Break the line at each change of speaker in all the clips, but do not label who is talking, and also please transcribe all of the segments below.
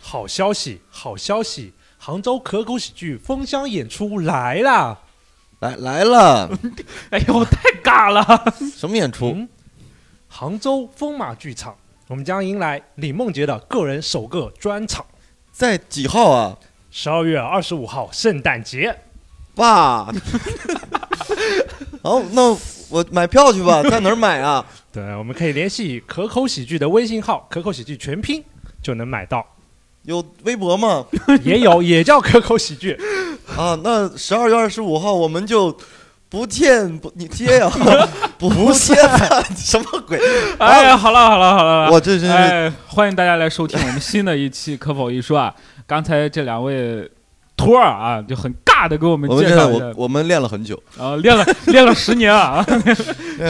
好消息，好消息！杭州可口喜剧封箱演出来啦！
来来了，
哎呦，太尬了！
什么演出？
嗯，杭州风马剧场，我们将迎来李梦洁的个人首个专场，
在几号啊？
十二月二十五号圣诞节。
爸， 好，那我买票去 吧，在哪儿买啊？
对，我们可以联系可口喜剧的微信号“可口喜剧全拼”就能买 到，
有微博吗？
也有也叫可口喜剧。
啊，那十二月二十五号我们就不见不你接呀、 不见 什么鬼？啊
哎呀，好了好了好了，
我这真是
哎，欢迎大家来收听我们新的一期《可否一说》啊！刚才这两位托儿啊，就很尬的给我们
我们
介
真
绍
的
一下
我，我们练了很久，
啊，练了练了十年啊，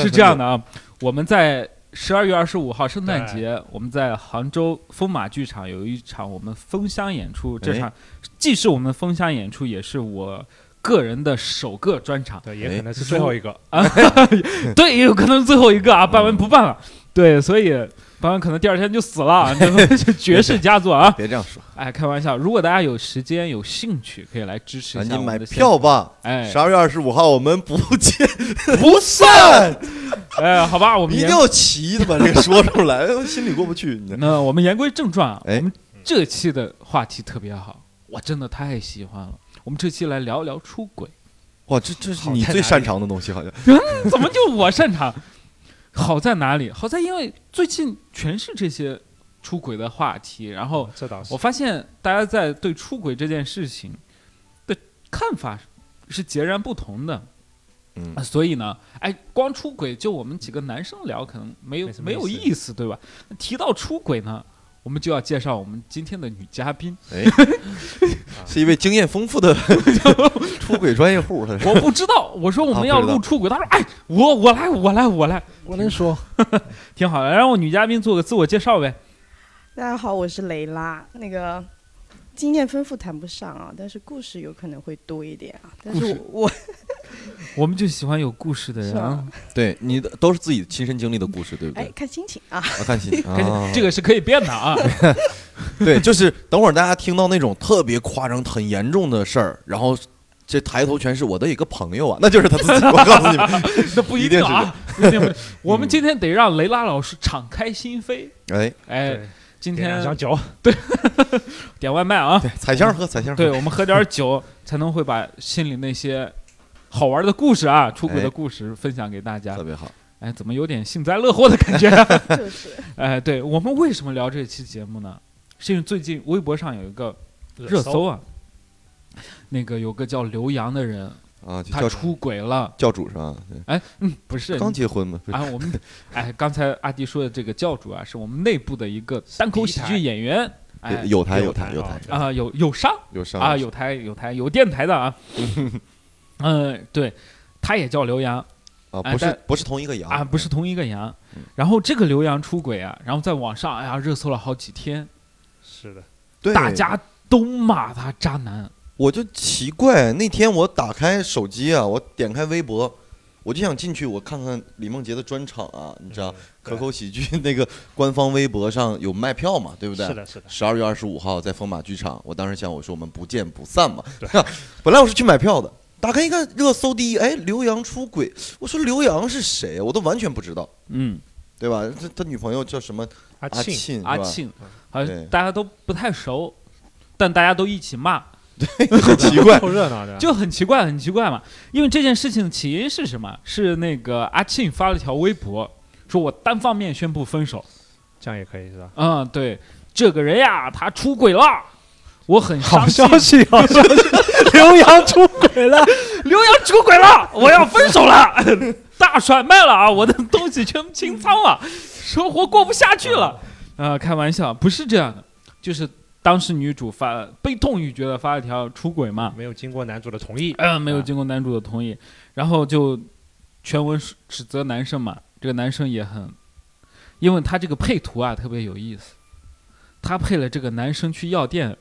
是这样
的。
的啊，我们在十二月二十五号圣诞节，我们在杭州风马剧场有一场我们封箱演出，这
哎
场既是我们封箱演出，也是我个人的首个专场。
对，也可能是最后一
哎
个。
对，也有可能是最后一个啊，办完不办了。对，所以办完可能第二天就死 了，这是绝世佳作啊！
别这样说，
哎，开玩笑，如果大家有时间有兴趣，可以来支持一
赶
下
紧
我
啊买
们的现
票
场。
吧！
哎
十，二月二十五号我们不见
不
散，
哎，好吧，我们
一定
言
要齐的把这个说出来，哎我心里过不去。你知道
那我们言归正传啊，
哎
我们这期的话题特别好，我真的太喜欢了。我们这期来聊聊出轨，
哇，这这是
好
你
在
最
哪
擅
里啊
长的东西，好像
怎么就我擅长？好在哪里？好在因为最近全是这些出轨的话题，然后
哦这倒是
我。发现大家在对出轨这件事情的看法是截然不同的。
嗯
啊所以呢，哎，光出轨就我们几个男生聊，可能没有
没什么
没有
意思
意思，对吧？那提到出轨呢，我们就要介绍我们今天的女嘉宾。
是一位经验丰 富的出轨专业户，他是。
我不知道，我说我
啊
们要
不知道
录出轨，他说哎，我我来我来我来，
我能说，
挺好的。让我女嘉宾做个自我介绍呗。
大家好，我是蕾拉。那个经验丰富谈不上啊，但是故事有可能会多一点啊。但
故
是
事
我
我们就喜欢有故事的人
是吧
啊，
对你的都是自己亲身经历的故事，对不
我哎
对？
看心情啊，
我看 心
开始
啊，
这个是可以变 的啊。
对，就是等会儿大家听到那种特别夸张、很严重的事儿，然后这抬头全是我的一个朋友啊，那就是他自己。我告诉你 们，
那不一定啊，不一定不一定。我们今天得让雷拉老师敞开心扉。
哎，
哎
对，
今
点两
天
箱酒，
点外卖啊，
彩香喝，彩香喝
对，我们喝点酒，才能会把心里那些好玩的故事啊，出轨
哎
的故事分享给大家
特。别好。
哎，怎么有点幸灾乐祸的感觉啊？
就是
哎，对我们为什么聊这期节目呢？是因为最近微博上有一个热搜啊，那个有个叫刘洋的人，
啊，就
他
教
出轨了。
教主是吧？对
哎，嗯，不是
刚结婚嘛，不是
啊，我们哎，刚才阿迪说的这个教主啊，是我们内部的一个单口喜
第一
剧演员。哎，
有台
有
有台
台
有
啊
台
啊、有有商
有上
啊，有台有台有电台 的啊。嗯、对，他也叫刘洋
啊，
哎
不是
但
不是同一个羊
啊，不是同一个洋
嗯。
然后这个刘洋出轨啊，然后在网上哎呀热搜了好几天，
是的，
对
大家都骂他渣男。
我就奇怪，那天我打开手机啊，我点开微博，我就想进去我看看李梦洁的专场啊，你
嗯
知道、可口喜剧 那个官方微博上有卖票嘛，对不对？
是。的，是的，
十二月二十五号在风马剧场，我当时想我说我们不见不散嘛。
对
本来我是去买票的，打开一看热搜第一，哎，刘洋出轨，我说刘洋是谁？啊我都完全不知道，
嗯，
对吧？他他女朋友叫什么？
阿
阿
啊庆，
庆，
阿
是吧，
庆好
对
像大家都不太熟，但大家都一起骂，
很奇 怪。
凑热闹的，
就很奇怪，很奇怪嘛。因为这件事情的起因是什么？是那个阿庆发了条微博，说我单方面宣布分手。
这样也可以是吧？
嗯，对，这个人呀，他出轨了，我很
好
伤心。
消息，好消 息，刘洋出轨了，
刘洋出轨了，我要分手了，大甩卖了啊！我的东西全部清仓了，生活过不下去了。呃，开玩笑，不是这样的，就是当时女主发悲痛欲绝的发了条出轨嘛，
没有经过男主的同 意，
嗯，没有经过男主的同意，然后就全文指责男生嘛。这个男生也很，因为他这个配图啊特别有意思，他配了这个男生去药店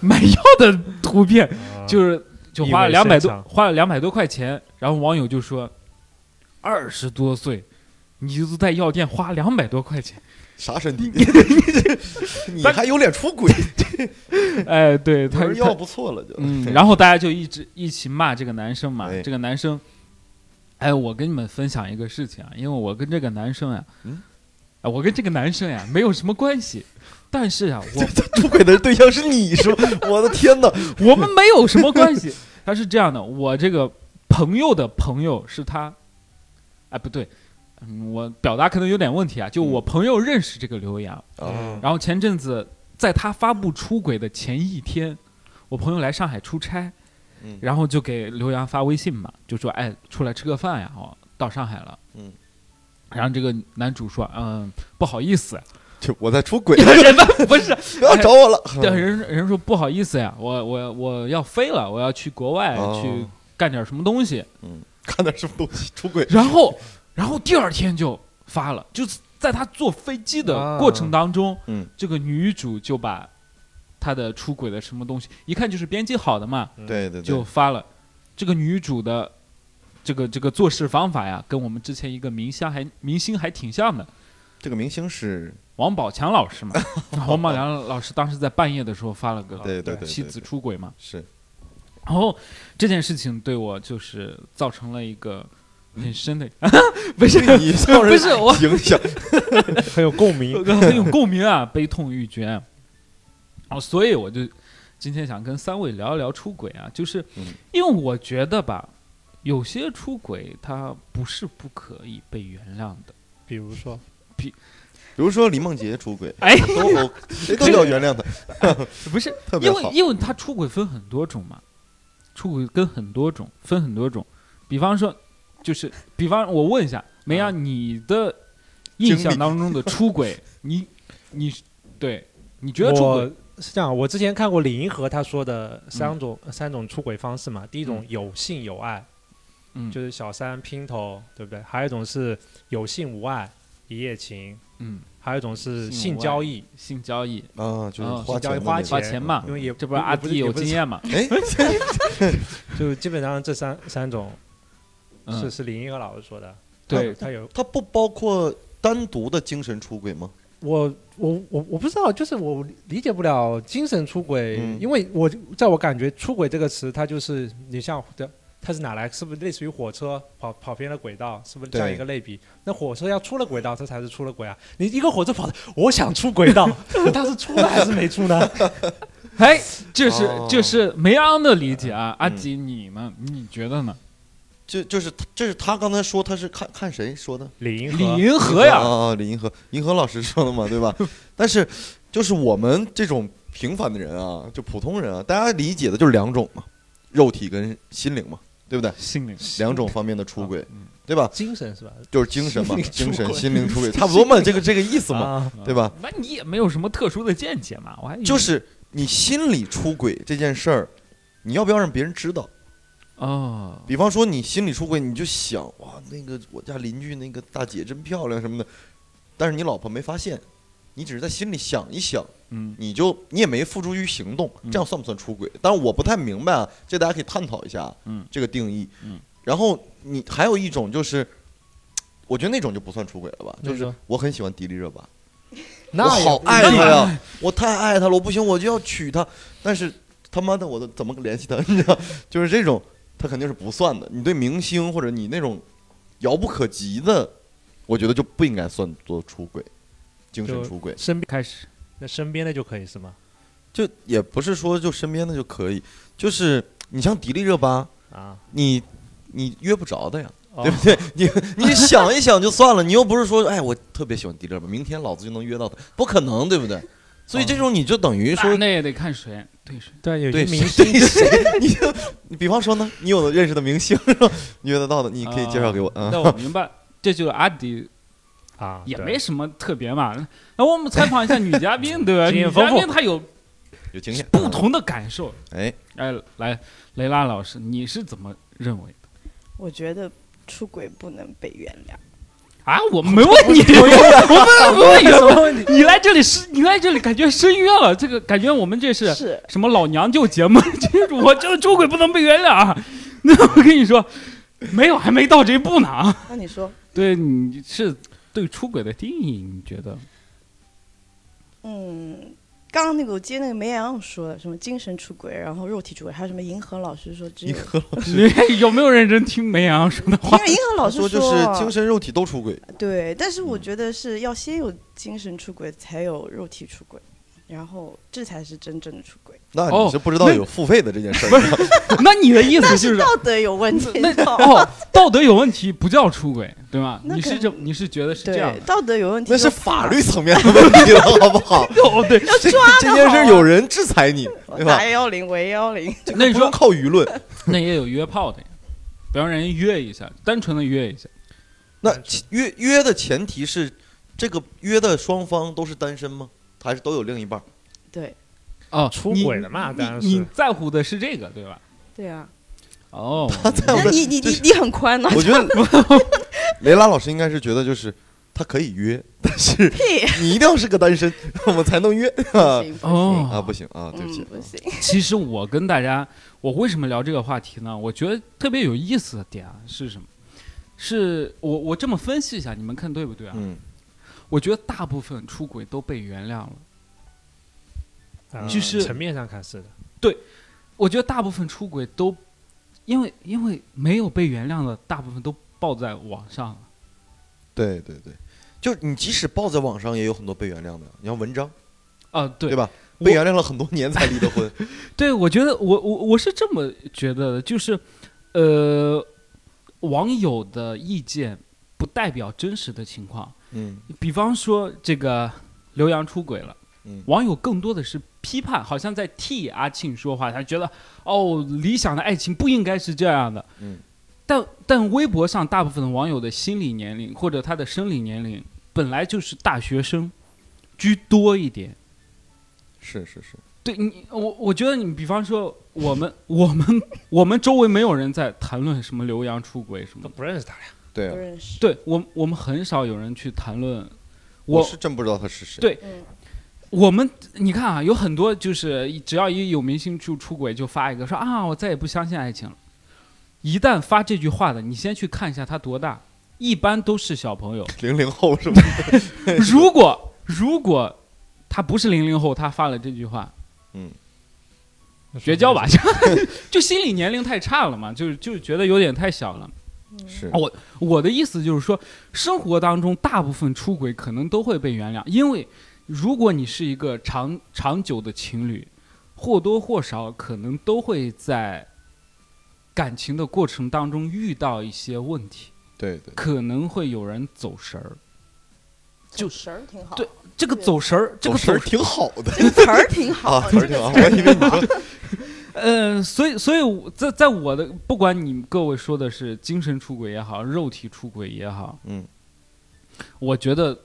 买药的图片，
啊
就是就花
意
了
味
两
深
百多
长
花了两百多块钱，然后网友就说，二十多岁，你就在药店花两百多块钱，
啥 身体？你还有脸出轨？
哎，对他
人
他
要不错 了就。
嗯，然后大家就一直一起骂这个男生嘛，
哎
这个男生，哎，我跟你们分享一个事情啊，因为我跟这个男生呀、啊，
嗯
哎我跟这个男生呀、没有什么关 系，但是啊，我
出轨的对象是你是吧？我的天哪！
我们没有什么关系。 他是这样的，我这个朋友的朋友是他，哎，不对，嗯我表达可能有点问题啊。就
嗯
我朋友认识这个刘洋，
啊，
然后前阵子在他发布出轨的前一天，我朋友来上海出差，
嗯
然后就给刘洋发微信嘛，就说哎，出来吃个饭呀，哦，到上海了。
嗯。
然后这个男主说：“嗯，不好意思，
就我在出轨，
人呢不是
不要找我了。
对，人人说不好意思呀，我我我要飞了，我要去国外、
哦
去干点什么东西。
嗯，看点什么东西出轨？
然后，然后第二天就发了，就是在他坐飞机的过程当中，
啊嗯
这个女主就把她的出轨的什么东西，一看就是编辑好的嘛，
对对对，
就发了。这个女主的这个这个做事方法呀，跟我们之前一个明星还明星还挺像的，
这个明星是，
王宝强 老师嘛。王宝强老师当时在半夜的时候发了个
啊对对对
妻
对
子
对
出轨嘛。
是
然后这件事情对我就是造成了一个很 深的，不是
对你造
不
人
是我
影响。
很有共鸣。
很 有共鸣啊，悲痛欲绝。哦，所以我就今天想跟三位聊一聊出轨啊，就是
嗯
因为我觉得吧，有些出轨它不是不可以被原谅的。
比如说，
比如说李梦洁出轨，
哎，
都 都谁都要原谅他，
不是，
特别
因为
好。
因为他出轨分很多种嘛，出轨跟很多种分很多种，比方说，就是比方我问一下梅阳，你的印
经
象
历
当中的出轨， 你你对你觉得出
我
轨
是这样，我之前看过李银河他说的三种三种出轨方式嘛，第一种
嗯
有性有爱，
嗯
就是小三姘头，对不对？还有一种是有性无爱，一夜情。
嗯
还有一种是
性
性
无爱
交易，
性交易
啊，就是
哦
花
交易
钱的
花
那个
花钱嘛
因为也
这不是阿弟有经， 验嘛？
哎，
就基本上这三三种是
嗯，
是李银河老师说的，
对，
他有
它不包括单独的精神出轨吗？
我我我我不知道，就是我理解不了精神出轨，
嗯
因为我在我感觉“出轨”这个词，它就是你像的，它是哪来？是不是类似于火车跑跑偏了轨道？是不是这样
对
一个类比？那火车要出了轨道，它才是出了轨啊！你一个火车跑的，我想出轨道， 它是出了还是没出 呢？
哎，这是
哦
这是梅昂的理解啊，阿吉你呢？你觉得呢？
就就是他这是他刚才说他是看看谁说的？
李银
李银河呀，
啊啊，李银河，银河老师说的嘛，对吧？但是就是我们这种平凡的人啊，就普通人啊，大家理解的就是两种嘛，肉体跟心灵嘛，对不对？
心灵
两种方面的出轨，
嗯
对吧？
精神是吧？
就是精神
心
嘛，
灵出
精
轨
神、心灵出轨，差不多嘛，这个这个意思嘛，
啊，嗯
对吧？
那你也没有什么特殊的见解嘛？我还以为
就是你心理出轨这件事儿，你要不要让别人知道？
哦，
比方说你心理出轨，你就想哇，那个我家邻居那个大姐真漂亮什么的，但是你老婆没发现，你只是在心里想一想，
嗯
你就你也没付诸于行动，
嗯
这样算不算出轨？但是我不太明白啊，这大家可以探讨一下，啊
嗯，
这个定义，
嗯。
然后你还有一种就是，我觉得那种就不算出轨了吧，
那
就
种
是我很喜欢迪丽热巴，
那
我
也
好爱啊她呀， 我太爱她了，我不行我就要娶她，但是他妈的我都怎么联系她？ 你知道，就是这种，他肯定是不算的。你对明星或者你那种遥不可及的，我觉得就不应该算作出轨，精神
就
出轨。
身边
开始
那身边的就可以是吗？
就也不是说就身边的就可以，就是你像迪丽热巴，
啊，
你你约不着的呀，
哦
对不对？你你想一想就算了，你又不是说哎我特别喜欢迪丽热巴，明天老子就能约到她，不可能，对不对？所以这种你就等于说
那也得看谁对谁。
对，有
对
些
谁
明星
对 谁，你就你比方说呢，你有的认识的明星 是吧？你约得到的，你可以介绍给我啊
那。我明白， 这就是阿迪，
啊，
也
对
没什么特别嘛。那我们采访一下女嘉宾，对吧？
经
女
验
嘉
丰
宾
富
她有
有经验，
不同的感受。
哎，
哎，来，雷拉老师，你是怎么认为的？
我觉得出轨不能被原谅。
啊，我没问你， 我问你什么问题？你来这里是，你来这里感觉深约了，这个感觉我们这是
是
什么老娘舅节目？ 这种我这出轨不能被原谅啊！ 那我跟你说，没有，还没到 这一步呢啊。
那你说，
对，你是对出轨的定义，你觉得？
嗯，刚刚那个我接那个梅阳说的，什么精神出轨，然后肉体出轨，还有什么银河老师说只有，
银
因
河老师
你有没有认真听梅阳说的 话？
为银河老啊
他
师
说就是精神肉体都出轨，
对，但是我觉得是要先有精神出轨，才有肉体出轨，然后这才是真正的出轨，
那
哦
你是不知道
那
有付费的这件事儿。
那你的意思就是啊
道德有问题。
那
你知道吗
哦，道德有问题不叫出轨，对吧？
那
你是
肯
这你是觉得是这样
对，
的？
道德有问题
那
就是怕
法 律层面的问题了，好不好？
哦，对，
这这件事
啊
儿有人制裁你，对吧
打？幺零为幺零，
那你
不用
说
靠舆论。
那也有约炮的呀，比方人家约一下，单纯的约一下，
那
单纯
其约约的前提是，这个约的双方都是单身吗？还是都有另一半儿？
对
哦，
出
你
轨了嘛当然
你你
是
在乎的是这个，对吧？
对啊，
哦，
在乎
那
的
你你
就
你
是
你很宽呐、
我 觉得 雷拉老师应该是觉得就是他可以约，但是
屁，
你一定要是个单身，我们才能约
不行不行，
哦
啊！不行啊，对不起
嗯，不行，
其实我跟大家，我为什么聊这个话题呢？我觉得特别有意思的点啊是什么？是我我这么分析一下，你们看对不对啊？
嗯，
我觉得大部分出轨都被原谅了。
呃
就是
层面上看是的，
我觉得大部分出轨都，因为因为没有被原谅的，大部分都报在网上了。
对对对，就是你即使报在网上，也有很多被原谅的。你像文章，
啊、对
对吧？
我
被原谅了很多年才离的婚，
对，我觉得我我我是这么觉得的，就是，呃，网友的意见不代表真实的情况。
嗯
比方说，这个刘洋出轨了，
嗯
网友更多的是批判，好像在替阿庆说话，他觉得哦，理想的爱情不应该是这样的。
嗯，
但但微博上大部分的网友的心理年龄或者他的生理年龄本来就是大学生居多一点。
是是是，
对你，我我觉得你，比方说我们我们我们周围没有人在谈论什么刘洋出轨什么
都
的，
不认识他俩。
对啊
不，认识，
对我我们很少有人去谈论。
我
我
是真不知道他是谁。
对
嗯，
我们你看啊，有很多就是一只要一有明星出出轨，就发一个说啊，我再也不相信爱情了。一旦发这句话的，你先去看一下他多大，一般都是小朋友。
零零后是吧？
如果如果他不是零零后，他发了这句话， 绝交吧， 就心理年龄太差了嘛，就是就是觉得有点太小了。
嗯
是
哦我的意思就是说，生活当中大部分出轨可能都会被原谅，因为如果你是一个长长久的情侣，或多或少可能都会在感情的过程当中遇到一些问题，
对对，
可能会有人走神儿。就
走神儿挺好，
对这个走神儿，这个
事
走
儿哦挺好的
这个 词儿挺好
啊，，
这
词儿
个
挺好。我以为你说
呃，所以，所以我在在我的不管你各位说的是精神出轨也好，肉体出轨也好，
嗯，
我觉得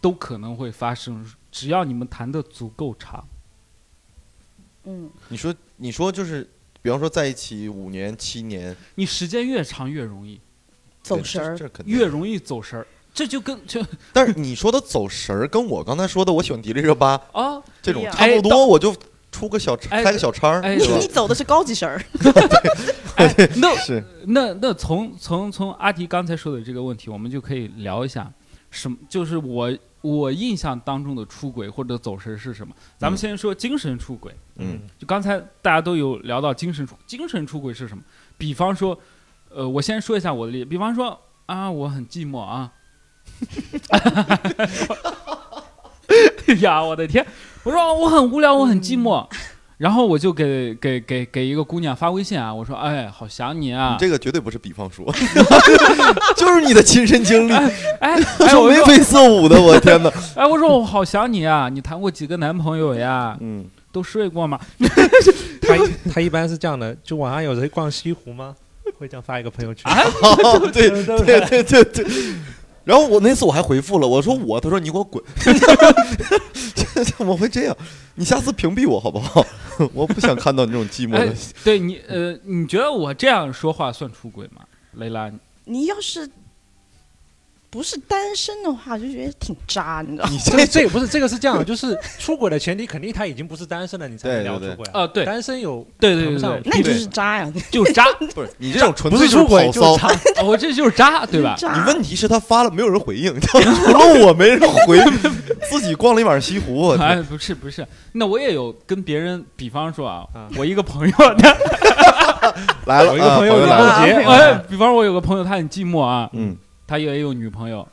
都可能会发生，只要你们谈的足够长。
嗯，
你说你说就是，比方说在一起五年七年，
你时间越长越容易，
走
对
神
这
儿，
这肯定
越。容易走神儿，这就跟就
但是你说的走神儿，跟我刚才说的我喜欢迪丽热巴
啊，
这种
哎呀
差不
哎
多，我就出个小
哎
开个小叉儿，
哎
你
对吧
你？走的是高级神儿，
哎那
是
那那从从从阿迪刚才说的这个问题，我们就可以聊一下什么，就是我我印象当中的出轨或者走神儿是什么？咱们
嗯
先说精神出轨。
嗯，
就刚才大家都有聊到精神出精神出轨是什么？比方说，呃，我先说一下我的例，比方说啊，我很寂寞啊， 哎呀，我的天，我说啊我很无聊，我很寂
嗯
寞，然后我就给给给给一个姑娘发微信啊，我说哎，好想你啊
你，这个绝对不是比方说，就是你的亲身经历，
哎哎，
就
我
眉
说
飞色舞的，我天哪！
哎，我说我好想你啊，你谈过几个男朋友呀？
嗯，
都睡过吗？
他一他一般是这样的，就晚上有人逛西湖吗？ 会这样发一个朋友圈。
哦对 对对对对。然后我那次我还回复了，我说我，他说你给我滚， 这怎么会这样？你下次屏蔽我好不好？ 我不想看到你这种寂寞
哎
的。，
对你，呃，你觉得我这样说话算出轨吗？雷拉，
你要是不是单身的话，就觉得挺渣，你知
嗯
道吗？
你
这个
这
这也不是这个是这样，就是出轨的前提肯定他已经不是单身了，你才能
对
聊
对
出
对
轨
啊对
单身有
对对对
谈不上
对，
那你就是渣呀！
就 渣，
不是你这种纯
不
粹
是
就是
出轨
跑骚
就。是
哦我这就是渣，对吧？
渣
你问题是他发了没有人回 应，除了我没人回，自己逛了一晚上西湖，我
哎，不是不是，那我也有跟别人，比方说啊，
啊
我一个朋友，他
来了，
我一个
啊
朋友李
来了，
梦洁，
哎
啊，
比方我有个朋友，他很寂寞啊，
嗯，
他也有女朋友，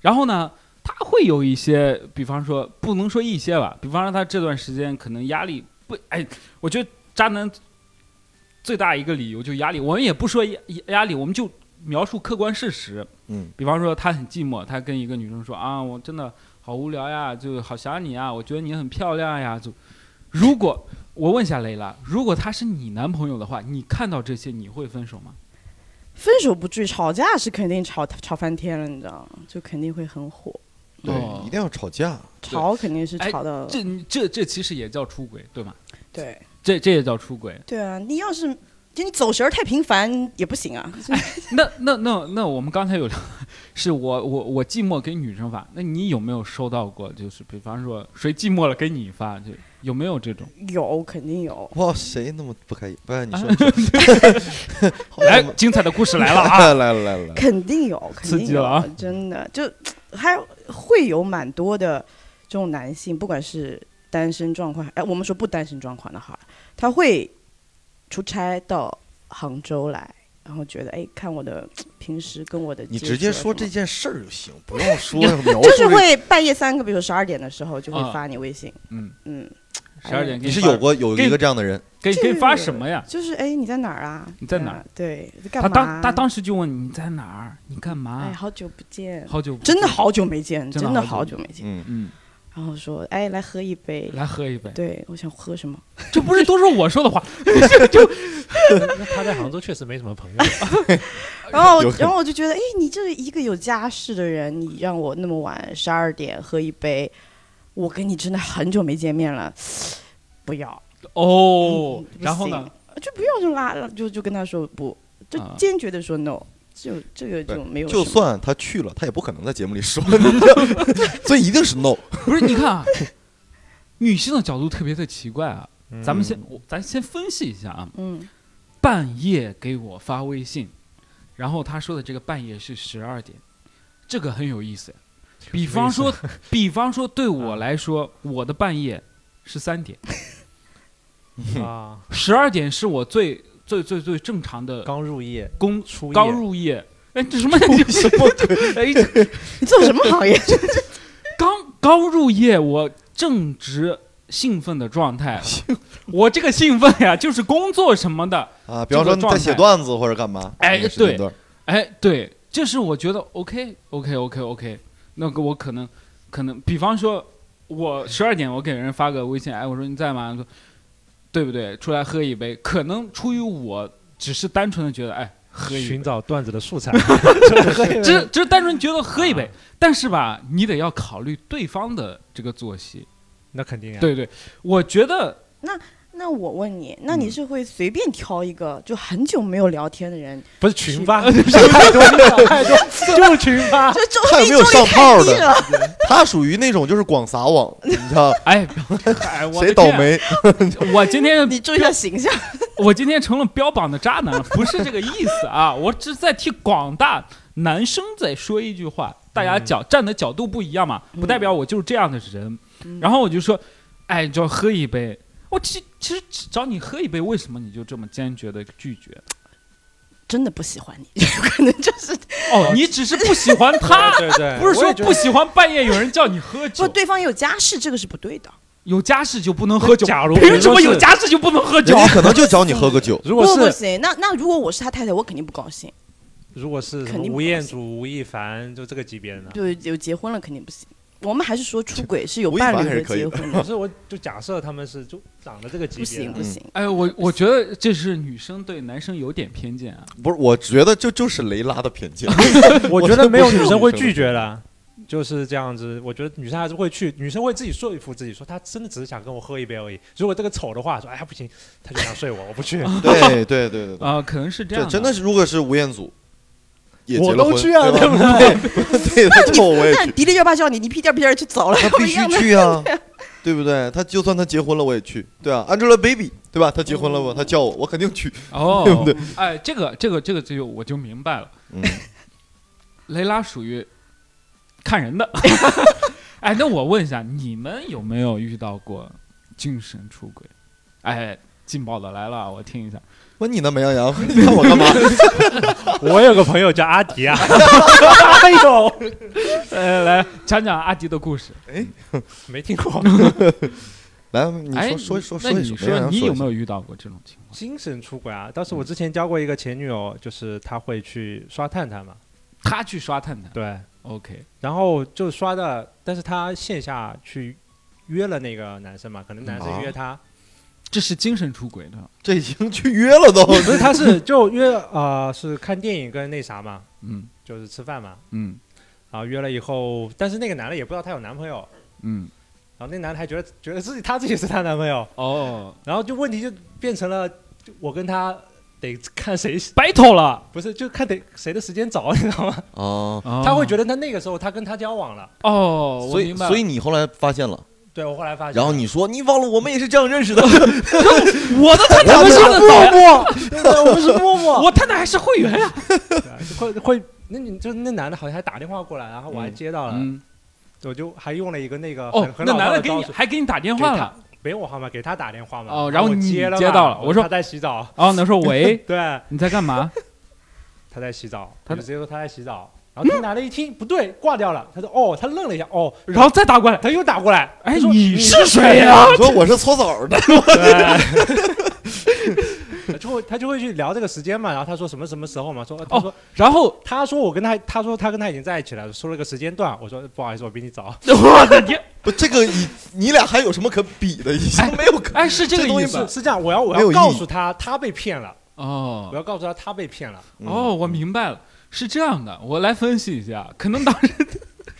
然后呢，他会有一些，比方说不能说一些吧，比方说他这段时间可能压力不，哎，我觉得渣男最大一个理由就压力，我们也不说压压力，我们就描述客观事实，
嗯，
比方说他很寂寞，他跟一个女生说啊，我真的好无聊呀，就好想你啊，我觉得你很漂亮呀，就如果。我问一下雷拉，如果他是你男朋友的话，你看到这些你会分手吗？
分手不至于，吵架是肯定吵吵翻天了，你知道吗？就肯定会很火，
对
哦，
一定要吵架，
吵肯定是
哎
吵到
这这这其实也叫出轨，对吗？
对
这这也叫出轨？
对啊！你要是就你走神儿太频繁也不行啊，
那那那那我们刚才有聊，是我我我寂寞给女生发，那你有没有收到过？就是比方说谁寂寞了给你发，就有没 有这种？
有肯定有。
哇，谁那么不开心？不然你说，好
来，
他妈
精彩的故事来了
来了
啊！
来了来了，
肯定有，肯
刺
定
激
有
了啊
真的就还会有蛮多的这种男性，不管是单身状况，哎，我们说不单身状况的哈，他会出差到杭州来，然后觉得哎，看我的平时跟我的
你
接
直接
触啊
说
什
这哦
么，
件事儿就行，不用说描 述
就是
这个。
会半夜三个，比如说十二点的时候就
啊
会发你微信，
嗯
嗯，
十二点给
你是
发
有过有
给
一个这样的人，
给
这
给发
个
什么呀？
就是哎你在哪儿啊？
你在哪儿
啊？对，在干
他
嘛？
当他当时就问你在哪儿，你干
哎，
嘛？
好久不见，
好久不
真的
见，
好久没见，
真的
真的
好
好
久
久没见。
嗯，
嗯，
然后说，哎，来喝一杯。
来喝一杯。
对，我想喝什么？
这不是都是我说 的话，
那他在杭州确实没什么朋友，
然后
有
我，
可能
然后我就觉得，哎，你这一个有家室的人，你让我那么晚十二点喝一杯，我跟你真的很久没见面了， 不要，
哦
嗯，不
然后呢
行？就不要就拉了，就就跟他说不，就
啊
坚决的说 no，就这个
对
就没有什
就
么。
算他去了，他也不可能在节目里说，所以一定是 no。
不是，你看啊， 女性的角度特别的奇怪啊。
嗯
咱们先，我咱先分析一下啊。
嗯，
半夜给我发微信，然后他说的这个半夜是十二点，这个很有意思。比方说，比方说对我来说，我的半夜是三点，
啊，
十二点是我最最最最正常的
刚入夜，
工
初夜
刚入夜。哎，这什么？
什么鬼？
哎，
你做什么行业？
刚刚入夜，我正值兴奋的状态，我这个兴奋呀，就是工作什么的，
啊，比方说你在写段子或者干嘛？
哎
那个时间
对
段
哎，对，这是我觉得 OK OK OK OK，那个我可能可能，比方说，我十二点我给人发个微信，哎，我说你在吗？他说对不对？出来喝一杯，可能出于我只是单纯的觉得，哎，喝一
寻
杯，
找段子的 素材，
只只是单纯觉得喝一杯，
啊
但是吧，你得要考虑对方的这个作息，
那肯定啊，
对对，我觉得
那我问你，那
嗯
你是会随便挑一个就很久没有聊天的人，
不是群发，啊太多了太多， 就是群发，
就周
他有没有上炮
太低
的？
了，
他属于那种就是广撒网，你知道
哎， 哎我的
谁倒
天
啊
霉？
我今天
你注意一下形象。
我今天成了标榜的渣男了，不是这个意思啊！我只是在替广大男生在说一句话，大家角站的角度不一样嘛，不代表我就是这样的人。然后我就说，哎，你就喝一杯。我其其实找你喝一杯，为什么你就这么坚决的拒绝？
真的不喜欢你， 可能就是
哦，你只是不喜欢 他，
对对，
不
我
是说
也觉
不
得
喜欢半夜有人叫你喝酒
不，。对方有家室，这个是不对的。
有家室就不能喝酒？
假如
凭什么
比如说
有
是，
家室就不能喝酒
人？家可能就找你喝个酒
如果
不不
是
行，那那如果我是他太太，我肯定不高兴。
如果是什
肯
么
定不
吴
高
彦
兴
祖、吴亦凡，就这个级别的呢？
就有结婚了肯定不行。我们还是说出轨是有
吴亦凡
伴侣
还是
和
可以
结
的
婚
不
的，
是，我就假设他们是就长得这个级
不
别
行啊
的，
不行。
哎，我我觉得这是女生对男生有点偏见啊。
不是？我觉得就就是雷拉的偏见。
我
我
觉
觉得
得没有
不是
女生
女
会
生
拒
会
绝的， 就是这样子。我觉得女生还是会去，女生会自己说服自己，说她真的只是想跟我喝一杯而已。如果这个丑的话，说哎呀不行，她 就想睡我，我不去。
对对对对对，
啊、可能是这样
这真
的。
的是，如果是吴彦祖，也结
我
了
都
婚，
去啊，
对
对
吧
不对？
对，他叫哎我我也
那
去，
迪丽热巴叫你，你屁颠儿屁颠儿去走了，
他
我
必
一样
须
的。
去啊，对不对？他就算他结婚了，我也去，对啊，Angelababy，对吧？他结婚了吗？他叫我，我肯定去。
哦，
对不对？
哎，这个这个这个就我就明白了，
嗯，
雷拉属于看人的。 哎，那我问一下，你们有没有遇到过精神出轨？哎，劲爆的来了，我听一下。
问你呢，美羊羊， 你看我干嘛？
我有个朋友叫阿迪 啊，哎呦，
呃，来讲讲阿迪的故事。
没听过。
来，你
哎，
说说说说
那
一
你
说，美羊羊
你有
一
没
说
有遇到过这种情况？
精神出轨啊！当时我之前交过一个前女友，就是她会去刷探探嘛，
他去刷探探
对，
，OK，
然后就刷的，但是她线下去约了那个男生嘛，可能男生约她，
这是精神出轨的。
这已经去约了都，
不是，她是就约啊、呃是看电影跟那啥嘛，
嗯
就是吃饭嘛，
嗯
然后约了以后，但是那个男的也不知道她有男朋友，
嗯，
然后那男的还觉得觉得自己他自己是她男朋友，
哦，
然后就问题就变成了就我跟他得看谁
白头了。
不是就看得谁的时间早，你知道吗？
哦，
他会觉
得
得他那个时候他跟他交往了。
哦，我
所以
明白了
所以你后来发现了，
对我后来发现，
然后你说你忘了我们也是这样认 识的，
我的探探不是
陌陌，对不对？我们是陌 陌，
我探探还是会员啊呀。
对会会，那你就那男的好像还打电话过来，然后我还
嗯
接到了，
嗯，
我就还用了一个那个很
哦，
很
那
老
男
套
的
的
给你
招数
还给你打电
给
话
他
了。
没我号码，给他打电话嘛。
哦
然
然后
我
你
接了嘛，
接到了
我
我说
他在洗澡，
哦，那说喂，
对，
你在干 嘛？
他在洗澡，他
他
就直接说他在洗澡。然后那男的一听不对，挂掉了。他说哦，他愣了一下，哦，
然后再打过来，
他又打过来，
哎，
他说
你
是
是谁呀？
你说我是搓澡的，
对， 他就会他就会去聊这个时间嘛，然后他说什么什么时候嘛，说
哦
他说、
然后
他说我跟他他说他跟他已经在一起了，说了个时间段，我说不好意思，我比你早，
我的天，
不，这个你你俩还有什么可比的？已经
哎
没有可
哎， 是这
这东
个
西
意
是
思
是这样，我要我
没有
要
意义
告诉他他被骗了，我
哦
要告诉他他被骗了，
哦，我明白了。是这样的，我来分析一下，可能当时，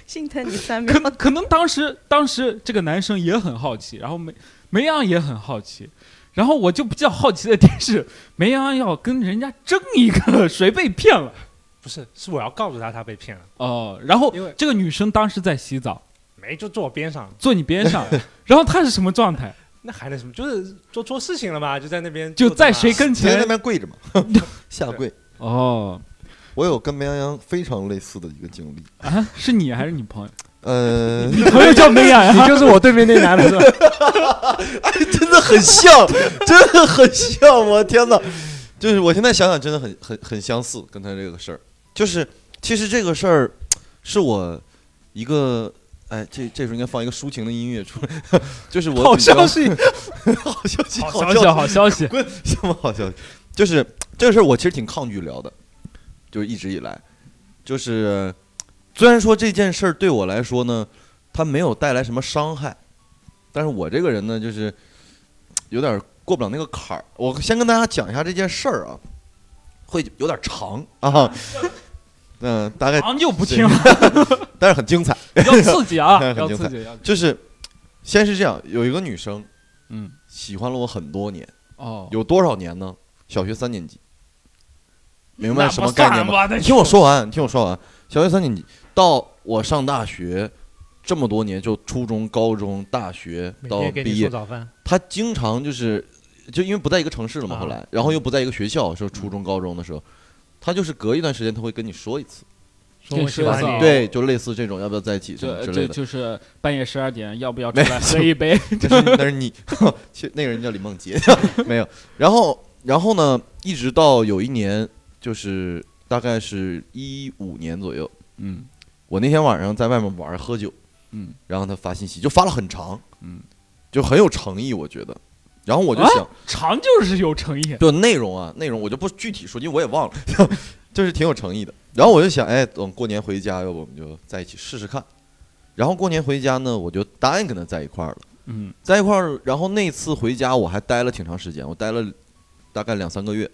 心疼你三秒
可。 能可能当时当时这个男生也很好奇，然后梅梅阳也很好奇，然后我就比较好奇的点是，梅阳要跟人家争一个谁被骗了
不是是我要告诉他他被骗了，
哦，然后
因为
这个女生当时在洗澡，
没就坐我边上，
坐你边 上，然后她是什么状态？
那还能什么？就是做错事情了嘛，就在那边
就
坐着嘛
在谁跟
你在那
前
边跪着嘛，下跪。
哦
我有跟梅羊羊非常类似的一个经历，
啊，是你还是你朋友？
呃，
你朋友叫梅雅
你
呀？
就是我对面那男的是 吧？
真的很像，真的很像，我天哪！就是我现在想想，真的很很很相似，跟他这个事儿，就是其实这个事儿是我一个。哎，这这时候应该放一个抒情的音乐出来， 就是我比较
息，
好消息，
好
消
消息，好消息！
滚！ 什么好消息？就是这个事儿，我其实挺抗拒聊的，就是一直以来，就是虽然说这件事儿对我来说呢，它没有带来什么伤害，但是我这个人呢，就是有点儿过不了那个坎儿。我先跟大家讲一下这件事儿啊，会有点儿长啊， 嗯、大概，
长就不听了，啊
但是很精彩。
要刺 激啊，
很
要
精彩
刺激，要刺激
就是先是这样，有一个女生
嗯
喜欢了我很多年，
哦，
有多少年呢？小学三年级，明
那
白
不
什么概念
算
吗？
吧？那
你听我说完，你听我说完。小学三年级到我上大学这么多年，就初中、高中、大学
每
到
天给
毕
你送
业，
早饭，
他经常就是就因为不在一个城市了嘛，
啊
后来，然后又不在一个学校，是初中、高中的时候，他就是隔一段时间他会跟你说一次，
说我
这
喜
是
欢
哦
你，
对，就类似这种要不要在一起什么之
这这
类的。
就是半夜十二点，要不要出
没
来喝一杯？
但是但是你， 其实那个人叫李梦洁， 没有。然后然后呢，一直到有一年，就是大概是一五年左右，
嗯
我那天晚上在外面玩儿喝酒。
嗯
然后他发信息就发了很长，
嗯，
就很有诚意，我觉得。然后我就
啊
想，
长就是有诚意。
就内容啊，内容我就不具体说，因为我也忘了， 就是挺有诚意的。然后我就想，哎，等过年回家，要不我们就在一起试试看。然后过年回家呢，我就答应跟他在一块儿了，
嗯
在一块儿。然后那次回家我还待了挺长时间，我待了大概两三个月，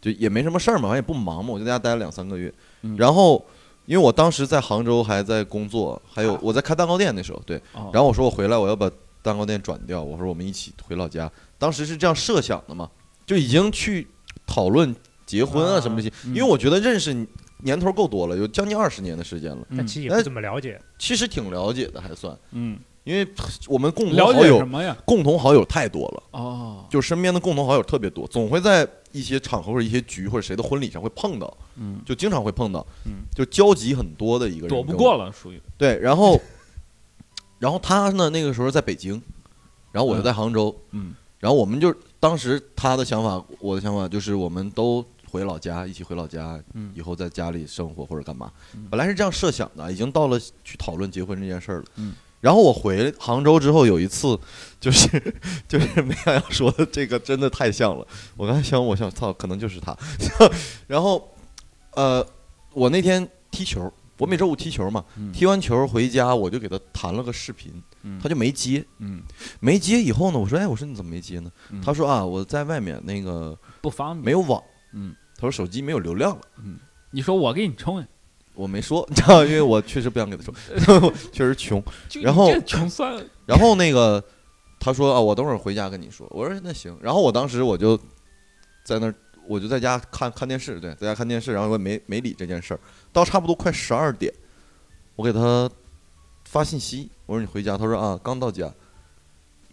就也没什么事儿嘛，反正也不忙嘛，我就在家待了两三个月。
嗯
然后因为我当时在杭州还在工作，还
啊
有我在开蛋糕店那时候，对。
哦，
然后我说我回来我要把蛋糕店转掉，我说我们一起回老家。当时是这样设想的嘛，就已经去讨论结婚啊
啊
什么这些，
嗯
因为我觉得认识你年头够多了，有将近二十年的时间了，
但
嗯
其实也不怎么了解。
其实挺了解的，还算，
嗯，
因为我们共同
了
好
解什
友
么呀？
共同好友太多了，
哦，
就身边的共同好友特别多，总会在一些场合或者一些局或者谁的婚礼上会碰到，
嗯，
就经常会碰到
嗯，
就交集很多的一个人，
躲不过了，属于
对，然后，然后他呢，那个时候在北京，然后我就在杭州，
嗯
然后我们就当时他的想法，我的想法就是我们都回老家，一起回老家，
嗯
以后在家里生活或者干嘛
嗯，
本来是这样设想的，已经到了去讨论结婚这件事儿了，
嗯。
然后我回杭州之后，有一次，就是 就是没想要说的这个真的太像了。我刚才想，我想操，可能就是他。 然后，呃，我那天踢球，我每周五踢球嘛，
嗯
踢完球回家，我就给他弹了个视频，
嗯
他就没接，
嗯
没接以后呢，我说，哎，我说你怎么没接呢？
嗯
他说啊，我在外面那个
不方便。
没有网，
嗯，
他说手机没有流量了，
你说我给你充呀，
我没说，你知道，因为我确实不想给他说， 我确实穷。
就
然后
你这穷酸
然后那个他说啊，我等会儿回家跟你说，我说那行，然后我当时我就在那儿。我就在家看看电视，对，在家看电视，然后我也没没理这件事儿。到差不多快十二点，我给他发信息，我说你回家，他说啊，刚到家。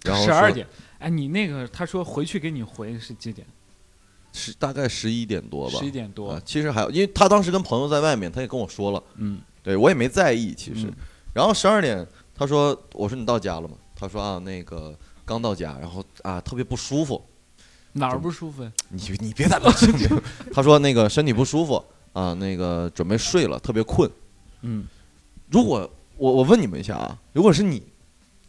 然后
十二
说
点。哎，你那个他说回去给你回是几点？
十大概十一点多吧，
十一点多
啊。。其实还有，因为他当时跟朋友在外面，他也跟我说了，
嗯，
对我也没在意，其实。
嗯
然后十二点，他说：“我说你到家了吗？”他说：“啊，那个刚到家，然后啊特别不舒服。
哪儿不舒服呀？
你你别在那儿证明。” 他说：“那个身体不舒服啊，那个准备睡了，特别困。
嗯，”
如果我我问你们一下啊，如果是你，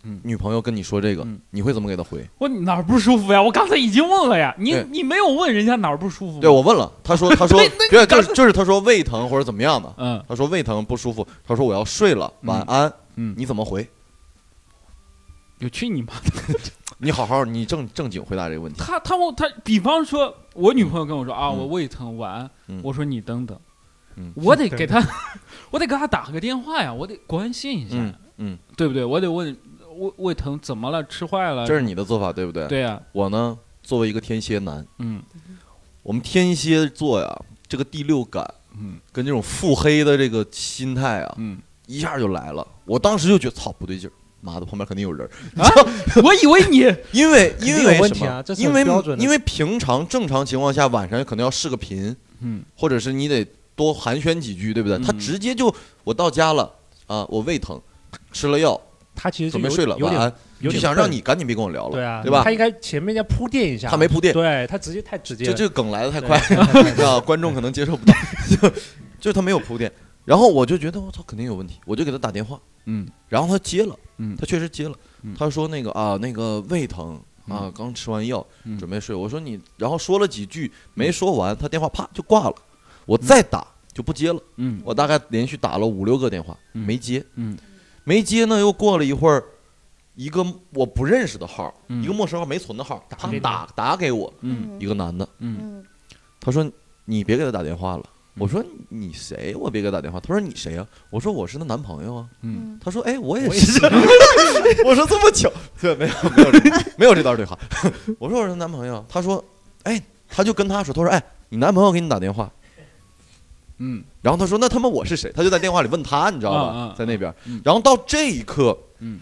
嗯
女朋友跟你说这个，
嗯
你会怎么给她回？
我哪儿不舒服呀？我刚才已经问了呀，你
对
你没有问人家哪儿不舒服吗？
对我问了，他 说他说
嗯那那你
对，就
刚
是就是他说胃疼或者怎么样的，
嗯
他说胃疼不舒服，他说我要睡了，晚安，
嗯，
你怎么回？
有去你妈！
你好好，你正正经回答这个问题。
他他问他，比方说，我女朋友跟我说啊，
嗯
我胃疼，晚安。
嗯
我说你等等
嗯，
我得给他， 我得给他打个电话呀，我得关心一
嗯
下，
嗯，
对不对？我得问胃胃疼怎么了，吃坏了
这？是你的做法对不对？
对呀，
我呢，作为一个天蝎男，
嗯
我们天蝎座呀，这个第六感
嗯
跟这种腹黑的这个心态啊，
嗯，
一下就来了。我当时就觉得，操，不对劲儿。妈的，旁边肯定有人儿，
我以为你
因为因
定
为
有问
什
题啊
么
这是
因
很
为
标准的
因为平常正常情况下，晚上可能要视个频，
嗯
或者是你得多寒暄几句，对不对？他
嗯
直接就我到家了啊，我胃疼，吃了药，
他其实就
准备
有
睡了，
有
晚
点
安，
有
就
点
想让
笨
你赶紧别跟我聊了，
对啊，
吧
他？应该前面要铺垫一下，
他没铺垫
对他直接太直接
这
了，
这梗来的太
对啊
快，你知道观众可能接受不到， 就就是他没有铺垫。然后我就觉得我操肯定有问题，我就给他打电话，
嗯
然后他接了，
嗯
他确实接了
嗯，
他说那个啊那个胃疼啊，刚吃完药
嗯
准备睡，我说你，然后说了几句没说完，他电话啪就挂了，我再打就不接了，
嗯
我大概连续打了五六个电话
嗯
没接，
嗯
没接呢又过了一会儿。一个我不认识的号，
嗯
一个陌生号没存的号，他
给你
打打给我，
嗯
一个男的，
嗯
嗯
他说你别给他打电话了。我说你谁？我别给他打电话。他说你谁呀、我说我是她男朋友啊。
嗯，
他说哎，我也
我也
是。 我说这么巧，对，没有没有这没有这段对话。我说我是她男朋友。他说哎，他就跟他说，他说哎，你男朋友给你打电话。
嗯
然后他说那他妈我是谁？他就在电话里问他，你知道吧，
啊啊啊
在那边
嗯。
然后到这一刻，
嗯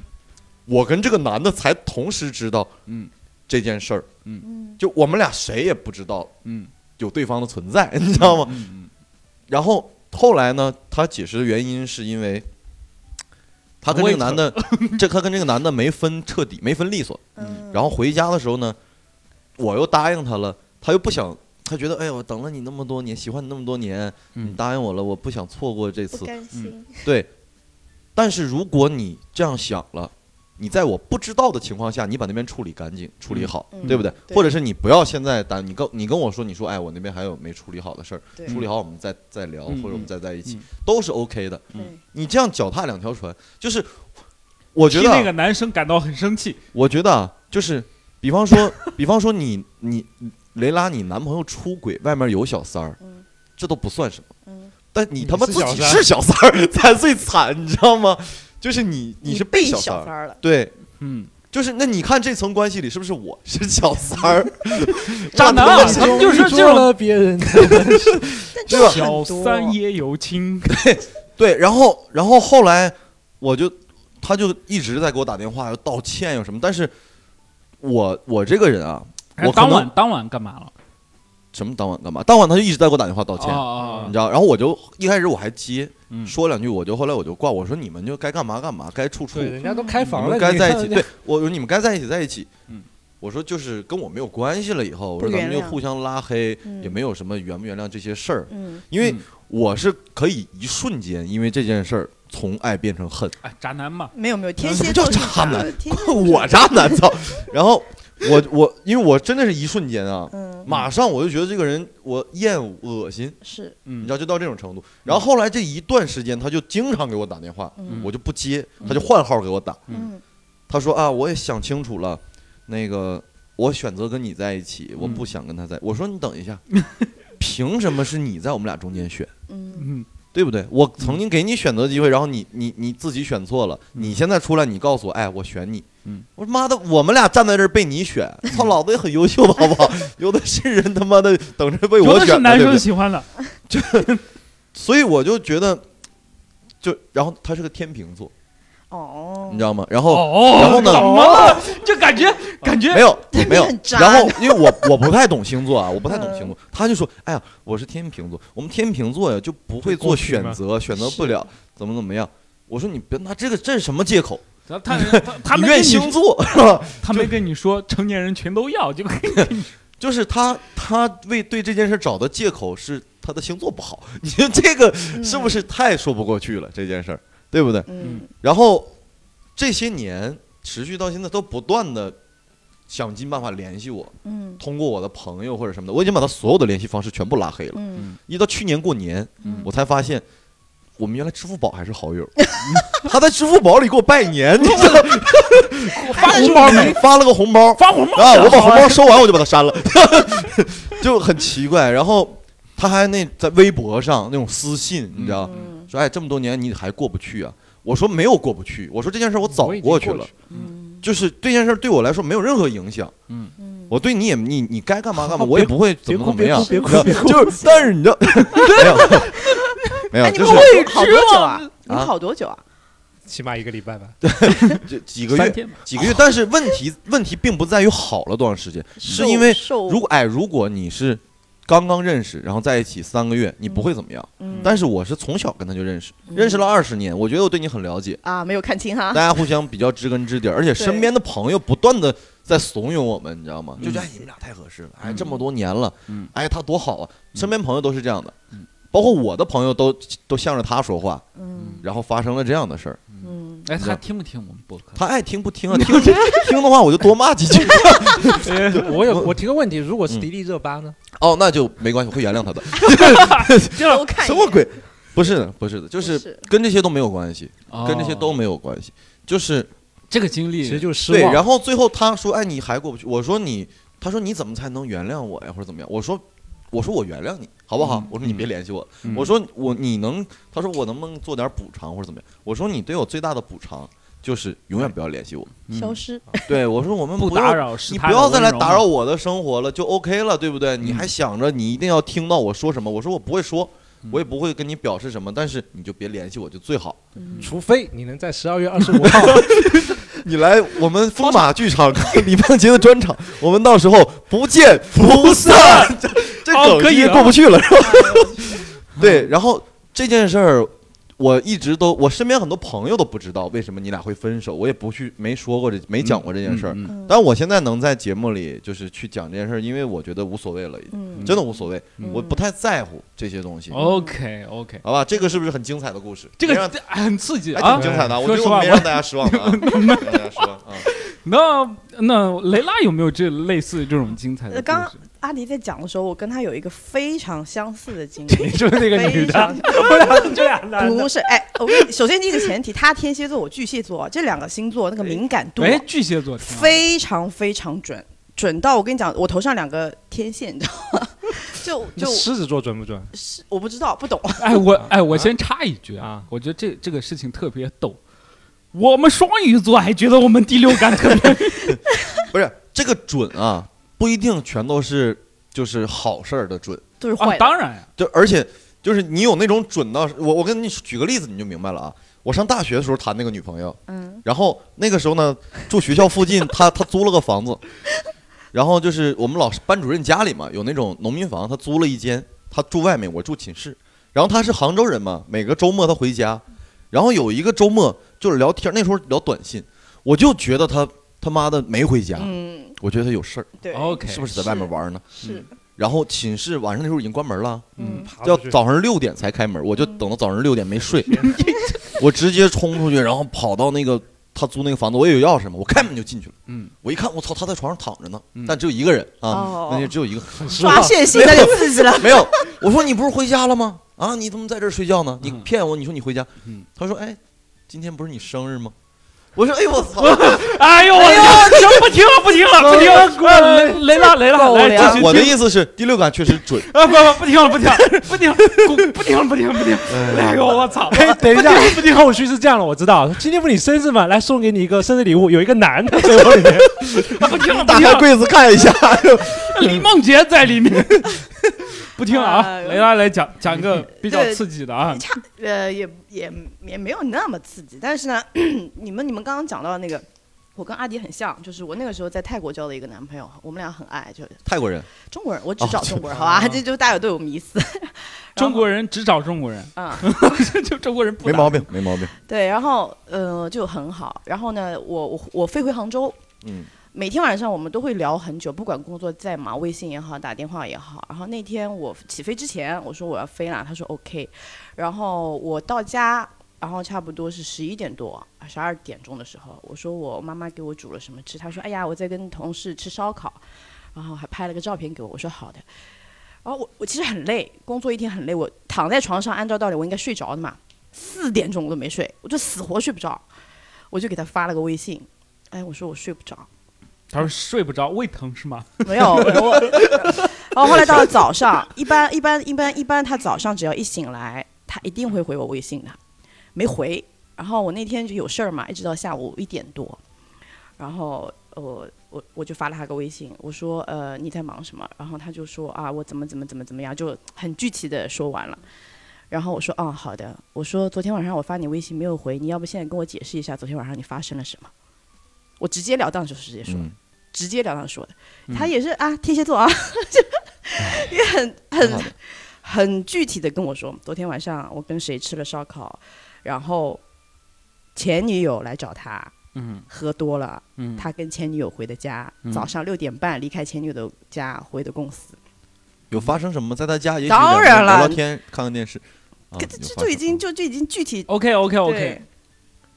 我跟这个男的才同时知道
嗯
这件事儿，
嗯
就我们俩谁也不知道
嗯，
有对方的存在， 你知道吗？
嗯
然后后来呢，他解释的原因是因为他跟这个男 的， 这他跟这个男的没分彻底，没分利索。
嗯
然后回家的时候呢，我又答应他了，他又不想，他觉得哎呀，我等了你那么多年，喜欢你那么多年，你
嗯
答应我了，我不想错过这次
不。甘心，
对，但是如果你这样想了。你在我不知道的情况下，你把那边处理干净、处理好，
嗯
对不对？
对
或者是你不要现在打，你跟你跟我说，你说，哎，我那边还有没处理好的事儿，
对
处理好我们再再聊，
嗯
或者我们
嗯
再在一起
嗯，
都是 OK 的。
对
你这样脚踏两条船，就是我觉
替
得
那个
啊，
男生感到很 生气。
我觉得啊，就是比方说， 比方说你你雷拉，你男朋友出轨，外面有小三儿
嗯，
这都不算什么，
嗯
但你他妈
你
自
是
己
小三
是小 三儿才最惨，你知道吗？就是你你是
被
小
小
儿，
三儿了，
对，
嗯
就是那你看这层关系里是不是我是小三儿，
渣 男啊
我他妈
他们就是这种
捉了别人 的
对吧？
小三
也
也有情，
对，然后然后后来我就他就一直在给我打电话，又道歉又什么，但是我我这个人啊，
哎
我可
当
能
晚当晚干嘛了？
什么当晚干嘛？当晚他就一直在给我打电话道歉，
哦
你
哦
知道？然后我就一开始我还接，
嗯
说两句我就后来我就挂，我说你们就该干嘛干嘛，该处处，
对，
你
人家都开房了，
们该
你
在一
看
起，
人
对
家
我说你们该在一起在一起。
嗯
我说就是跟我没有关系了，以后我说
不
咱们
原
就
谅
互相拉黑，
嗯
也没有什么原不原谅这些事儿，
嗯，
因为
嗯
我是可以一瞬间因为这件事儿从爱变成恨。
哎，渣男嘛，
没有没有，天蝎
就
座就是
嗯渣
这样
男
天蝎
我渣男操！然后我我因为我真的是一瞬间啊，
嗯
马上我就觉得这个人我厌恶恶心，
是
你
嗯
知，道就到这种程度。然后后来这一段时间，他就经常给我打电话，
嗯
我就不接，
嗯
他就换号给我打。
嗯
他说啊，我也想清楚了，那个我选择跟你在一起，我不想跟他在。我说你等一下，凭什么是你在我们俩中间选？
嗯
嗯，
对不对？我曾经给你选择的机会，然后你你你自己选错了，
嗯
你现在出来，你告诉我，哎，我选你。
嗯，
我说妈的，我们俩站在这儿被你选，操，老子也很优秀的好不好？有的是人他妈的等着被
有
我
的是
选的，
男
对不
生
对？
喜欢的，
所以我就觉得，就然后他是个天秤座，
哦
你知道吗？然后
哦
然后呢
怎么了？就感觉 感觉
没有没有
你很，渣嗯
然后因为我我不太懂星座啊，我不太懂星座，他就说，哎呀，我是天秤座，我们天秤座呀就不会做
过去
选
吗
择，选择不
是
了，怎么怎么样？我说你别拿这个这是什么借口？
他他他
嗯
他
你
没
愿
跟
星
你
座 是吧？
他没跟你说成年人全都要，就
就是他他为对这件事找的借口是他的星座不好， 你说这个是不是太说不过去了？这件事儿，对不对？
嗯
然后这些年持续到现在，都不断的想尽办法联系我，
嗯
通过我的朋友或者什么的，我已经把他所有的联系方式全部拉黑了。
嗯
一直到去年过年，
嗯
我才发现。我们原来支付宝还是好友， 他在支付宝里给我拜年，你知道吗，
发红包没？
发了个红包，
发红包
啊，
是
我把
好
红
啊
包收完我就把它删了， 就很奇怪。然后他还那在微博上那种私信，你知道，
嗯
说哎这么多年你还过不去啊？我说没有过不去，我说这件事我早
我已经过
过去了，
嗯
就是这件事对我来说没有任何影响，
嗯，
我对你也你你该干嘛干嘛，
好
我也
别
不会怎
别
么
哭
怎么
别
样
哭，别哭
你知道
别哭，
就是但是你知道 没有没有
哎，你
就
们
是
好多久啊？你们好多久啊？
起码一个礼拜吧。
这几个
三
月
天吧，
几个
哦
月，但是问题问题并不在于好了多长时间，是因为
瘦
如果哎，如果你是刚刚认识，然后在一起三个月，你不会怎么样。
嗯
但是我是从小跟他就认识，
嗯
认识了二十年，我觉得我对你很了解，
啊，没有看清哈
大。家互相比较知根知底儿，而且身边的朋友不断的在怂恿我们，你知道吗？就觉得
嗯
哎，你们俩太合适了，哎，
嗯
这么多年了
嗯，
哎，他多好啊！身边朋友都是这样的
嗯，
包括我的朋友都都向着他说话，
嗯
然后发生了这样的事儿。
嗯，
哎，他听不听我们播客？
他爱听不 听啊，听听的话我就多骂几句。
我有我提个问题，如果是
嗯
迪丽热巴呢？
哦，那就没关系，我会原谅他 的。
都看一
什么
哎
眼
鬼？不是的，不是的，就
不
是
是
跟这些都没有关系，
哦
跟这些都没有关系，就是
这个经历，
其实就是失
对。
望。
然后最后他说：“哎，你还过不去？”我说：“你。”他说：“你怎么才能原谅我呀？或者怎么样？”我说：“我说我原谅你，好不好？”
嗯
我说：“你
嗯
别联系我。
嗯
我说：“我你能？”他说：“我能不能做点补偿或者怎么样？”我说：“你对我最大的补偿就是永远不要联 系我。
嗯
消失，
对我说：“我们
不
要
打扰是
你
他嗯
不
的
要再来
温柔
打扰
嘛，
我的生活了，就 OK 了，对不对？你还想着你一定要听到我说什么？我说我不会说，
嗯
我也不会跟你表示什么，但是你就别联系我就最好。
嗯
除非你能在十二月二十五号
你来我们风马剧场看李梦洁的专场，我们到时候不见不散。 这这
哦
梗
可以
已经
啊
过不去了， 是吧？对，然后这件事儿。我一直都，我身边很多朋友都不知道为什么你俩会分手，我也不去没说过这，没讲过这件事儿。
嗯嗯
嗯
但我现在能在节目里就是去讲这件事儿，因为我觉得无所谓了，已经。
嗯
真的无所谓，
嗯
我不太在乎这些东西。
OK OK，
好吧，这个是不是很精彩的故事？
哦这
没
个
让
这很刺激
还
啊
挺！精彩的，我
说
觉得
实
我
话
没
我
让大家失望的 啊，没让大家失望啊。
那那雷拉有没有这类似这种精彩的
呃
故
刚
事？
阿迪在讲的时候，我跟他有一个非常相似的经
你
历，
说那个
非
女的
常，
我俩这俩男的
不是哎，我跟你首先第一个前提，他天蝎座，我巨蟹座，这两个星座那个敏感度啊
哎，巨蟹座挺好的，
非常非常准，准到我跟你讲，我头上两个天线，你知道吗？就
那
就
狮子座准不准？
是 我不知道，不懂。
哎我哎我先插一句啊
啊，
我觉得这这个事情特别逗。我们双鱼座还觉得我们第六感特 别
不是这个准啊，不一定全都是就是好事儿的准，
都是
啊
坏，的。
当然呀，
就而且就是你有那种准到我我跟你举个例子你就明白了啊。我上大学的时候谈那个女朋友，
嗯，
然后那个时候呢住学校附近，她她租了个房子，然后就是我们老师班主任家里嘛有那种农民房，她租了一间，她住外面，我住寝室。然后她是杭州人嘛，每个周末她回家，然后有一个周末就是聊天，那时候聊短信，我就觉得她他妈的没回家，
嗯，
我觉得她有事儿。
对
OK
是不是在外面玩呢？
是，
然后寝室晚上那时候已经关门了，
嗯
嗯，
爬
要
出去
早上六点才开门，我就等到早上六点没睡， 我直接冲出去，然后跑到那个他租那个房子，我也有钥匙嘛，我开门就进去了。
嗯，
我一看，我操，他在床上躺着呢
嗯，
但只有一个人啊
哦，
那就只有一个，
发泄性的自 己了。
没有。我说你不是回家了吗？啊，你怎么在这儿睡觉呢？你骗我！你说你回家
嗯，
他说哎，今天不是你生日吗？我说哎呦我 操！
哎呦我行不听了不听 了不听了，呃雷雷了雷了，
够
来
了
继续
我的
继续
意思是第六感确实 准，
啊不不不听了
嗯
不听了不听了滚 不听了不听了不听了，
呃
哎呦 我操！
哎， 等一下，不听后续是这样的，我知道，今天不你生日吗？来送给你一个生日礼物，有一个男 的在包里面，
不听了，不
打
听
开
了，
柜子看一下。
李梦洁在 里面。不听了啊，
哎呦
雷拉来讲讲一个比较
对
刺激的啊，
差呃也也也没有那么刺激，但是呢， 你们你们刚刚讲到那个，我跟阿迪很像，就是我那个时候在泰国交的一个男朋友，我们俩很爱，就是
泰国人，
中国人，我只
哦
找
就
中国人，好吧，
啊
这就大家对我迷思。
中国人只找中国人，
啊、
就中国人不
没
打
毛病，没毛病。
对，然后呃就很好，然后呢，我我我飞回杭州，
嗯，
每天晚上我们都会聊很久，不管工作再忙，微信也好，打电话也好。然后那天我起飞之前，我说我要飞了，他说 OK。然后我到家，然后差不多是十一点多、十二点钟的时候，我说我妈妈给我煮了什么吃，他说哎呀，我在跟同事吃烧烤，然后还拍了个照片给我，我说好的。然后我我其实很累，工作一天很累，我躺在床上，按照道理我应该睡着的嘛，四点钟我都没睡，我就死活睡不着，我就给他发了个微信，哎，我说我睡不着。
他说睡不着，胃疼是吗？
没有我，然后后来到了早上，一般一般一般一般，他早上只要一醒来，他一定会回我微信的，没回。然后我那天就有事儿嘛，一直到下午一点多，然后我我我就发了他个微信，我说呃你在忙什么？然后他就说啊我怎么怎么怎么怎么样，就很具体的说完了。然后我说哦好的，我说昨天晚上我发你微信没有回，你要不现在跟我解释一下昨天晚上你发生了什么？我直截了当就直接说，
嗯，
直截了当说的。
嗯
他也是啊，天蝎座啊， 就也很
挺好
很
的
很具体的跟我说，昨天晚上我跟谁吃了烧烤，然后前女友来找他，
嗯
喝多了，
嗯
他跟前女友回的家，
嗯
早上六点半离开前女友的家回的公司，
有发生什么？在他家也许
当
两个
然
人聊
了
聊天，看看电视。啊
可
有
这
发
这
生
就已经就就已经具体
，OK 哦 OK
对
OK，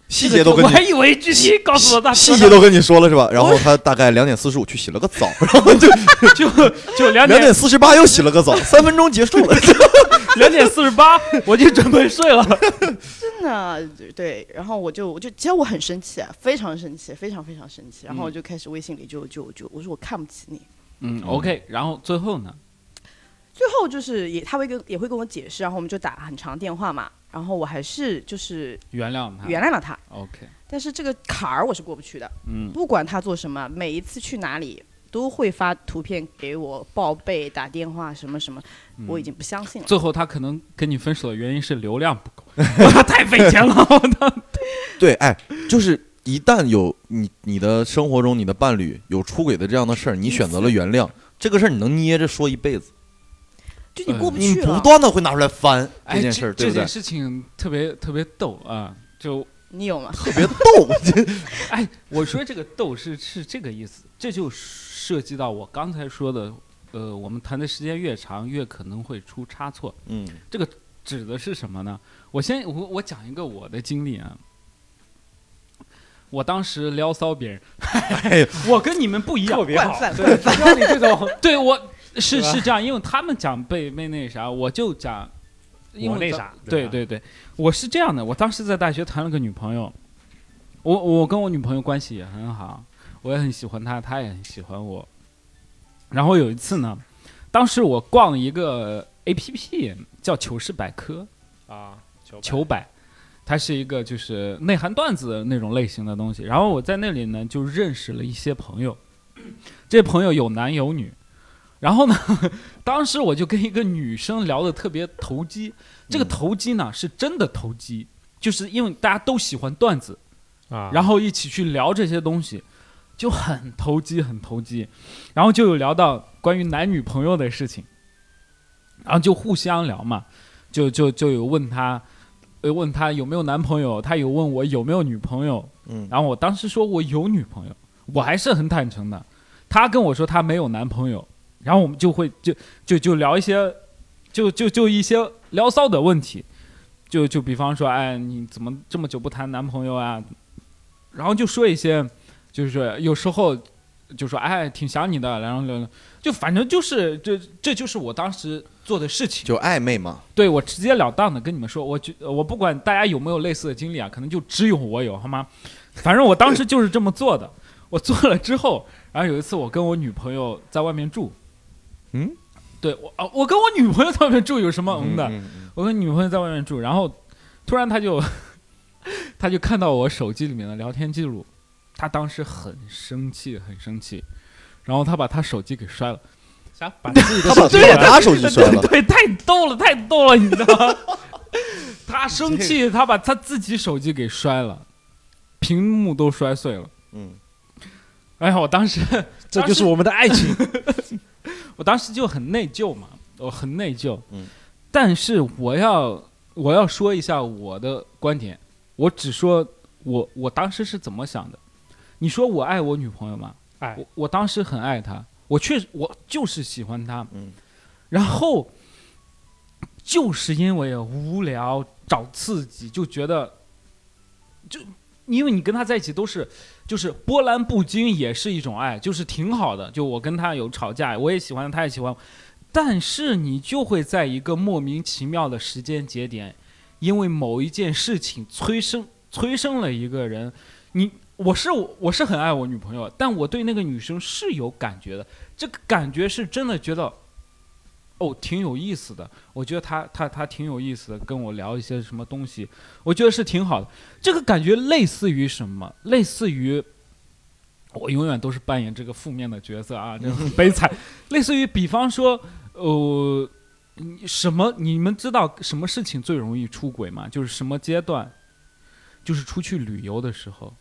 细节都跟
我还
你
以为具体告诉我大哥
细节都跟你说了是吧？然后他大概两点四十五去洗了个澡，然后就
就就
两
两点
点四十八又洗了个澡，三分钟结束了。
两点四十八，我就准备睡了。
真的对，然后我就我就其实我很生气、啊，非常生气，非常非常生气，然后我就开始微信里就就就我说我看不起你，
嗯，OK，然后最后呢？
最后就是也他会跟也会跟我解释，然后我们就打很长电话嘛，然后我还是就是
原谅他。
原谅了他，
OK，
但是这个坎儿我是过不去的，
嗯
不管他做什么，每一次去哪里都会发图片给我报备、打电话什么什么，我已经不相信了。
最后他可能跟你分手的原因是流量不够， 太费钱 了。我操
对，哎，就是一旦有你你的生活中你的伴侣有出轨的这样的事儿，你选择了原谅这个事儿，你能捏着说一辈子，
就你过不
嗯你
去
不
了，
断的会拿出来翻
哎，
件事儿，对
这
不对
件？事情特别特别逗啊！就
你有吗？
特别逗，
哎，我说这个逗是 是这个意思，这就涉及到我刚才说的，呃，我们谈的时间越长，越可能会出差错。
嗯
指的是什么呢？我先我我讲一个我的经历啊。我当时撩骚别人，
呦
我跟你们不一样，
特别好，
惯
对，像你这种，
对我是
对吧
是这样，因为他们讲被被那啥，我就讲，因为
我那
当
啥对
对
吧
对对，我是这样的，我当时在大学谈了个女朋友，我我跟我女朋友关系也很好，我也很喜欢她，她也很喜欢我。然后有一次呢，当时我逛一个 A P P 叫糗事百科，
啊，求
糗百，它是一个就是内涵段子的那种类型的东西。然后我在那里呢就认识了一些朋友，这朋友有男有女。然后呢， 当时我就跟一个女生聊得特别投机，这个投机呢是真的投机，就是因为大家都喜欢段子，
啊，
然后一起去聊这些东西，就很投机，很投机。然后就有聊到关于男女朋友的事情，然后就互相聊嘛，就就就有问他，呃，问他有没有男朋友，他有问我有没有女朋友，
嗯
然后我当时说我有女朋友，我还是很坦诚的。他跟我说他没有男朋友，然后我们就会就就就聊一些，就就就一些聊骚的问题，就就比方说，哎，你怎么这么久不谈男朋友啊？然后就说一些，就是有时候就说，哎，挺想你的，然后聊聊，就反正就是这这就是我当时做的事情。
就暧昧嘛，
对我直截了当的跟你们说，我觉我不管大家有没有类似的经历啊，可能就只有我有，好吗？反正我当时就是这么做的。我做了之后，然后有一次我跟我女朋友在外面住，
嗯，
对我啊，我跟我女朋友在外面住有什么嗯的？
嗯嗯
我跟女朋友在外面住，然后突然她就 她就看到我手机里面的聊天记录，她当时很生气，很生气，然后她把她手机给摔了。
想把自己的
他
手
把自
机
己
拿
拿手机摔了，
对，太逗了，太逗了，你知道 吗？他生气，他把他自己手机给摔了，屏幕都摔碎了。
嗯，
哎呀，我当时，
这就是我们的爱情。
我当时就很内疚嘛，我很内疚。
嗯，
但是我要我要说一下我的观点，我只说我我当时是怎么想的。你说我爱我女朋友吗？
哎
我，我当时很爱她，我确实我就是喜欢她，
嗯，
然后就是因为无聊找刺激，就觉得就因为你跟他在一起都是就是波澜不惊，也是一种爱，就是挺好的。就我跟他有吵架，我也喜欢他，也喜欢我，但是你就会在一个莫名其妙的时间节点，因为某一件事情催生催生了一个人，你。我是我是很爱我女朋友，但我对那个女生是有感觉的，这个感觉是真的觉得，哦，挺有意思的。我觉得她她她挺有意思的，跟我聊一些什么东西，我觉得是挺好的。这个感觉类似于什么？类似于我永远都是扮演这个负面的角色 啊，这很悲 惨。类似于，比方说，呃，你什么？你们知道什么事情最容易出轨吗？就是什么阶段？就是出去旅游的时候，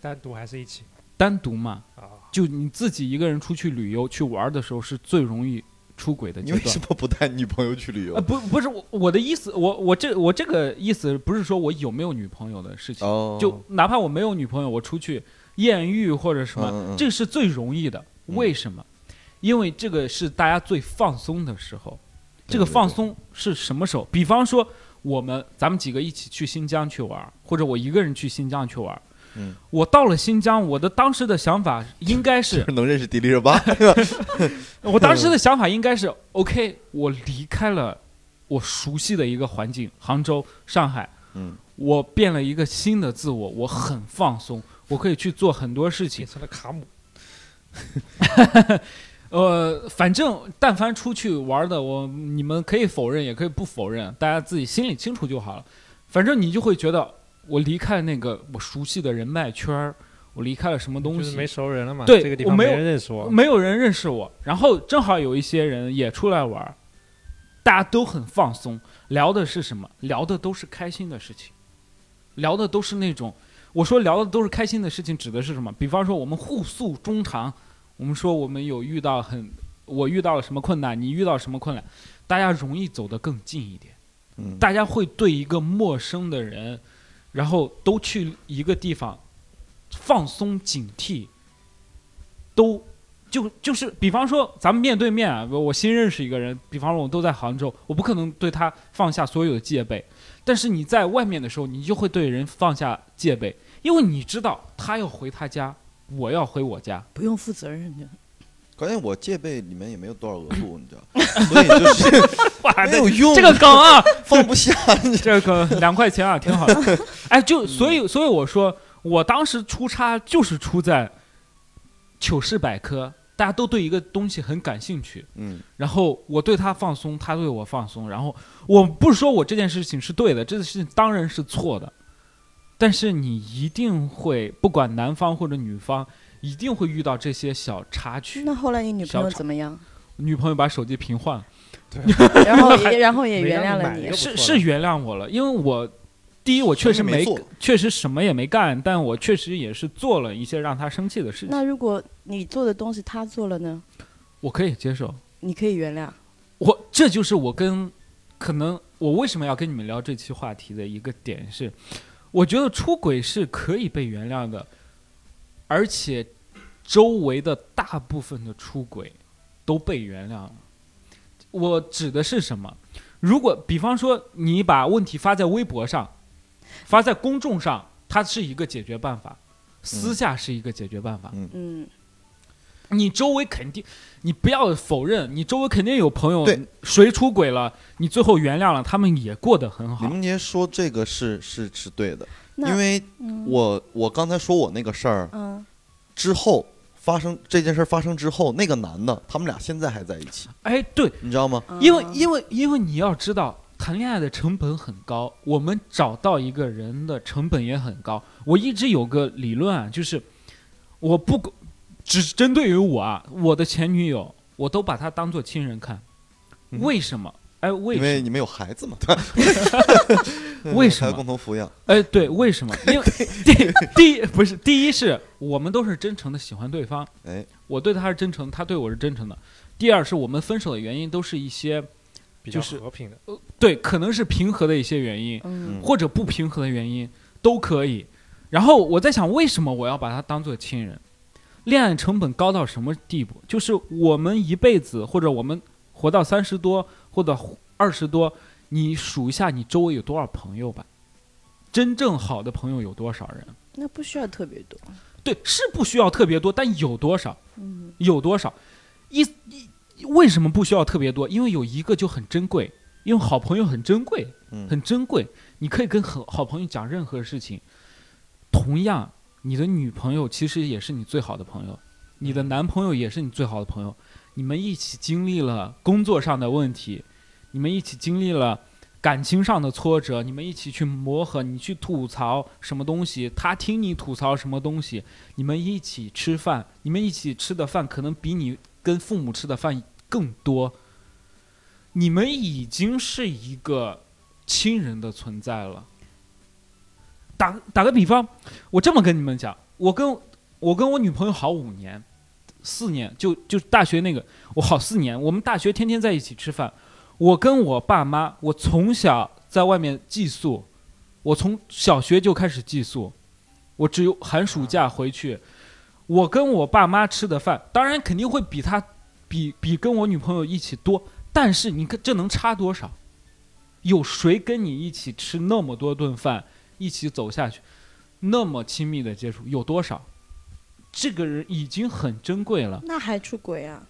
单独还是一起
单独嘛，
啊？
就你自己一个人出去旅游去玩的时候，是最容易出轨的
你
阶
为
段
什。么不带女朋友去旅游
啊，？不，不是我我的意思，我我这我这个意思不是说我有没有女朋友的事情，
哦，
就哪怕我没有女朋友，我出去艳遇或者什么，
嗯嗯嗯
这个是最容易的。
嗯
为什么？因为这个是大家最放松的时候。
对
这个
对
放
对
松是什么时候？比方说，我们咱们几个一起去新疆去玩儿，或者我一个人去新疆去玩儿。
嗯
我到了新疆，我的当时的想法应该是，
能认识迪丽热 巴，对吧
我当
嗯
时的想法应该是，OK，我离开了我熟悉的一个环境，杭州、上海，
嗯，
我变了一个新的自我，我很放松，我可以去做很多事 情
变。成了卡姆，
呃，反正但凡出去玩的，我你们可以否认，也可以不否认，大家自己心里清楚就好了。反正你就会觉得，我离开那个我熟悉的人脉圈儿，我离开了什么东西，
就是没熟人了嘛。
对
这个地
我
方
没
没
有
人认识我。
没有人认识我，然后正好有一些人也出来玩儿，大家都很放松，聊的是什么？聊的都是开心的事情，聊的都是那种我说聊的都是开心的事情，指的是什么？比方说我们互诉衷肠，我们说我们有遇到很我遇到了什么困难，你遇到什么困难，大家容易走得更近一点。
嗯
大家会对一个陌生的人，然后都去一个地方放松警惕，都就就是，比方说咱们面对面啊，我我新认识一个人，比方说我们都在杭州，我不可能对他放下所有的戒备，但是你在外面的时候，你就会对人放下戒备，因为你知道他要回他家，我要回我家，
不用负责任的。
关键我戒备里面也没有多少额度，你 知道，所以就是
哇，
没有用，
这个梗啊，
放不 下。
这个两块钱啊，挺好的。哎，就所以所以我说，我当时出差就是出在糗事百科大家都对一个东西很感兴趣，
嗯
然后我对他放松，他对我放松，然后我不是说我这件事情是对的，这件事情当然是错的，但是你一定会不管男方或者女方，一定会遇到这些小插曲。
那后来你女朋友
小丑
怎么样？
女朋友把手机屏换了，
然后也然后也
没让
原谅
你
了
买
你
一个。
是
不错
是
了
原谅我了，因为我第一我确实
什么也
没
没做
确实什么也没干，但我确实也是做了一些让他生气的事情，
那如果你做的东西他做了呢？
我可以接受。
你可以原谅。
我这就是我跟可能我为什么要跟你们聊这期话题的一个点是，我觉得出轨是可以被原谅的，而且周围的大部分的出轨都被原谅了。我指的是什么？如果比方说你把问题发在微博上，发在公众上，它是一个解决办法，私下是一个解决办法。
嗯，
你周围肯定，你不要否认，你周围肯定有朋友
对
谁出轨了，你最后原谅了，他们也过得很
李
好。
梦洁说这个是是是对的，
那
因为
嗯
我我刚才说我那个事儿
嗯，
之后发生这件事儿发生之后，那个男的他们俩现在还在一起，
哎，对，
你知道吗？
嗯
因为因为因为你要知道，谈恋爱的成本很高，我们找到一个人的成本也很高。我一直有个理论啊，就是我不管只针对于我啊，我的前女友，我都把她当做亲人看。
嗯
为什么？哎，为
因
什
为
么？
你们有孩 子嘛，对吧嗯
为什
还
么
要共同抚养？
哎，对，为什么？因为 第第一不是第一是我们都是真诚的喜欢对方，
哎，
我对他是真诚，他对我是真诚的。第二是我们分手的原因都是一些
比较
就是
和平的，嗯
对，可能是平和的一些原因，
嗯
嗯
或者不平和的原因都可以。然后我在想，为什么我要把他当做亲人？恋爱成本高到什么地步？就是我们一辈子，或者我们活到三十多，或者二十多，你数一下你周围有多少朋友吧。真正好的朋友有多少人？
那不需要特别多。
对，是不需要特别多，但有多少？
嗯
有多少？一一为什么不需要特别多？因为有一个就很珍贵，因为好朋友很珍贵，
嗯
很珍贵。你可以跟很好朋友讲任何事情。同样，你的女朋友其实也是你最好的朋友，你的男朋友也是你最好的朋友。你们一起经历了工作上的问题，你们一起经历了感情上的挫折，你们一起去磨合，你去吐槽什么东西，他听你吐槽什么东西，你们一起吃饭，你们一起吃的饭可能比你跟父母吃的饭更多。你们已经是一个亲人的存在了。打打个比方，我这么跟你们讲，我跟我跟我女朋友好五年，四年就就大学那个，我好四年，我们大学天天在一起吃饭。我跟我爸妈，我从小在外面寄宿，我从小学就开始寄宿，我只有寒暑假回去。我跟我爸妈吃的饭，当然肯定会比他比比跟我女朋友一起多，但是你看这能差多少？有谁跟你一起吃那么多顿饭，一起走下去，那么亲密的接触有多少？这个人已经很珍贵了，
那还出轨啊？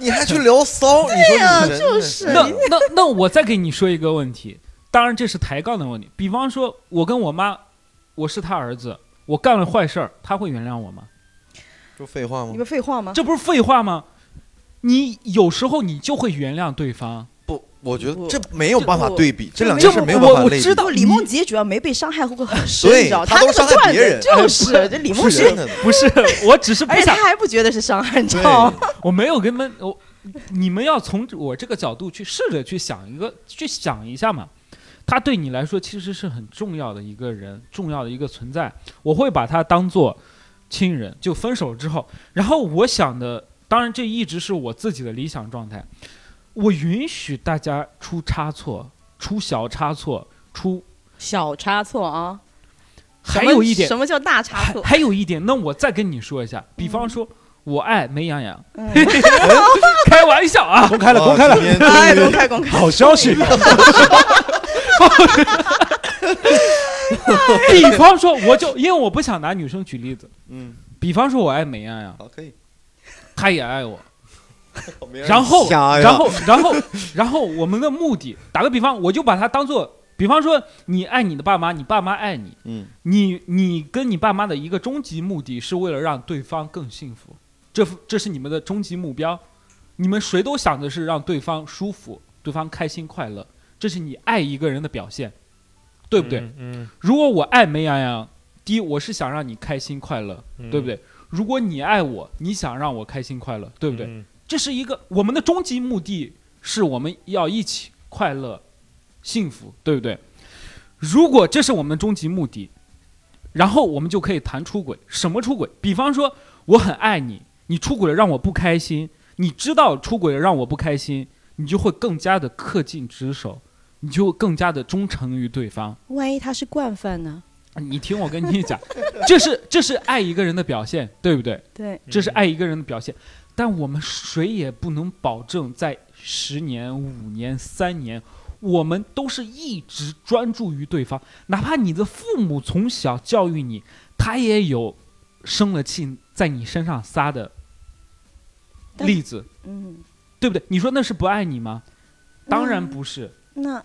你还 去聊骚？你说
呀
你人
就是
真
那
的
那那我再给你说一个问题，当然这是抬杠的问题。比方说，我跟我妈，我是她儿子，我干了坏事儿，她会原谅我吗？
这不废
哦
话吗
你？不废话吗？
这不是废话吗？你有时候你就会原谅对方，
不，我觉得
不
这没有
这
办法
不
对比，这两
不
件
是
事没有
我
办法
我
类比。
知道
不，李梦洁主要没被伤害过很深，
对
你知道
她
她
都
那
伤
个段
害别人
子 就是这李梦洁
真，的，
不是，我只是不
而且
想
哎她，还不觉得是伤害，你知
对，
道吗？
我没有跟们我，你们要从我这个角度去试着去想一个，去想一下嘛。他对你来说其实是很重要的一个人，重要的一个存在。我会把他当做亲人，就分手之后，然后我想的，当然这一直是我自己的理想状态。我允许大家出差错，出小差错，出
小差错啊，
还有一点
什，么叫大差
还
错？
还有一点，那我再跟你说一下，比方说，我爱梅洋洋，
嗯
开玩笑啊，
公开了，
哇
公开了，
今天
哎，
终
公
于
开公开，
好消息，
比方说，我就因为我不想拿女生举例子，
嗯，
比方说我爱美安呀，
好，可以。
她也爱我，
好没人
然后，
哎瞎呀
然后，然后，然后我们的目的，打个比方，我就把她当做，比方说，你爱你的爸妈，你爸妈爱你，
嗯，
你你跟你爸妈的一个终极目的是为了让对方更幸福，这这是你们的终极目标。你们谁都想的是让对方舒服，对方开心快乐，这是你爱一个人的表现，对不对？
嗯？嗯，
如果我爱梅洋洋，第一我是想让你开心快乐，
嗯
对不？对？如果你爱我，你想让我开心快乐，对不对？
嗯？
这是一个我们的终极目的，是我们要一起快乐、幸福，对不对？如果这是我们的终极目的，然后我们就可以谈出轨。什么出轨？比方说，我很爱你，你出轨了让我不开心，你知道出轨了让我不开心，你就会更加的恪尽职守，你就会更加的忠诚于对方。
万一他是惯犯呢？
你听我跟你讲，这是这是爱一个人的表现，对不对？
对，
嗯
这是爱一个人的表现。但我们谁也不能保证在十年、五年、三年，我们都是一直专注于对方。哪怕你的父母从小教育你，他也有生了气在你身上撒的
但
例子，
嗯，
对不对？你说那是不爱你吗？当然不是。
那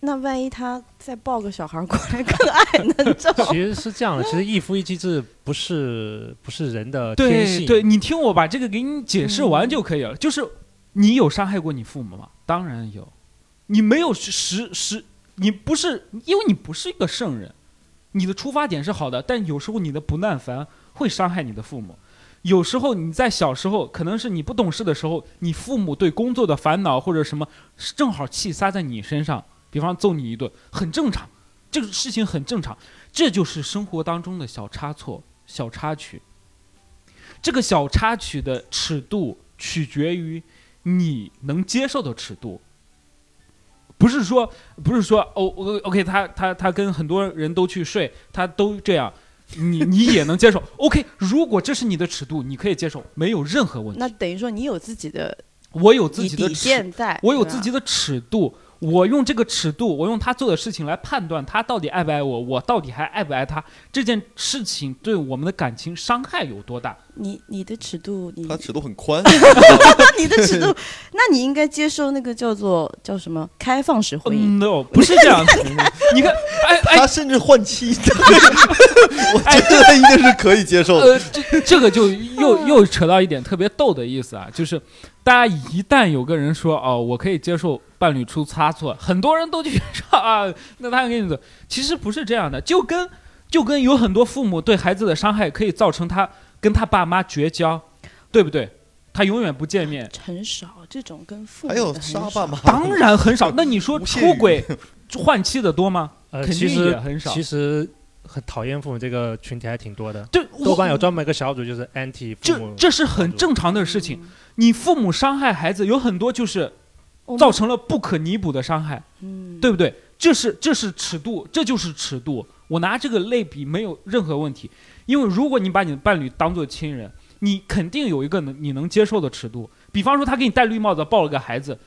那万一他再抱个小孩过来更爱呢？你知道吗
其实是这 样的，其实一夫一妻制不是不是人的天
对
性，
对，你听我把这个给你解释完
嗯
就可以了。就是你有伤害过你父母吗？当然有。你没有实实，你不是因为你不是一个圣人，你的出发点是好的，但有时候你的不耐烦会伤害你的父母。有时候你在小时候，可能是你不懂事的时候，你父母对工作的烦恼或者什么，正好气撒在你身上，比方揍你一顿，很正常，这个事情很正常，这就是生活当中的小差错、小插曲。这个小插曲的尺度取决于你能接受的尺度，不是说不是说哦我，OK，他他他跟很多人都去睡，他都这样，你你也能接受。OK，如 果这是你的尺度，你可以接受，没有任何问题。
那等于说你有自己的
我有自
你
己的
底
尺，
线在，
我有
对
自
吧
己的尺度，我用这个尺度，我用他做的事情来判断他到底爱不爱我，我到底还爱不爱他，这件事情对我们的感情伤害有多大？
你你的尺度，你
他尺度很宽，
哎
你的尺度，那你应该接受那个叫做叫什么开放式婚姻。
嗯，no，不是这样子。你看，哎哎
他甚至换妻， 我觉得他应该是可以接 受的。
呃，这这个就又又扯到一点特别逗的意思啊，就是大家一旦有个人说哦，我可以接受伴侣出差错，很多人都去说啊， 那他跟你走，其实不是这样的，就跟就跟有很多父母对孩子的伤害可以造成他跟他爸妈绝交，对不对？他永远不见 面，
很少这种跟父母
还
的
有
很
杀
少
爸妈，
当然很少。那你说
无限
出
于
轨换妻的多吗？
呃，
肯
其
定
实
也很少
其实很讨厌父母这个群体还挺多的，
对，
豆
我
瓣有专门一个小组，就是 anti 父
这
母。
这是很正常的事情。你父母伤害孩子有很多就是
我们
造成了不可弥补的伤害，
嗯
对不对？这是这是尺度，这就是尺度。我拿这个类比没有任何问题，因为如果你把你的伴侣当做亲人，你肯定有一个能你能接受的尺度。比方说他给你戴绿帽子抱了个孩子，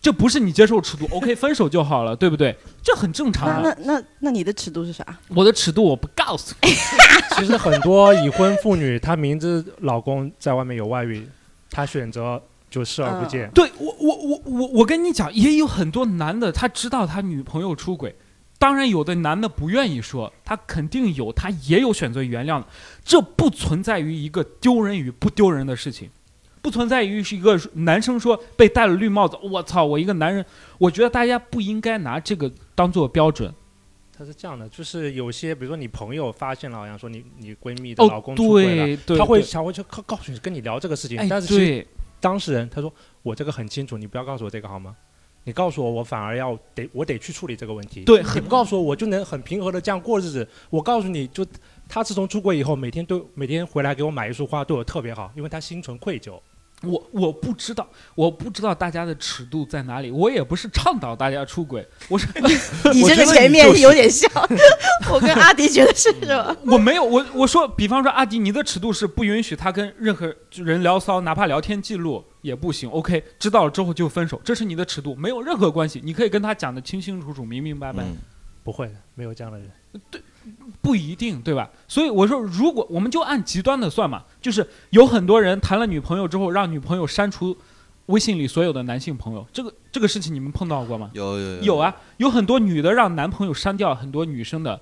这不是你接受尺度 ，OK，分手就好了，对不对？这很正常
那
啊。
那那那你的尺度是啥？
我的尺度我不告诉你，
其实很多已婚妇女，她明知老公在外面有外遇，她选择就视而不见。
对我我我我我跟你讲，也有很多男的他知道他女朋友出轨，当然有的男的不愿意说，他肯定有，他也有选择原谅的，这不存在于一个丢人与不丢人的事情。不存在于是一个男生说被戴了绿帽子，我操！我一个男人，我觉得大家不应该拿这个当做标准。
她是这样的，就是有些，比如说你朋友发现了，好像说你你闺蜜的老
哦，
公出轨了，
对对，
她会
对
想会去告告诉你，跟你聊这个事情。
哎，
但是其实
对，
当事人他说我这个很清楚，你不要告诉我这个好吗？你告诉我，我反而要得我得去处理这个问题。
对
你不告诉我，我就能很平和的这样过日子。我告诉你就，他自从出轨以后，每天对每天回来给我买一束花，对我特别好，因为他心存愧疚。
我我不知道，我不知道大家的尺度在哪里。我也不是倡导大家出轨，我是
你
我
这
觉
个
得
前
你
面
就是嗯
有点像， 我跟阿迪觉得是什 么？
我没有，我我说，比方说阿迪，你的尺度是不允许他跟任何人聊骚，哪怕聊天记录也不行。OK，知道了之后就分手，这是你的尺度，没有任何关系。你可以跟他讲的清清楚楚、明明白白，
嗯，
不会的，没有这样的人。
不一定对吧？所以我说，如果我们就按极端的算嘛，就是有很多人谈了女朋友之后，让女朋友删除微信里所有的男性朋友，这个这个事情你们碰到过吗？
有有
有，啊，有很多女的让男朋友删掉很多女生的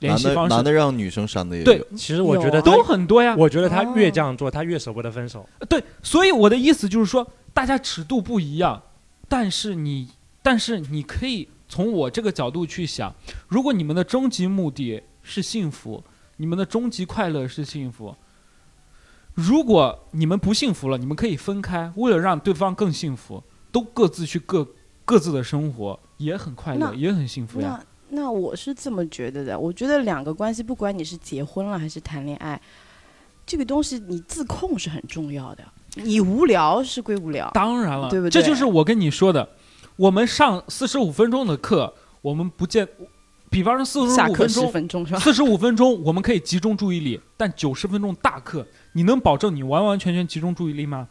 联
男
系
的
方
男
式，
的让女生删的也有，
对
其实我觉
有
得
啊
他
都很多呀。
我觉得他越
哦
这样做，他越舍不得分手。
对，所以我的意思就是说，大家尺度不一样，但是你，但是你可以从我这个角度去想，如果你们的终极目的是幸福，你们的终极快乐是幸福，如果你们不幸福了，你们可以分开，为了让对方更幸福，都各自去各各自的生活，也很快乐，
那
也很幸福呀。
那那我是这么觉得的，我觉得两个关系，不管你是结婚了还是谈恋爱，这个东西你自控是很重要的。你无聊是归无聊，
当然了，
对不
这
对
就是我跟你说的，我们上四十五分钟的课，我们不见，比方说四十
下
五
课
分
十
钟。
分钟是吧？
四十五分钟我们可以集中注意力，但九十分钟大课，你能保证你完完全全集中注意力吗？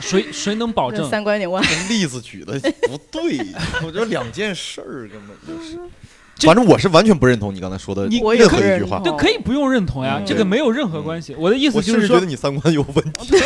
谁谁能保证？
三观有点 歪。
跟例子举的不对，我觉得两件事儿根本就是。
这
反正我是完全不认同你刚才说的
你
我也
任
不
何一
认
句话
同，
对，可以不用认同呀，
嗯
这个没有任何关系。我的意思
我
就
甚
是
至
说
觉得，你三观有问题。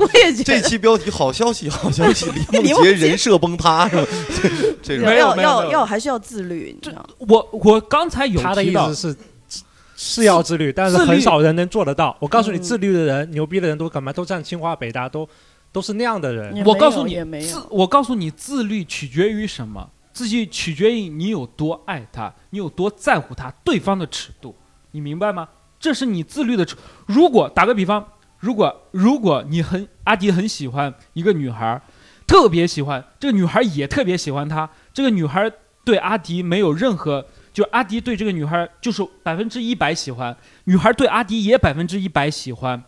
我也觉 得
这期标题好消息，好消息，李
李
梦
梦
洁
洁
人设崩 塌是吧？这这种
没有
要
没有没
要
有
要还是要自律，你知
这
道吗？
我我刚才有
他的
提
意
到
思，是是要自律，但是
自律
很少人能做得到。我告诉你，
嗯
自律的人、牛逼的人都干嘛？都上清华北大，都都是那样的人。
也
我
没
告诉
有
你
也，没
自
有，
我告诉你，自律取决于什么？自己取决于你有多爱他，你有多在乎他，对方的尺度，你明白吗？这是你自律的尺。如果打个比方，如果如果你很阿迪很喜欢一个女孩，特别喜欢，这个女孩也特别喜欢他，这个女孩对阿迪没有任何，就阿迪对这个女孩就是百分之一百喜欢，女孩对阿迪也百分之一百喜欢。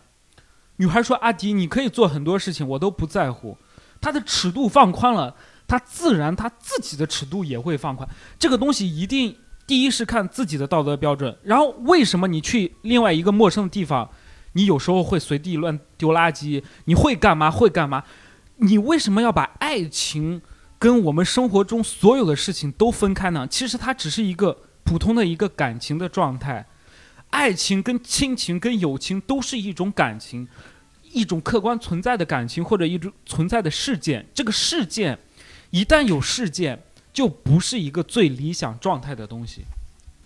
女孩说：“阿迪，你可以做很多事情，我都不在乎。”他的尺度放宽了，他自然他自己的尺度也会放宽。这个东西一定第一是看自己的道德标准，然后为什么你去另外一个陌生的地方，你有时候会随地乱丢垃圾，你会干嘛会干嘛？你为什么要把爱情跟我们生活中所有的事情都分开呢？其实它只是一个普通的一个感情的状态，爱情跟亲情跟友情都是一种感情，一种客观存在的感情或者一种存在的事件。这个事件一旦有事件，就不是一个最理想状态的东西。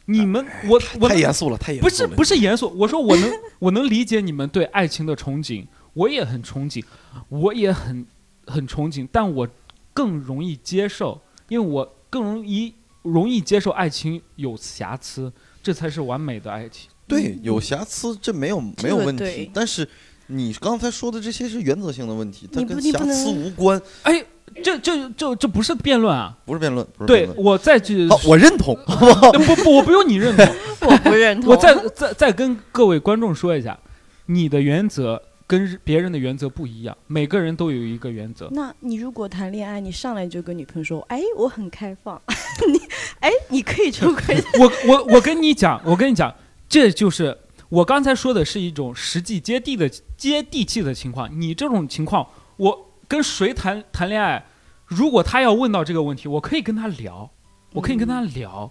你们，我我
太
能
严肃了，太严肃
不
了。
是不是严肃，我说我能我能理解你们对爱情的憧憬，我也很憧憬，我也很很憧憬，但我更容易接受，因为我更容易容易接受爱情有瑕疵，这才是完美的爱情。
对，有瑕疵这没有没
这
有
个
问题
对，
但是你刚才说的这些是原则性的问题，它
你不
跟
你
瑕
不能
疵无关，
哎，这这这这不是辩论啊！
不是辩论，不是辩
对
论。
我再去，
好，我认同，好不好？
不不，我不用你认同，
我不 认同。
我再再再跟各位观众说一下，你的原则跟别人的原则不一样，每个人都有一个原则。
那你如果谈恋爱，你上来就跟女朋友说：“ 哎，我很开放， 你哎，你可以出轨。
我我我跟你讲，我跟你讲，这就是我刚才说的是一种实际接地的接地气的情况。你这种情况，我跟谁谈谈恋爱，如果他要问到这个问题，我可以跟他聊，我可以跟他聊，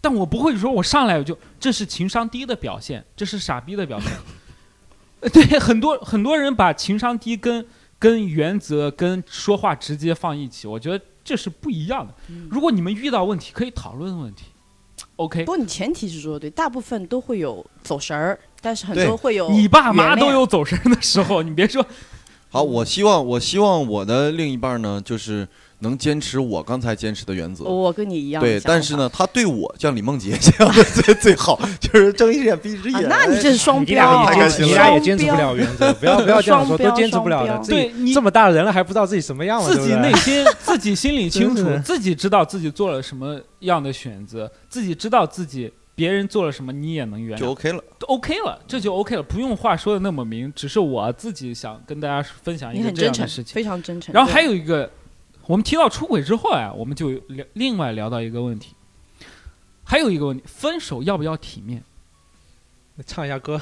但我不会说我上来我就这是情商低的表现，这是傻逼的表现。 呃对，很多很多人把情商低跟跟原则跟说话直接放一起，我觉得这是不一样的。
嗯
如果你们遇到问题，可以讨论问题。OK，
不过你前提是说的对，大部分都会有走神儿，但是很
对
多会有
你爸妈
原谅
都有走神的时候，你 别说
好，我希望我希望我的另一半呢，就是能坚持我刚才坚持的原则。
我跟你一样的
对，
想法
但是呢，他对我像李梦洁这样的 最最好，就是睁一只眼闭一只
啊
眼。，哎
那你这是双
你俩
标，啊
太
也
开
坚持，
心
你
了
俩也
双标。
坚持不了原则，不要不要这样 说，
双标
都坚持不了的。
双标
自己
对你
这么大的人了还不知道自己什么样吗？
自己
对不对
内心 自己心里清
真
楚
是，
自己知道自己做了什么样的选择，自己知道自己别人做了什么，你也能原
就
谅
OK 了。
，OK 了，这就 OK 了，不用话说的那么明。只是我自己想跟大家分享一
你
个
很
这
真
样
诚
的事，情。
非常真诚。
然后还
对
有一个，我们提到出轨之后啊，我们就聊另外聊到一个问题，还有一个问题，分手要不要体面？
唱一下歌，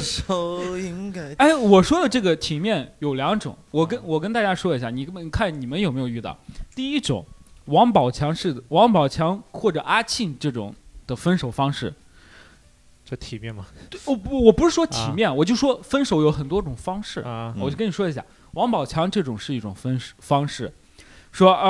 手应该
哎，我说的这个体面有两种，我跟我跟大家说一下，你们看你们有没有遇到？第一种，王宝强式的，王宝强或者阿庆这种的分手方式，
这体面嘛
对我不我不是说体面，我就说分手有很多种方式，
啊
嗯
我就跟你说一下，王宝强这种是一种分式方式，说啊、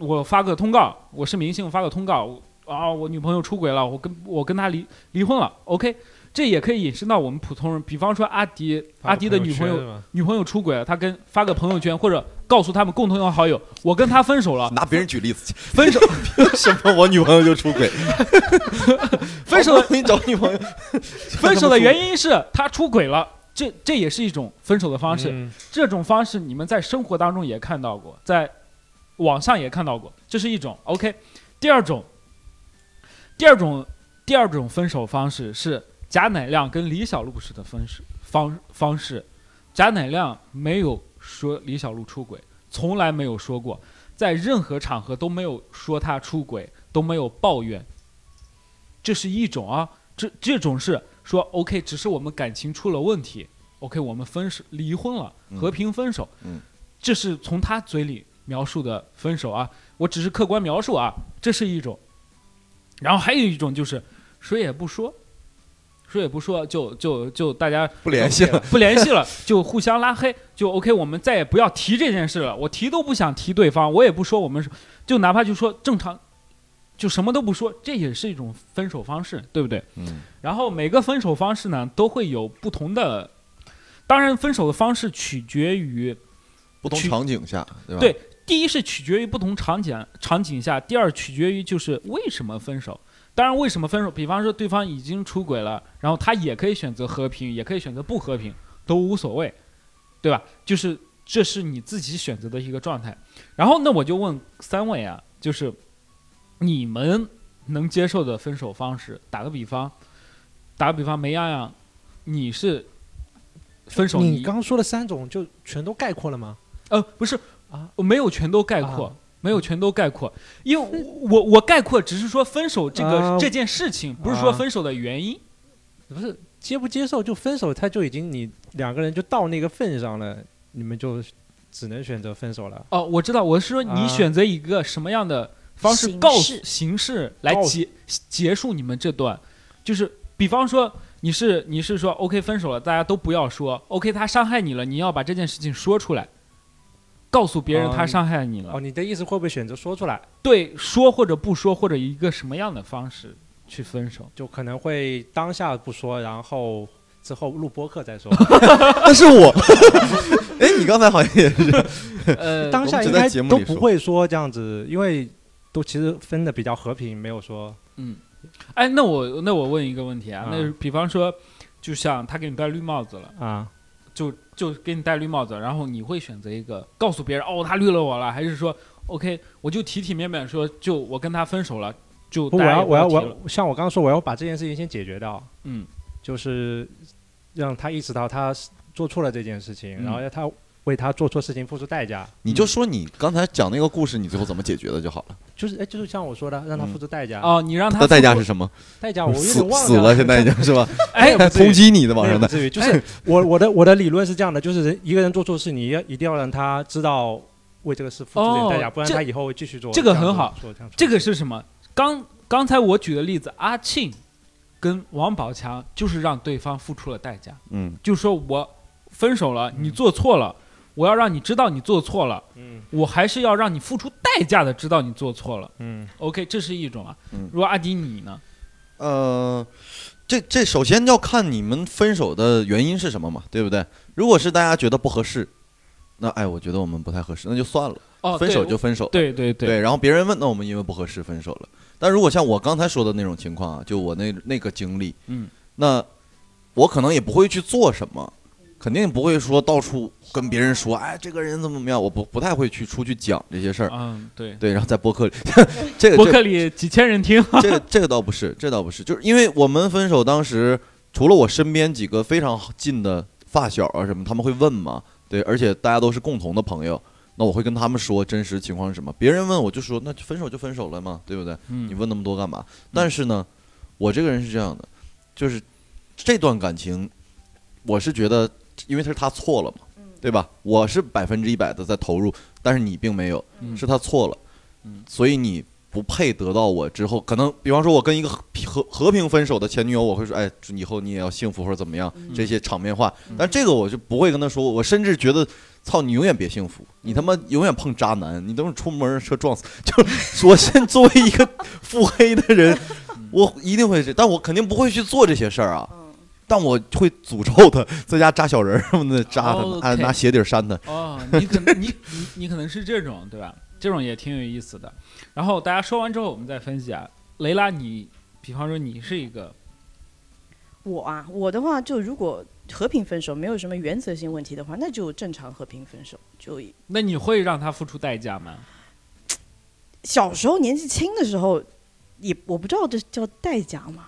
我发个通告，我是明星，我发个通告，我啊，我女朋友出轨了，我跟我跟她离离婚了，OK，这也可以引申到我们普通人，比方说阿迪，阿迪的女朋友
友，
女朋友出轨了，他跟发个朋友圈或者告诉他们共同有好友，我跟他分 手了，
拿别人举例子，
分手
凭什么我女朋友就出轨？
分手的
我给你找女朋友，
分手的原因是他出轨了，这这也是一种分手的方式。
嗯
这种方式你们在生活当中也看到过，在网上也看到过，这是一种 OK。第二种，第二种，第二种分手方式是贾乃亮跟李小璐式的分手方方式。贾乃亮没有说李小璐出轨，从来没有说过，在任何场合都没有说他出轨，都没有抱怨。这是一种啊，这这种是说 OK，只是我们感情出了问题，OK，我们分手离婚了，
嗯
和平分手。
嗯
这是从他嘴里描述的分手啊，我只是客观描述啊，这是一种。然后还有一种就是谁也不说，谁也不说，就就就大家
不联系了。
不联系了，就互相拉黑，就 OK，我们再也不要提这件事了，我提都不想提对方，我也不说我们是，就哪怕就说正常，就什么都不说，这也是一种分手方式，对不对？
嗯，
然后每个分手方式呢，都会有不同的，当然分手的方式取决于
不同
去
场景下，对吧？
对第一是取决于不同场景场景下，第二取决于就是为什么分手。当然，为什么分手？比方说对方已经出轨了，然后他也可以选择和平，也可以选择不和平，都无所谓，对吧？就是这是你自己选择的一个状态。然后那我就问三位啊，就是你们能接受的分手方式，打个比方，打个比方，梅洋洋，你是分手
你刚说的三种就全都概括了吗？
呃，不是
啊，
我没有全都概括，
啊
没有全都概括，因为我我概括只是说分手这个、
啊
这件事情，不是说分手的原因。
不是接不接受就分手，他就已经你两个人就到那个份上了，你们就只能选择分手了。
哦，我知道，我是说你
啊
选择一个什么样的方式
形
告诉
式
形式来
告
结结束你们这段，就是比方说你是你是说 OK 分手了，大家都不要说 OK 他伤害你了，你要把这件事情说出来。告诉别人
哦
他
你
伤害你了，
哦，你的意思会不会选择说出来？
对，说或者不说，或者一个什么样的方式去 分手？
就可能会当下不说，然后之后录播客再说。
但是我，哎，你刚才好像也是，
呃，
当下
我们只
应
在
该
节目
都
里
不
说
会说这样子，因为都其实分的比较和平，没有说
哎，那我那我问一个问题啊，
啊
那比方说，就像他给你戴绿帽子了，
啊，
就就给你戴绿帽子，然后你会选择一个告诉别人哦他绿了我了，还是说 OK 我就体体面面说就我跟他分手了，就
不，
大
我
家
要
也不
我要
提
我
了
要像我刚刚说，我要把这件事情先解决掉，
嗯
就是让他意识到他是做错了这件事情，
嗯
然后让他为他做错事情付出代价。
你就说你刚才讲那个故事，你最后怎么解决的就好了。
就是哎，就是像我说的，让他付出代价。
哦，你让他啊
那代价
付
是
出
什么？
代价我有
死
点忘
死了，现
现
在已经是吧？
哎
不至于
通缉你的网
那也
上
不
的，
至于， 就是我我的我的理论是这样的，就是人一个人做错事，你要一定要让他知道为这个事付出点代价，
哦
不然
这
他以后会继续做。
这个
样
很
做
好，
做这样做
这个是什么？刚刚才我举的例子，阿庆跟王宝强就是让对方付出了代价，
嗯，
就说我分手了，你做错了，我要让你知道你做错了。
嗯
我还是要让你付出代价的，知道你做错了。
嗯
OK，这是一种啊。
嗯
如果阿迪你呢？
呃，这这首先要看你们分手的原因是什么嘛，对不对？如果是大家觉得不合适，那哎，我觉得我们不太合适，那就算了，
哦，
分手
对
就分手。
对对对
然后别人问，那我们因为不合适分手了。但如果像我刚才说的那种情况啊，就我那那个经历，
嗯，
那我可能也不会去做什么，肯定不会说到处跟别人说，哎，这个人怎么怎么样，我不不太会去出去讲这些事儿。
嗯对。
对，然后在播客里， 这个
博
这个
客里几千人 听，
这个这个倒不是，这倒不是，就是因为我们分手当时，除了我身边几个非常近的发小啊什么，他们会问嘛，对，而且大家都是共同的朋友，那我会跟他们说真实情况是什么。别人问我就说，那就分手就分手了嘛，对不对？你
嗯
问那么多干嘛？但是呢，我这个人是这样的，就是这段感情，我是觉得，因为他是他错了嘛，
嗯
对吧？我是百分之一百的在投入，但是你并没有，
嗯
是他错了
嗯，
所以你不配得到我之后，可能比方说我跟一个和和和平分手的前女友，我会说，哎，祝以后你也要幸福或者怎么样这些场面话，但这个我就不会跟他说，我甚至觉得。操你永远别幸福，你他妈永远碰渣男，你等会儿出门让车撞死。就是我现在作为一个腹黑的人，我一定会这，但我肯定不会去做这些事儿啊。
嗯，
但我会诅咒他，在家扎小人儿什么的，扎他，拿
OK
拿鞋底儿扇他。
哦，你可能你你你可能是这种对吧？这种也挺有意思的。然后大家说完之后，我们再分析啊。雷拉你，比方说你是一个，
我啊，我的话就如果和平分手，没有什么原则性问题的话，那就正常和平分手。就
那你会让他付出代价吗？
小时候年纪轻的时候，也我不知道这叫代价嘛。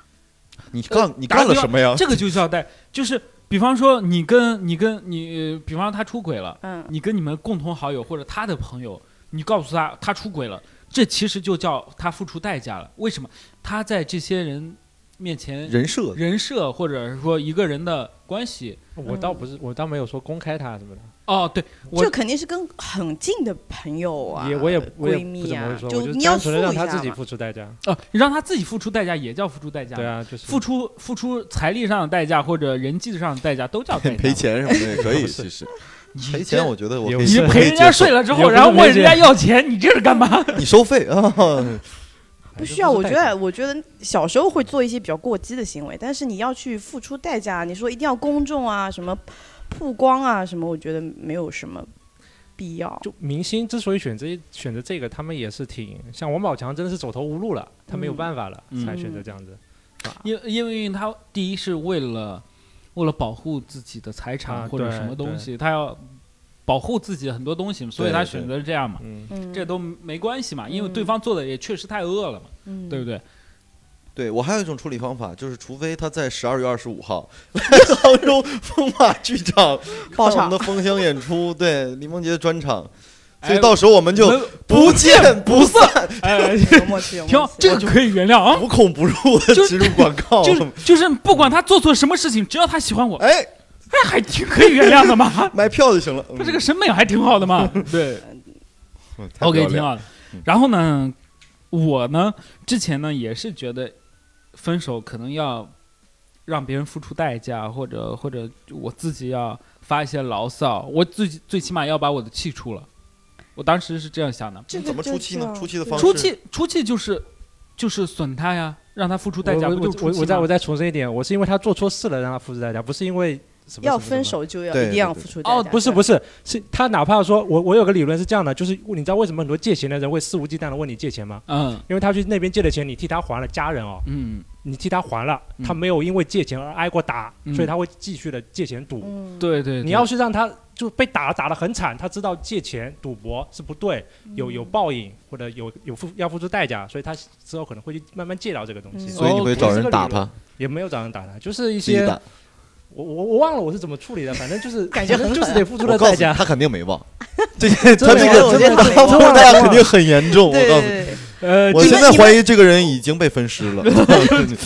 你干你
打
干了
比方
什么呀？
这个就叫代，就是比方说你跟你跟你，呃比方说他出轨了，
嗯，
你跟你们共同好友或者他的朋友，你告诉他他出轨了，这其实就叫他付出代价了。为什么？他在这些人面前
人设
人设或者是说一个人的关系，
我
嗯
倒不是，我倒没有说公开他什么的，
哦，对我
这肯定是跟很近的朋友啊，
也我也我也
闺
不
蜜
怎么
啊
会，说，我就
你要
单
诉
纯
一
的
下
让
嘛。
他自己付出代价。
哦，你让他自己付出代价也叫付出代价，
对，啊，就是
付出付出财力上的代价或者人际上的代价都叫代 价。
赔钱什么的也可以，
不是
其实
你
赔
这
钱我觉得我
有
可以
你
是
赔人家税了之
也
后，
不是
然后问
没
人家要钱，你这是干嘛？
你收费啊，
不需要，我觉得，我觉得小时候会做一些比较过激的行为，但是你要去付出代价，你说一定要公众啊，什么曝光啊，什么，我觉得没有什么必要。
就明星之所以选择选择这个，他们也是挺像王宝强，真的是走投无路了，他没有
嗯
办法了，
嗯
才选择这样子。
因因为他第一是为了为了保护自己的财产
啊
或者
对
什么东西，他要保护自己很多东西，所以
对
他
对
选择这样嘛，
嗯，
嗯，
这都没关系嘛，因为
嗯
对方做的也确实太恶了嘛，
嗯
对不对？
对我还有一种处理方法，就是除非他在十二月二十五号来杭州风马剧场看
爆
我们
场
的封箱演出，对李梦洁的专场，所
哎
以到时候我们就
能
不见不散，
哎，
有默契，有
挺
默
好
契，。
这个可以原谅啊。
无孔不入的
就
植入广告。
就是就是，不管他做错什么事情，只要他喜欢我，哎，
哎，
还挺可以原谅的嘛。
买票就行了。
他这个审美还挺好的嘛。对
嗯太不要
OK，
脸
挺好的
嗯。
然后呢，我呢之前呢也是觉得分手可能要让别人付出代价，或者或者我自己要发一些牢骚，我最最起码要把我的气出了。我当时是这样想的，
这个
怎么
就
出气呢
叫
出气的方式
出气出气就是就是损他呀，让他付出代价，
我
不就
我我
出气
我再
吗
我再重申一点，我是因为他做错事了让他付出代价，不是因为什么
要
什么什么
分手就要
对
一定要
对对
付出代价。
哦
不是
对
不是，是他哪怕说我我有个理论是这样的，就是你知道为什么很多借钱的人会肆无忌惮的问你借钱吗？
嗯
因为他去那边借的钱，你替他还了家人哦，
嗯
你替他还了，
嗯
他没有因为借钱而挨过打，
嗯
所以他会继续的借钱赌。
嗯，
对对，对
你要是让他就被打打得很惨，他知道借钱赌博是不对，
嗯
有有报应或者有有付要付出代价，所以他之后可能会去慢慢戒掉这个东西。
嗯
所以你会找人打他，
也没有找人打他，哦就是一
自己
些
打。
我我我忘了我是怎么处理的，反正就是
感觉
反正
很
就是
狠
得付出
我
了
告诉
代
你，
价。
他肯定没忘。这些
真
他这
没
个
忘
真
真
的
没
他
忘
后代肯定很严重。我
对
告诉你，
对
呃，
我
就
现
你
在
们
怀疑这个人已经被分尸 了。
对，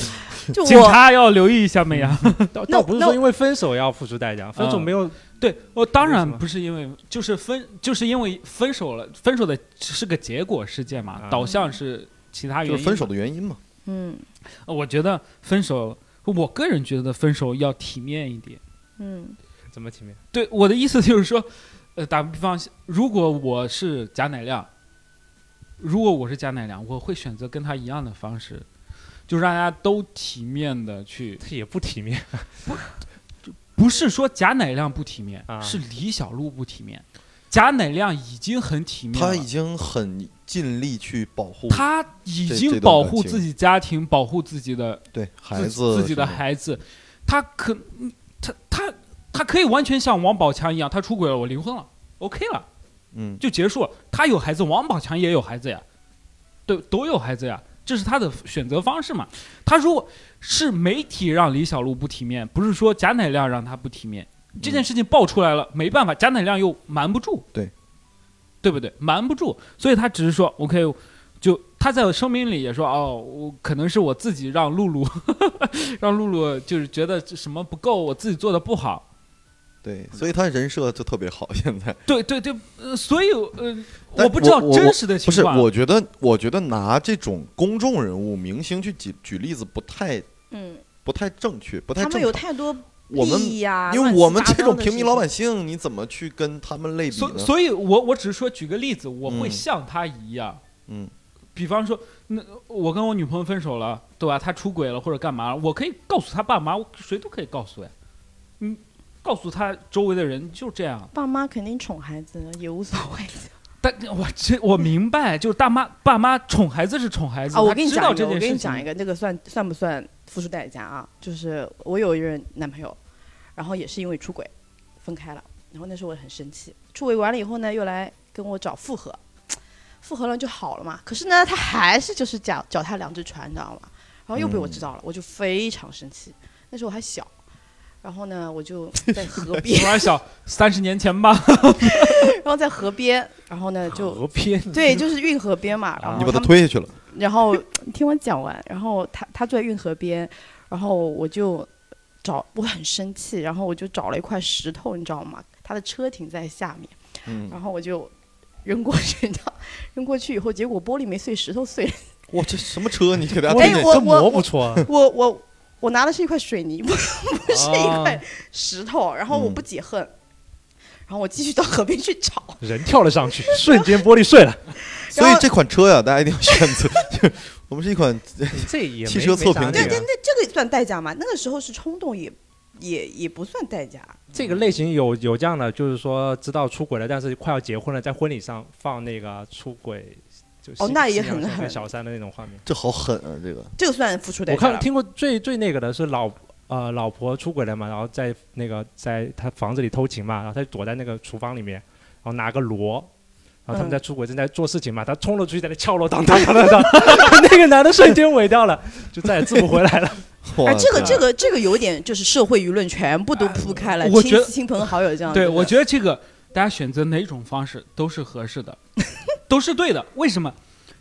就
警
我
察要留意一下没呀？
倒
那
倒不是
那
说因为分手要付出代价，分手
嗯
没有
对，我当
为什
然
么
不是因为，就是分，就是因为分手了，分手的是个结果事件嘛，
啊
导向是其他原
就
因。呃
是分手，的原因嘛。
嗯
我觉得分手，我个人觉得分手要体面一点。
嗯
怎么体面。
对，我的意思就是说，呃，打个比方，如果我是贾乃亮，如果我是贾乃亮，我会选择跟他一样的方式，就让大家都体面的去，
这也不体面，
不是说贾乃亮不体面，
啊
是李小璐不体面。贾乃亮已经很体面了，
他已经很尽力去保护
他已
这
经
这段
保
感
护
情
自己家庭，保护自己的
对
自
孩子
自己的
什么
孩子，他可他他他可以完全像王宝强一样，他出轨了，我离婚了，OK 了，
嗯，
就结束了。他有孩子，王宝强也有孩子呀，都都有孩子呀，这是他的选择方式嘛。他如果是媒体让李小璐不体面，不是说贾乃亮让他不体面，这件
事
事情爆出来了，没办法，贾乃亮又瞒不住，
嗯对，
对不对？瞒不住，所以他只是说 OK，就他在声明里也说哦，我可能是我自己 让露露，让露露就是觉得这什么不够，我自己做的不好，
对，所以他人设就特别好。现在
对对对，呃所以呃，
但
我不知道
我我
真实的
不
情
是，
况。啊
我觉得，我觉得拿这种公众人物、明星去举举例子不太
嗯，
不太正确，不太
他
正
们有。
常
太多
我们
利益呀、
因为
乱七
我们
八
这
糟
种
的
平
事
民老
情
百姓，你怎么去跟他们类比
所
呢？
所以我，我只是说举个例子，我会
嗯
像他一样，
嗯，
比方说，那我跟我女朋友分手了，对啊吧？她出轨了或者干嘛了，我可以告诉她爸妈，我谁都可以告诉呀。嗯，告诉她周围的人就这样。
爸妈肯定宠孩子也无所谓。
但我这我明白，就是大妈爸妈宠孩子是宠孩子，
啊，我
她
跟你
知
讲
道
一个，
这
我
件
跟
事
你讲一
情。
个，这个算算不算付出代价啊？就是我有一任男朋友，然后也是因为出轨分开了，然后那时候我很生气，出轨完了以后呢，又来跟我找复合，复合了就好了嘛。可是呢，他还是就是脚脚踏两只船，你知道吗？然后又被
嗯
我知道了，我就非常生气。那时候我还小，然后呢，我就在河边，
我还小三十年前吧，
然后在河边，然后呢就
何偏？
对，就是运河边嘛。然
啊
后
你把
他
他
们
推下去了，嗯
然后你听我讲完，然后他他住在运河边，然后我就找我很生气，然后我就找了一块石头，你知道吗？他的车停在下面，
嗯，
然后我就扔过去，你知道，扔过去以后，结果玻璃没碎，石头碎了。
哇，这什么车？你给大家
哎
推荐
我
这膜不错啊，
我我我拿的是一块水泥，不不是一块
啊
石头，然后我不解恨，然后我继续到河边去找，
人跳了上去， 瞬间玻璃碎了。
所以这款车呀，大家一定要选择。 就我们是一款
这也没
汽车测
没
评
啥啊
对
那
对
个
那这个算代价吗？那个时候是冲动也。也也不算代价，
这个类型有有这样的，就是说知道出轨了，但是快要结婚了，在婚礼上放那个出轨，就
哦
新
那也
新
很
娘小
狠
三小三的那种画面。
这好狠啊！这个
这个算付出代
我
价了。
看听过最最那个的是老呃老婆出轨了嘛，然后在那个在他房子里偷情嘛，然后他就躲在那个厨房里面，然后拿个锣，然后他们在出轨正在做事情嘛，他冲了出去，在那敲锣当当当当当，那个男的瞬间萎掉了，就再也治不回来了。
哇，
哎，这个
对
这个这个有点就是社会舆论全部都铺开了，
哎我
亲
觉得
亲朋好友这样。
对，
不
我觉得这个大家选择哪种方式都是合适的， 都是对的。为什么？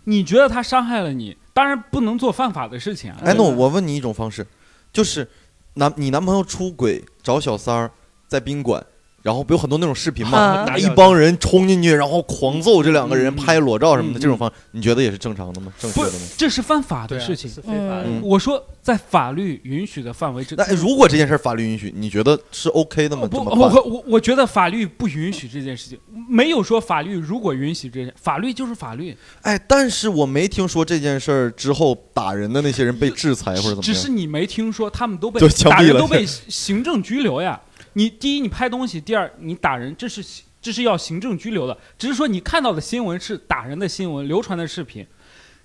你觉得他伤害了你，当然不能做犯法的事情啊。
哎，那
对吧
我我问你一种方式，就是男你男朋友出轨找小三儿，在宾馆，然后不有很多那种视频吗？
啊
那一帮人冲进去，然后狂揍这两个人，
嗯
拍裸照什么的，
嗯
这种方式，你觉得也是正常的吗？正确
不
的吗？，
这是犯法的
对啊
事情。
是非法的
嗯
我说在法律允许的范围之内
那。哎如果这件事儿法律允许，你觉得是 OK 的吗？这
不，我
么办？
我我我觉得法律不允许这件事情，没有说法律如果允许这件，法律就是法律，
哎，但是我没听说这件事儿之后打人的那些人被制裁或者怎么
只
样
是。你没听说，他们都被
就枪
打
毙
人
了
都被行政拘留呀。你第一你拍东西，第二你打人，这是这是要行政拘留的。只是说你看到的新闻是打人的新闻，流传的视频，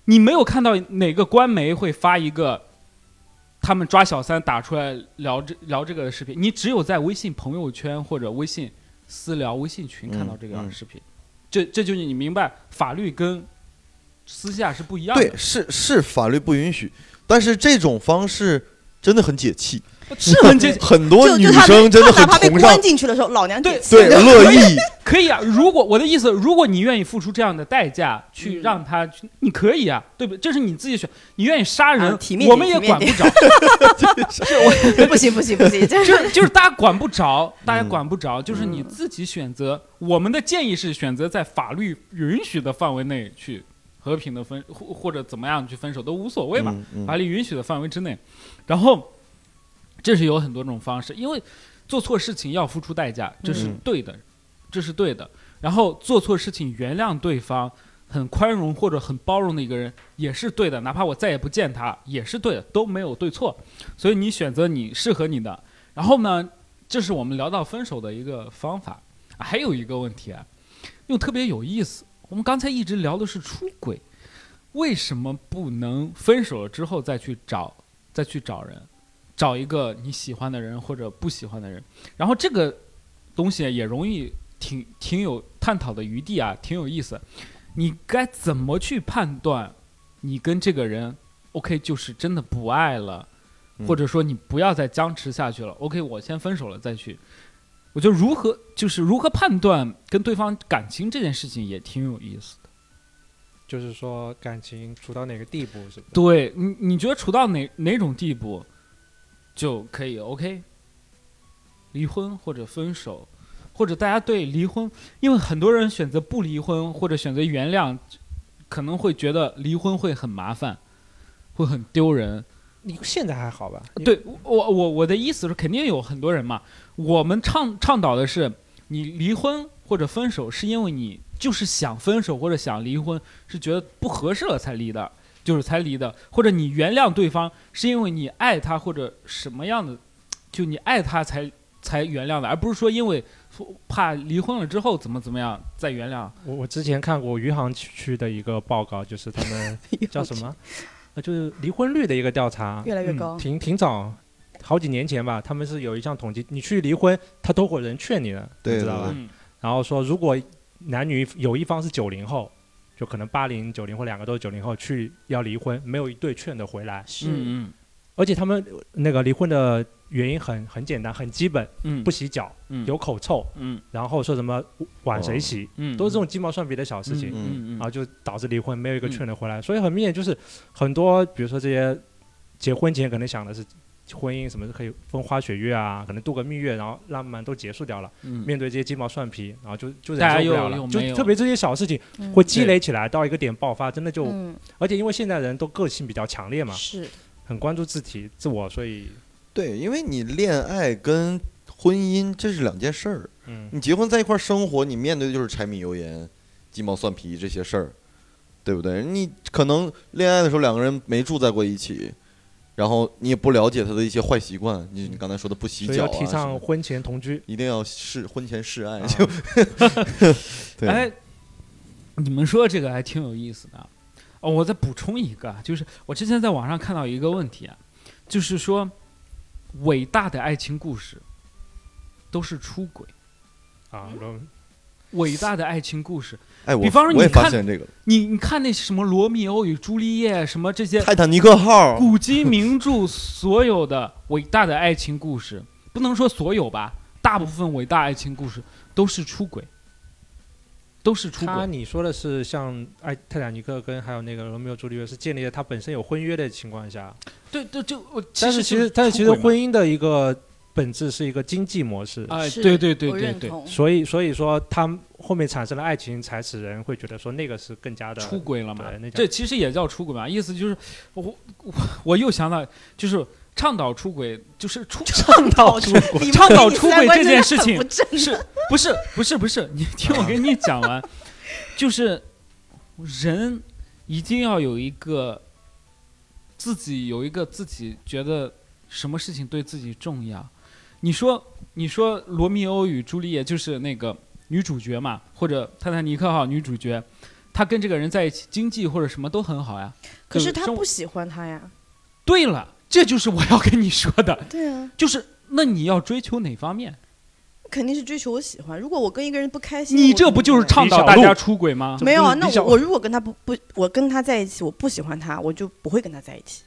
你没有看到哪个官媒会发一个他们抓小三打出来聊这聊这个的视频，你只有在微信朋友圈或者微信私聊、微信群看到这个
嗯嗯
视频。这这就是你明白法律跟私下是不一样的。
对，是是法律不允许，但是这种方式真的很解气，
是很接近。
很
就
多女
就他
生真的
他
很
哪怕被
崇尚
关，进去的时候，老娘
对
解气
对，乐意。
可以啊，如果我的意思，如果你愿意付出这样的代价去
嗯
让他去，你可以啊，对不对？这是你自己选，你愿意杀人，
啊体面点
我们也管不 着，
不行不行不行，这
就是就是大家管不着，大家
嗯
管不着，就是你
嗯
自己选择。我们的建议是选择在法律允许的范围内去和平的分，或或者怎么样去分手都无所谓吧。
嗯嗯
法律允许的范围之内。然后，这是有很多种方式，因为做错事情要付出代价，这是
嗯
对的，这是对的。然后做错事情原谅对方，很宽容或者很包容的一个人也是对的，哪怕我再也不见他也是对的，都没有对错。所以你选择你适合你的。然后呢，这是我们聊到分手的一个方法。啊还有一个问题啊，又特别有意思。我们刚才一直聊的是出轨，为什么不能分手了之后再去找，再去找人，找一个你喜欢的人或者不喜欢的人？然后这个东西也容易挺挺有探讨的余地啊，挺有意思。你该怎么去判断你跟这个人 OK 就是真的不爱了，
嗯
或者说你不要再僵持下去了？OK，我先分手了再去。我觉得如何就是如何判断跟对方感情这件事情也挺有意思的。
就是说感情处到哪个地步是不是？
对你，你觉得处到哪哪种地步就可以 OK 理离婚或者分手，或者大家对离婚，因为很多人选择不离婚或者选择原谅，可能会觉得离婚会很麻烦，会很丢人。
你现在还好吧？你，
对我我我的意思是，肯定有很多人嘛。我们倡倡导的是，你离婚或者分手，是因为你就是想分手或者想离婚，是觉得不合适了才离的，就是才离的。或者你原谅对方，是因为你爱他或者什么样的，就你爱他才才原谅的，而不是说因为怕离婚了之后怎么怎么样再原谅。
我我之前看过余杭区的一个报告，就是他们叫什么，呃就是离婚率的一个调查，
越来越
嗯
高。
挺挺早，好几年前吧，他们是有一项统计，你去离婚，他都会有人劝你的，
对
你知道吧？
嗯，
然后说，如果男女有一方是九零后，就可能八零、九零或两个都是九零后去要离婚，没有一对劝得回来，
是，
嗯
而且他们呃那个离婚的原因很很简单，很基本，
嗯，
不洗脚，
嗯
有口臭，
嗯
然后说什么碗谁洗，
嗯，
都是这种鸡毛蒜皮的小事情。啊
嗯嗯
然
嗯
后就导致离婚，没有一个
嗯
劝得回来。所以很明显就是很多，比如说这些结婚前可能想的是婚姻什么可以风花雪月啊，可能度个蜜月，然后浪漫都结束掉了。
嗯
面对这些鸡毛蒜皮，然后就就
大家
忍受不
又
了
又
了，就
没有
特别这些小事情
嗯
会积累起来，到一个点爆发，真的就
嗯
而且因为现在人都个性比较强烈嘛，
是
很关注自体自我，所以
对，因为你恋爱跟婚姻这是两件事儿。
嗯，
你结婚在一块儿生活，你面对的就是柴米油盐、鸡毛蒜皮这些事儿，对不对？你可能恋爱的时候两个人没住在过一起，然后你也不了解他的一些坏习惯，你嗯你刚才说的不洗
所以
脚
要
啊
提
什
倡
么，
婚前同 居。
一定要试婚前试爱，
啊
就 对，
哎，你们说这个还挺有意思的。哦，我再补充一个啊，就是我之前在网上看到一个问题啊，就是说，伟大的爱情故事都是出轨。
啊，然后
伟大的爱情故事，
哎，我
比方说
我也
你看
发现这个了
你你看那什么《罗密欧与朱丽叶》什么这些
《泰坦尼克号》
古今名著，所有的伟大的爱情故事，不能说所有吧，大部分伟大爱情故事都是出轨，都是出轨。
他你说的是像爱泰坦尼克跟还有那个罗密欧朱丽叶是建立在他本身有婚约的情况下，
对对，就我
但是其实但是其实婚姻的一个本质是一个经济模式，
哎，
是
对对对
我
对
认
对，
同。
所以所以说他们后面产生了爱情，才使人会觉得说那个是更加的
出轨了嘛
对那？叫
这其实也叫出轨嘛，意思就是我我我又想到，就是倡导出轨，就是出 倡导出轨，
你
倡导
你
出
三
轨
观
这
真
件
的
事
很
情
不正
是不是不是不是？你听我跟你讲完，就是人一定要有一个自己有一个自己觉得什么事情对自己重要。你说你说《罗密欧与朱丽叶》就是那个女主角嘛，或者《泰坦尼克号》女主角，她跟这个人在一起，经济或者什么都很好呀。
可是
就是
他
生活
不喜欢他呀。
对了，这就是我要跟你说的，
对啊，
就是那你要追求哪方面？
肯定是追求我喜欢。如果我跟一个人不开心，
你
我
这
肯
不
定
就是
会
倡
李
导
小
大家
璐
出轨吗？
没有啊？
这不
那
是理想
我我如果跟他不不，我跟他在一起，我不喜欢他，我就不会跟他在一起。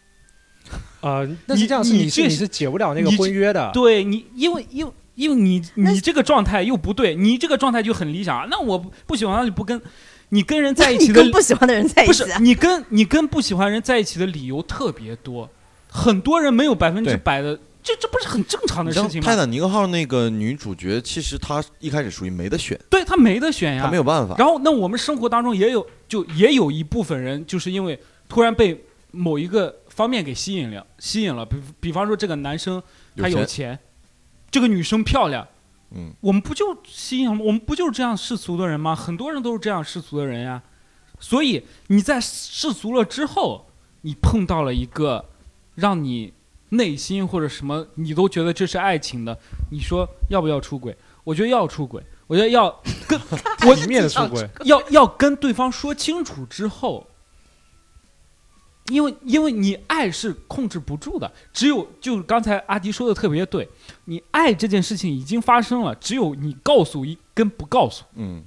呃，但是这样是
你
你是
这
你
是
是解不了那个
你
婚约的，
对你，因为因为因为你
啊那
你这个状态又不对，你这个状态就很理想。那我不不喜欢那就不跟你跟人在一起
你
的
跟不喜欢的人在一
不
起
是
啊，
你跟你跟不喜欢人在一起的理由特别多，很多人没有百分之
对
百的，这这不是很正常的
你知道
事
《
情
泰
吗？
坦尼克号》那个女主角，其实她一开始属于没得选，
对他没得哎选呀，
她没有办法。
然后，那我们生活当中也有，就也有一部分人，就是因为突然被某一个方面给吸引了，吸引了。比比方说，这个男生他有
有
钱，这个女生漂亮，
嗯，
我们不就吸引，我们不就是这样世俗的人吗？很多人都是这样世俗的人呀。所以你在世俗了之后，你碰到了一个让你内心或者什么你都觉得这是爱情的，你说要不要出轨？我觉得要出轨，我觉得要
我一面的出轨，
要要跟对方说清楚之后，因为因为你爱是控制不住的，只有就刚才阿迪说的特别对，你爱这件事情已经发生了，只有你告诉一跟不告诉，
嗯，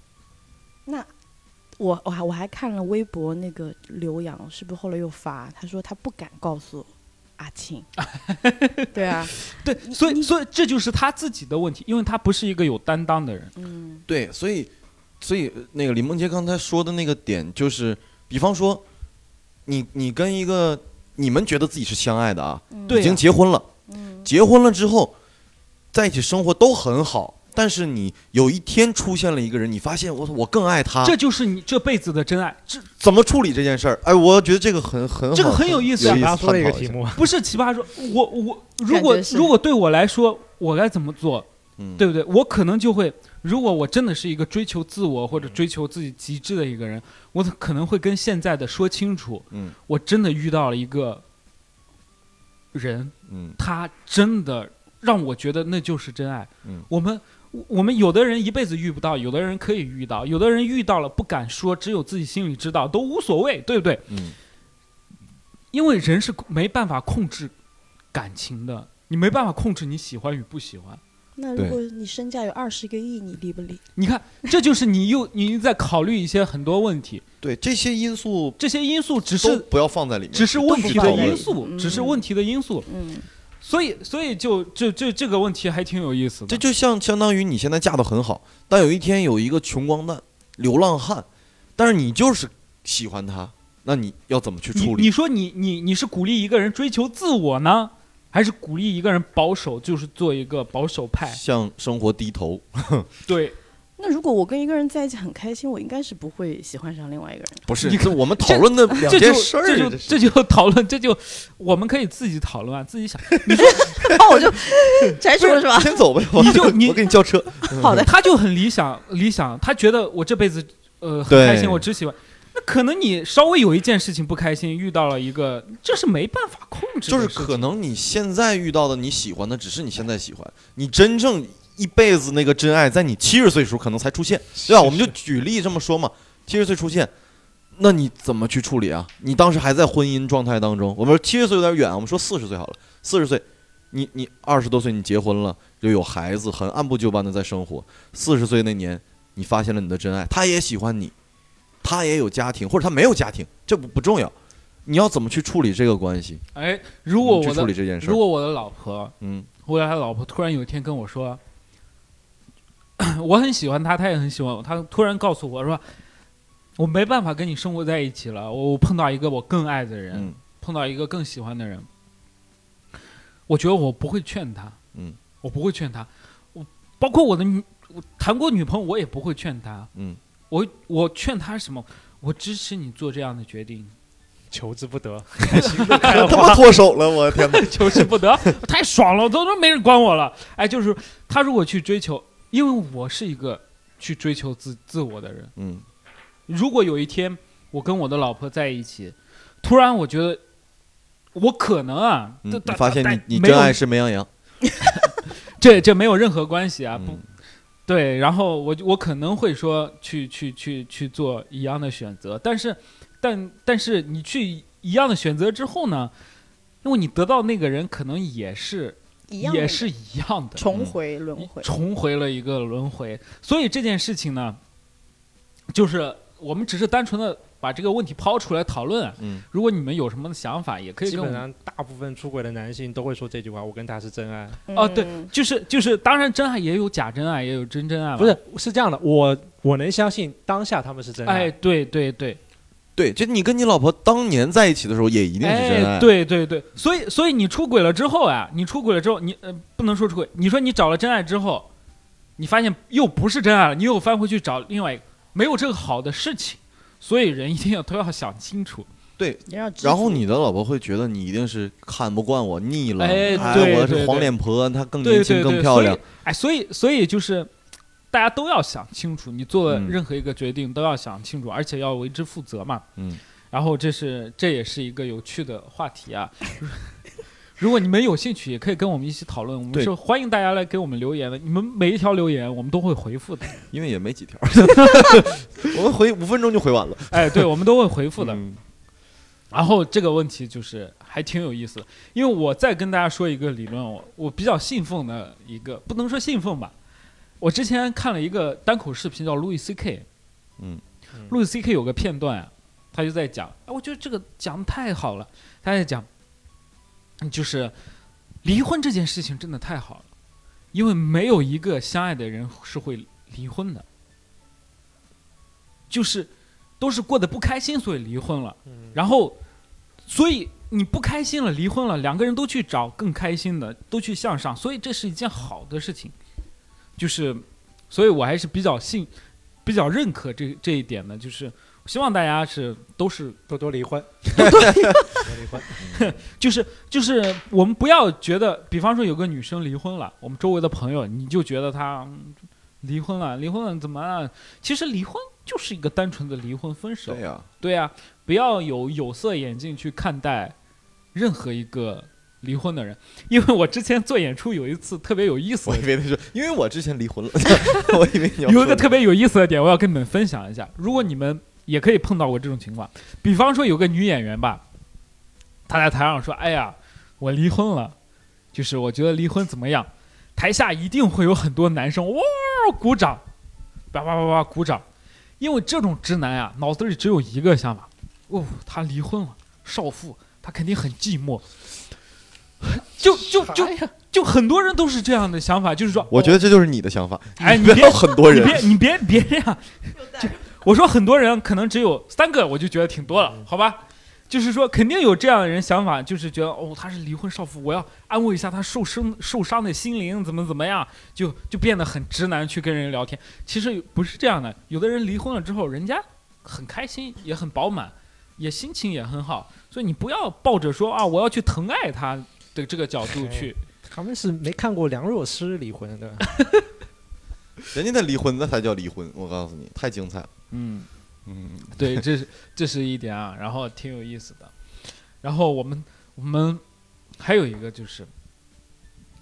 我我还我还看了微博那个刘洋，是不是后来又发？他说他不敢告诉阿庆。 对啊，
对，所以所以这就是他自己的问题，因为他不是一个有担当的人，
嗯，
对，所以，所以呃那个李梦洁刚才说的那个点，就是，比方说，你你跟一个你们觉得自己是相爱的啊，
嗯
对
已经
呀
结婚了，
嗯
结婚了之后，在一起生活都很好，但是你有一天出现了一个人，你发现我我更爱
啊
他，
这就是你这辈子的真爱，这
怎么处理这件事儿？哎，我觉得这个很很好
这个很有意思
有
啊
意
想
思
他说了一个
探
题
讨下
目，
不是奇葩说，我我如果
感觉是
如果对我来说，我该怎么做，
嗯，
对不对？我可能就会，如果我真的是一个追求自我
嗯
或者追求自己极致的一个人，我可能会跟现在的说清楚，
嗯
我真的遇到了一个人，
嗯
他真的让我觉得那就是真爱。
嗯
我们我我们有的人一辈子遇不到，有的人可以遇到，有的人遇到了不敢说，只有自己心里知道，都无所谓，对不对？
嗯，
因为人是没办法控制感情的，你没办法控制你喜欢与不喜欢。
那
对
如果你身价有二十个亿，你离不离？
你看，这就是你又你又在考虑一些很多问题，
对，这些因素
这些因素只
都
是
不要放在里面，
只是问题的
都不
因
讨
素，
论
只是问题的因素。
嗯，
所以，所以就就就这个问题还挺有意思
这
的。
就像相当于你现在嫁得很好，但有一天有一个穷光蛋、流浪汉，但是你就是喜欢他，那你要怎么去
你
处
你
理？
说你你你是鼓励一个人追求自我呢，还是鼓励一个人保守，就是做一个保守派？
向生活低头，
对，
那如果我跟一个人在一起很开心，我应该是不会喜欢上另外一 个人。
不是
你
这我们讨论的两
这就
件事儿，
这就
这
这就讨论，这就我们可以自己讨论啊，自己想。
那哦我就摘除了 是吧？嗯
先走 呗，我
你就你
我给你叫车，
好 的，
嗯他就很理想，理想，他觉得我这辈子呃很
对
开心，我只喜欢。那可能你稍微有一件事情不开心，遇到了一个，这是没办法控制
就
的
是
事情，
可能你现在遇到的你喜欢的，只是你现在喜欢，你真正一辈子那个真爱，在你七十岁时候可能才出现，
啊
对吧？我们就举例这么说嘛，七十岁出现，那你怎么去处理啊？你当时还在婚姻状态当中，我们说七十岁有点远，我们说四十岁好了，四十岁。你你二十多岁你结婚了，就有孩子，很按部就班的在生活。四十岁那年，你发现了你的真爱，他也喜欢你，他也有家庭，或者他没有家庭，这不不重要。你要怎么去处理这个关系？
哎，如果
去
我
处理
的
这件事儿
如。果我的老婆
嗯
或者他老婆突然有一天跟我说， 我很喜欢他，他也很喜欢我，他突然告诉我说，我没办法跟你生活在一起了，我我碰到一个我更爱的人，
嗯
碰到一个更喜欢的人，我觉得我不会劝他，
嗯，
我不会劝他，我包括我的女，我谈过女朋友，我也不会劝他，
嗯，
我我劝他什么？我支持你做这样的决定，
求之不得。
哎
他妈脱手了，我的 天哪！
求之不得，太爽了，都都没人管我了。哎，就是他如果去追求，因为我是一个去追求自自我的人，
嗯
如果有一天我跟我的老婆在一起，突然我觉得我可能啊，
嗯，
这
你发现你你
没有
真爱是梅羊羊，
这这没有任何关系啊，不
嗯
对，然后我就我可能会说去去去去做一样的选择，但是但但是你去一样的选择之后呢，因为你得到那个人可能也是
一样的
也
嗯
是一样的，
重回轮回，
重回了一个轮回，所以这件事情呢，就是我们只是单纯的把这个问题抛出来讨论啊。
嗯，
如果你们有什么想法，也可以
基
跟我
本
们。
上大部分出轨的男性都会说这句话：“我跟他是真爱。
哦
哦对就是就是，当然真爱也有假真爱，也有真真爱嘛。
不，是，是这样的，我我能相信当下他们是真爱。
哎，对对对，
对，就你跟你老婆当年在一起的时候也一定是真爱，
哎，对对对，所以所以你出轨了之后啊，你出轨了之后，你呃不能说出轨，你说你找了真爱之后，你发现又不是真爱了，你又翻回去找另外一个，没有这个好的事情，所以人一定要都要想清楚。
你让知足
然后你的老婆会觉得你一定是看不惯我，腻了，
哎对
我
对
是
对
黄脸婆，她更
对
年
对
轻
对，
嗯更漂亮
所以，哎，所以所以就是，大家都要想清楚，你做
嗯
任何一个决定都要想清楚，而且要为之负责嘛。
嗯。
然后这是这也是一个有趣的话题啊。 如果你们有兴趣，也可以跟我们一起讨论。我们
对
是欢迎大家来给我们留言的，你们每一条留言我们都会回复的。
因为也没几条，我们回五分钟就回完了。
哎，对，我们都会回复的。
嗯
然后这个问题就是还挺有意思的，因为我再跟大家说一个理论，我我比较信奉的一个，不能说信奉吧，我之前看了一个单口视频叫路易 C K，
嗯，
路易 C K 有个片段啊，他就在讲，哎，我觉得这个讲的太好了，他在讲，就是离婚这件事情真的太好了，因为没有一个相爱的人是会离婚的，就是都是过得不开心所以离婚了。
嗯，
然后，所以你不开心了，离婚了，两个人都去找更开心的，都去向上，所以这是一件好的事情。就是，所以我还是比较信，比较认可这这一点的，就是希望大家是都是
多多离婚， 多多离婚，
就是就是我们不要觉得，比方说有个女生离婚了，我们周围的朋友你就觉得她嗯离婚了，离婚了怎么了？其实离婚就是一个单纯的离婚分手
对，呀、
对呀、不要有有色眼镜去看待任何一个离婚的人，因为我之前做演出有一次特别有意思
我
的
以为他说，因为我之前离 婚了，我以为你要
有一个
说
特别有意思的点，我要跟你们分享一下。如果你们也可以碰到过这种情况，比方说有个女演员吧，她在台上说：“哎呀，我离婚了，就是我觉得离婚怎么样？”台下一定会有很多男生哇鼓掌，叭叭叭叭鼓掌，因为这种直男啊，脑子里只有一个想法：哦，他离婚了，少妇，他肯定很寂寞。就就就就很多人都是这样的想法，就是说，
我觉得这就是你的想法。
哎，你
不
别
要很多人，
你别你别别这样。就我说很多人可能只有三个，我就觉得挺多了，好吧？就是说，肯定有这样的人想法，就是觉得哦，她是离婚少妇，我要安慰一下她受伤受伤的心灵，怎么怎么样，就就变得很直男去跟人聊天。其实不是这样的，有的人离婚了之后，人家很开心，也很饱满，也心情也很好，所以你不要抱着说啊，我要去疼爱她的这个角度去。
他们是没看过梁若诗离婚 的，
人家那离婚那才叫离婚，我告诉你，太精彩了。
嗯，
嗯，
对，这是这是一点啊，然后挺有意思的。然后我们我们还有一个就是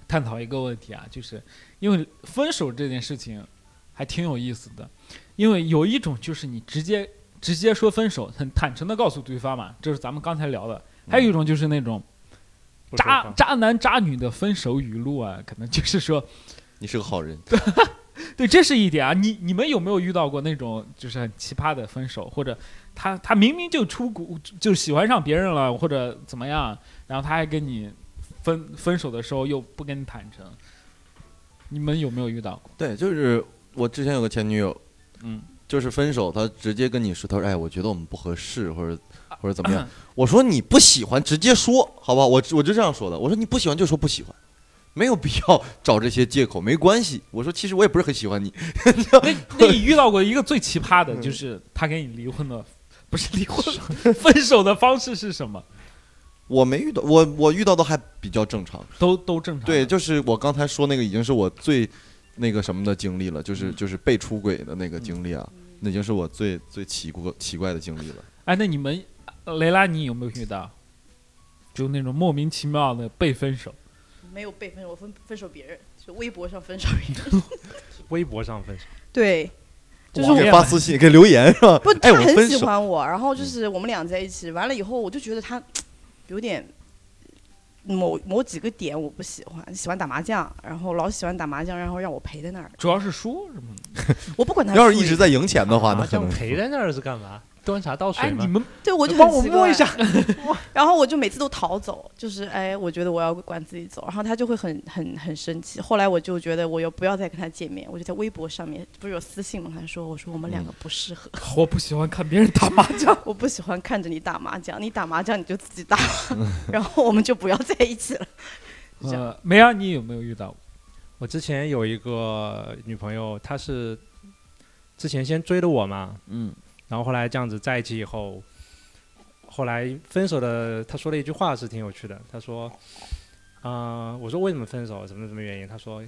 探讨一个问题啊，就是因为分手这件事情还挺有意思的，因为有一种就是你直接直接说分手，很坦诚的告诉对方嘛，这是咱们刚才聊的。还有一种就是那种
嗯不说
渣
话
渣男渣女的分手语录啊，可能就是说，
你是个好人，
对，这是一点啊。你你们有没有遇到过那种就是很奇葩的分手，或者他他明明就出轨，就喜欢上别人了，或者怎么样，然后他还跟你分分手的时候又不跟你坦诚，你们有没有遇到过？
对，就是我之前有个前女友，
嗯，
就是分手，她直接跟你说，她说，哎，我觉得我们不合适，或者或者怎
嗯
么样。我说你不喜欢直接说，好吧，我我就这样说的，我说你不喜欢就说不喜欢。没有必要 找这些借口，没关系。我说，其实我也不是很喜欢你，
那 那你遇到过一个最奇葩
嗯
的，就是他跟你离婚的，不是离婚， 分手的方式是什么？
我没遇到，我我遇到的还比较正常。
都都正常。
对，就是我刚才说那个已经是我最那个什么的经历了，就是就是被出轨的那个经历啊，那已经是我最最奇怪奇怪的经历了。
哎，那你们雷拉，你有没有遇到？就那种莫名其妙的被分手？
没有被分手，我分分手别人，就微博上分手别人。
微博上分手，
对，就是我
网
给
恋
发私信，给留言是吧？
不，
哎，
他
我
很
分
喜
手。
欢我，然后就是我们俩在一起，完了以后我就觉得他有点某某几个点我不喜欢，喜欢打麻将，然后老喜欢打麻将，然后让我陪在那儿，
主要是输什么的？
我不管他输赢。
要是一直在赢钱的啊话，那
麻
可
将
能
陪在那儿是干嘛？端茶倒
哎，
水
你
吗？
们
对我就
帮我
很奇
摸
怪
一下，
然后我就每次都逃走，就是哎，我觉得我要管自己走，然后他就会很很很生气。后来我就觉得我又不要再跟他见面，我就在微博上面不是有私信吗？他说我说我们两个不适合，
我不喜欢看别人打麻将。
我不喜欢看着你打麻将，你打麻将你就自己打，然后我们就不要在一起了。是这样
呃，梅阳，你有没有遇到？
我之前有一个女朋友，她是之前先追的我嘛，
嗯，
然后后来这样子在一起以后，后来分手的，她说了一句话是挺有趣的，她说，啊、我说为什么分手，什么什么原因？她说，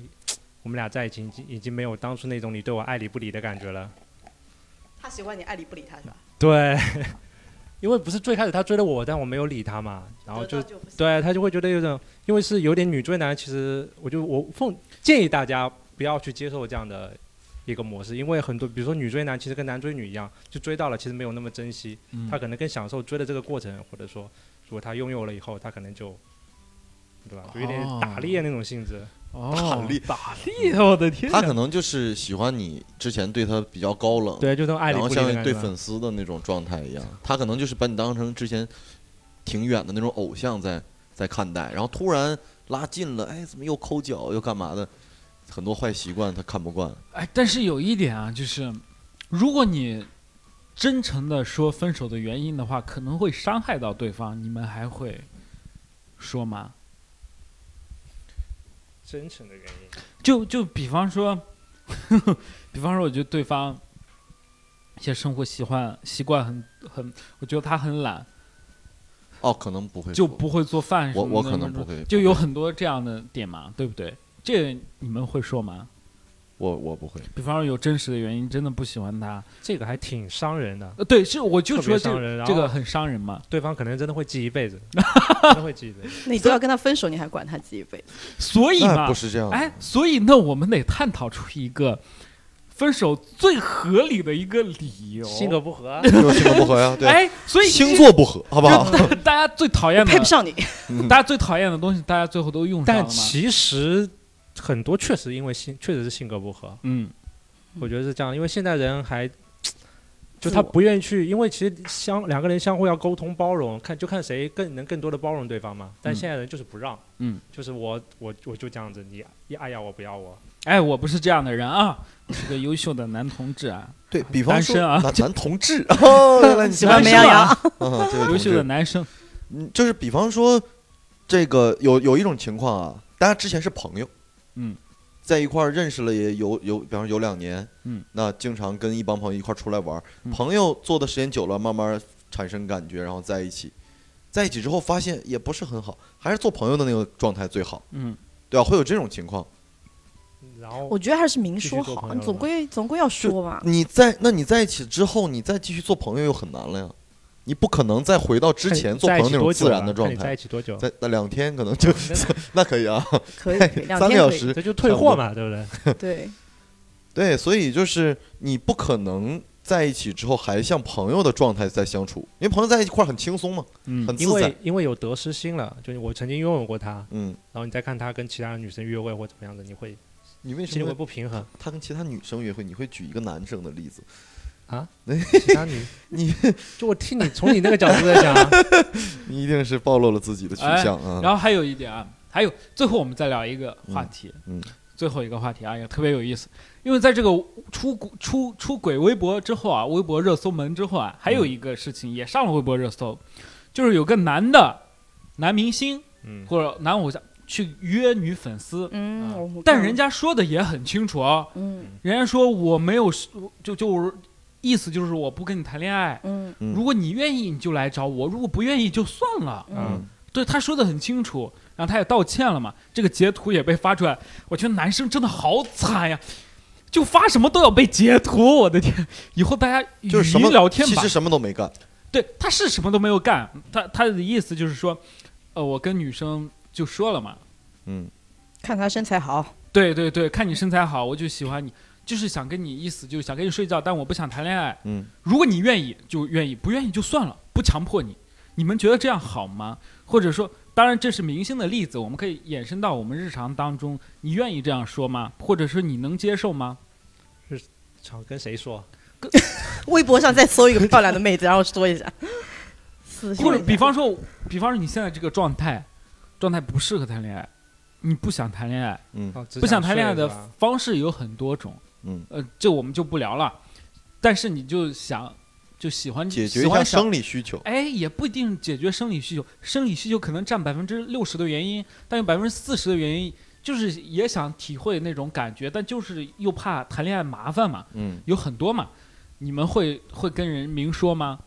我们俩在一起已经已经没有当初那种你对我爱理不理的感觉了。
他喜欢你，爱理不理他是吧？
对， 因为不是最开始她追了我，但我没有理她嘛，然后
得
就
到不行。
对他就会觉得有种，因为是有点女追男，其实我就我奉建议大家不要去接受这样的一个模式，因为很多比如说女追男，其实跟男追女一样，就追到了，其实没有那么珍惜，
嗯
他可能更享受追的这个过程，或者说如果他拥有了以后，他可能就。对吧？有一点
哦
打猎那种性质，
哦
力
打力，我的天
他
哪！
可能就是喜欢你之前对他比较高冷，
对，就那种爱理不
然后
理的
像
感
对
觉吧。
粉丝的那种状态一样，他可能就是把你当成之前挺远的那种偶像在在看待，然后突然拉近了，哎，怎么又抠脚又干嘛的？很多坏习惯他看不惯，
哎，但是有一点啊，就是如果你真诚的说分手的原因的话，可能会伤害到对方，你们还会说吗？
真诚的原因。
就就比方说， 比方说，我觉得对方一些生活习惯习惯很很，我觉得他很懒，
哦，可能不会
就
说
不会做饭什
我
么的
我可能
那
不
种
会
就有很多这样的点嘛， 对不对？这你们会说吗？
我我不会，
比方说有真实的原因，真的不喜欢他，
这个还挺伤人的，
呃，对，是我就
特
说
别
这
伤人。
个
然
这个
后
很伤人嘛，
对方可能真的会记一辈 子，真的会记一辈子。
那你都要跟他分手，你还管他自己辈子？
所以
那
嘛
不，是这样的。
哎，所以那我们得探讨出一个分手最合理的一个理由。
性格不合啊，
就是性格不合呀，对，
哎，所以
星座不合，好不好？嗯
就大家最讨厌的
配不上你，
大家最讨厌的东西，大家最后都用上了
但
嘛？
其实很多确实因为性，确实是性格不合。
嗯，
我觉得是这样，因为现在人还就
自
他
我
不愿意去，因为其实相两个人相互要沟通包容，看就看谁更能更多的包容对方嘛。但
嗯
现在人就是不让，
嗯，
就是我我我就这样子，你你爱要我不要我，
哎，我不是这样的人啊，我是个优秀的男同 志啊，
对比方说
单身啊
男男同 志， 哦，原来你
喜欢
没
美
有？
羊羊，
嗯，这位同
啊优秀的
志，
男生，
嗯就是比方说，这个有有一种情况啊，大家之前是朋友，
嗯，
在一块儿认识了也有有，比方有两年，
嗯，
那经常跟一帮朋友一块儿出来玩儿，
嗯
朋友做的时间久了，慢慢产生感觉，然后在一起，在一起之后发现也不是很好，还是做朋友的那个状态最好，
嗯，
对啊，会有这种情况。
然后
我觉得还是明
继续
说
做
好，你
朋友
总
吧
归总归要说 吧。
你在那你在一起之后，你再继续做朋友又很难了呀，你不可能再回到之
看你
前做
在
朋
一
友
起多久
那种自然
了
的状
看你在
态
一。起多久？
在那两天可能 就那可以啊，
可以，可以两
三个
天
小
可以，
时
这就退货嘛，对不对？
对，
对，所以就是你不可能在一起之后还像朋友的状态在相处，因为朋友在一块儿很轻松嘛，
嗯
很
因
自在
为。因为有得失心了，就是我曾经拥有过他，
嗯，
然后你再看他跟其他女生约会或怎么样的，你会
你为什
心里会
么
不平 衡
他跟其他女生约会，你会举一个男生的例子？
其 他女
你
就我听你从你那个角度在讲啊，
你一定是暴露了自己的取向啊！
哎然后还有一点啊，还有最后我们再聊一个话题，
嗯嗯
最后一个话题啊，也特别有意思，因为在这个出轨出出轨微博之后啊，微博热搜门之后啊，还有一个事情也上了微博热搜，就是有个男的男明星
嗯，
或者男偶像去约女粉丝，
嗯，
啊
我不
但
干
人
了，
家说的也很清楚哦，
嗯
人家说我没有，就就意思就是我不跟你谈恋爱。
嗯
嗯
如果你愿意，你就来找我；如果不愿意，就算了。
嗯，
对，他说的很清楚，然后他也道歉了嘛。这个截图也被发出来，我觉得男生真的好惨呀，就发什么都要被截图，我的天！以后大家与
就是什
民
么
聊天
其
吧
实。什么都没干，
对，他是什么都没有干，他他的意思就是说，呃，我跟女生就说了嘛，
嗯，
看他身材好，
对对对，看你身材好，我就喜欢你，就是想跟你意思，就是想跟你睡觉，但我不想谈恋爱。
嗯，
如果你愿意就愿意，不愿意就算了，不强迫你。你们觉得这样好吗？或者说，当然这是明星的例子，我们可以衍生到我们日常当中，你愿意这样说吗？或者是你能接受吗？
想跟谁说？
微博上再搜一个漂亮的妹子，然后说一下，私信
或者
一下
比方说，比方说你现在这个状态，状态不适合谈恋爱，你不想谈恋爱，
哦
不想谈恋爱
只
的
想睡是吧
方式有很多种，
嗯，
呃，这我们就不聊了。但是你就想就喜欢
解决
喜
一下
欢上
生理需求。
哎，也不一定解决生理需求，生理需求可能占百分之六十的原因，但有百分之四十的原因就是也想体会那种感觉，但就是又怕谈恋爱麻烦嘛，
嗯
有很多嘛。你们会会跟人明说吗？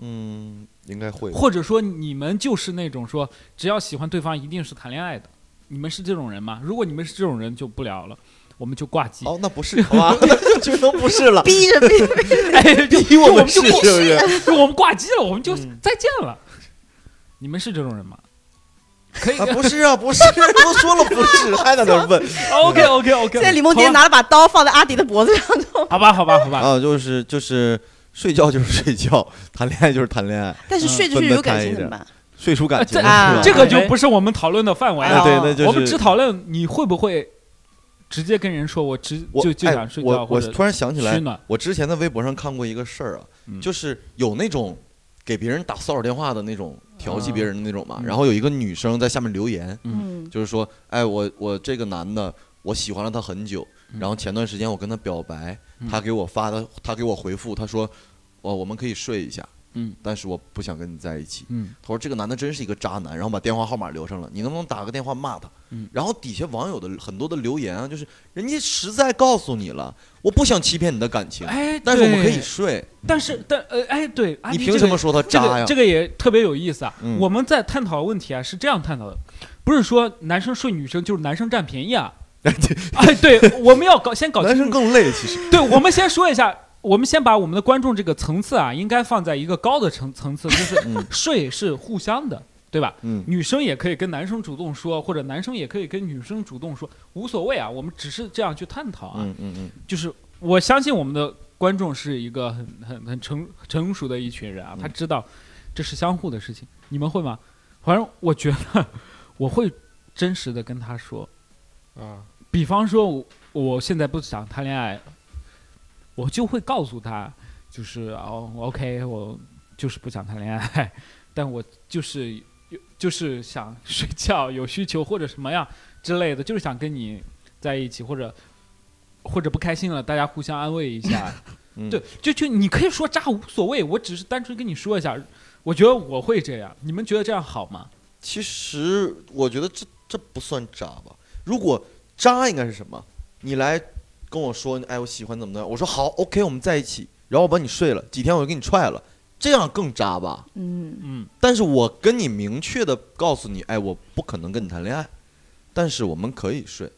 嗯，应该会。
或者说你们就是那种说只要喜欢对方一定是谈恋爱的，你们是这种人吗？如果你们是这种人就不聊了，我们就挂机。
哦，那不是，好吧，那就都不是了。
逼着逼着，
哎， 就
逼我
就
们
我们就是必
不
须
是？
就我们挂机了，我们就
嗯
再见了。 你们是这种人吗？可以
啊，不是啊，不是， 都说了不是，还在那儿 问
，OK OK OK。
现在李梦洁拿了把刀放在阿迪的脖子上，
好吧，好吧，好吧，好吧。
啊？就是就是，睡觉就是睡觉，谈恋爱就是谈恋爱，
但是
嗯
睡着
分
睡
得
着有感
开一
情怎么
点
办？
睡出感情
呃
了
这
是
啊这
吧？
个就不是我们讨论的范围
哎
了。
啊，对，那
我
就
们只
是
讨论你会不会直接跟人说，我直
我
就就
哎
想睡觉
我
或
我
者
突然想起来
取，暖。
我之前在微博上看过一个事儿啊，
嗯
就是有那种给别人打骚扰电话的那种调戏别人的那种嘛，
啊嗯
然后有一个女生在下面留言，
嗯
就是说，哎，我我这个男的。我喜欢了他很久，然后前段时间我跟他表白，
嗯
他给我发的，他给我回复，他说，哦，我们可以睡一下，
嗯
但是我不想跟你在一起。
嗯
他说这个男的真是一个渣男，然后把电话号码留上了，你能不能打个电话骂他？
嗯
然后底下网友的很多的留言啊，就是人家实在告诉你了，我不想欺骗你的感情，
哎，
但是我们可
对
以睡，
但是但呃哎对，阿
你
迪
凭
这
什
个
么说他
这
渣呀？
个这个也特别有意思啊。
嗯
我们在探讨问题啊，是这样探讨的，不是说男生睡女生就是男生占便 宜啊。哎，对，我们要搞先搞
男
清
生
楚。
更累，其实。
对，我们先说一下，我们先把我们的观众这个层次啊，应该放在一个高的层层次，就是
嗯
睡是互相的，对吧？
嗯，
女生也可以跟男生主动说，或者男生也可以跟女生主动说，无所谓啊。我们只是这样去探讨啊。
嗯嗯嗯，
就是我相信我们的观众是一个很很很成成熟的一群人啊，
嗯
他知道这是相互的事情。你们会吗？反正我觉得 我会真实的跟他说，
啊，
比方说我我现在不想谈恋爱，我就会告诉他，就是哦，OK，我就是不想谈恋爱，但我就是有就是想睡觉，有需求或者什么样之类的，就是想跟你在一起，或者或者不开心了，大家互相安慰一 下
嗯。
对，就就你可以说渣无所谓，我只是单纯跟你说一下，我觉得我会这样，你们觉得这样好吗？
其实我觉得这这不算渣吧。如果渣应该是什么？你来跟我说，哎，我喜欢怎么的？我说好，OK，我们在一起。然后我把你睡了，几天我就给你踹了，这样更渣吧？
嗯，
嗯，
但是我跟你明确的告诉你，哎，我不可能跟你谈恋爱，但是我们可以睡。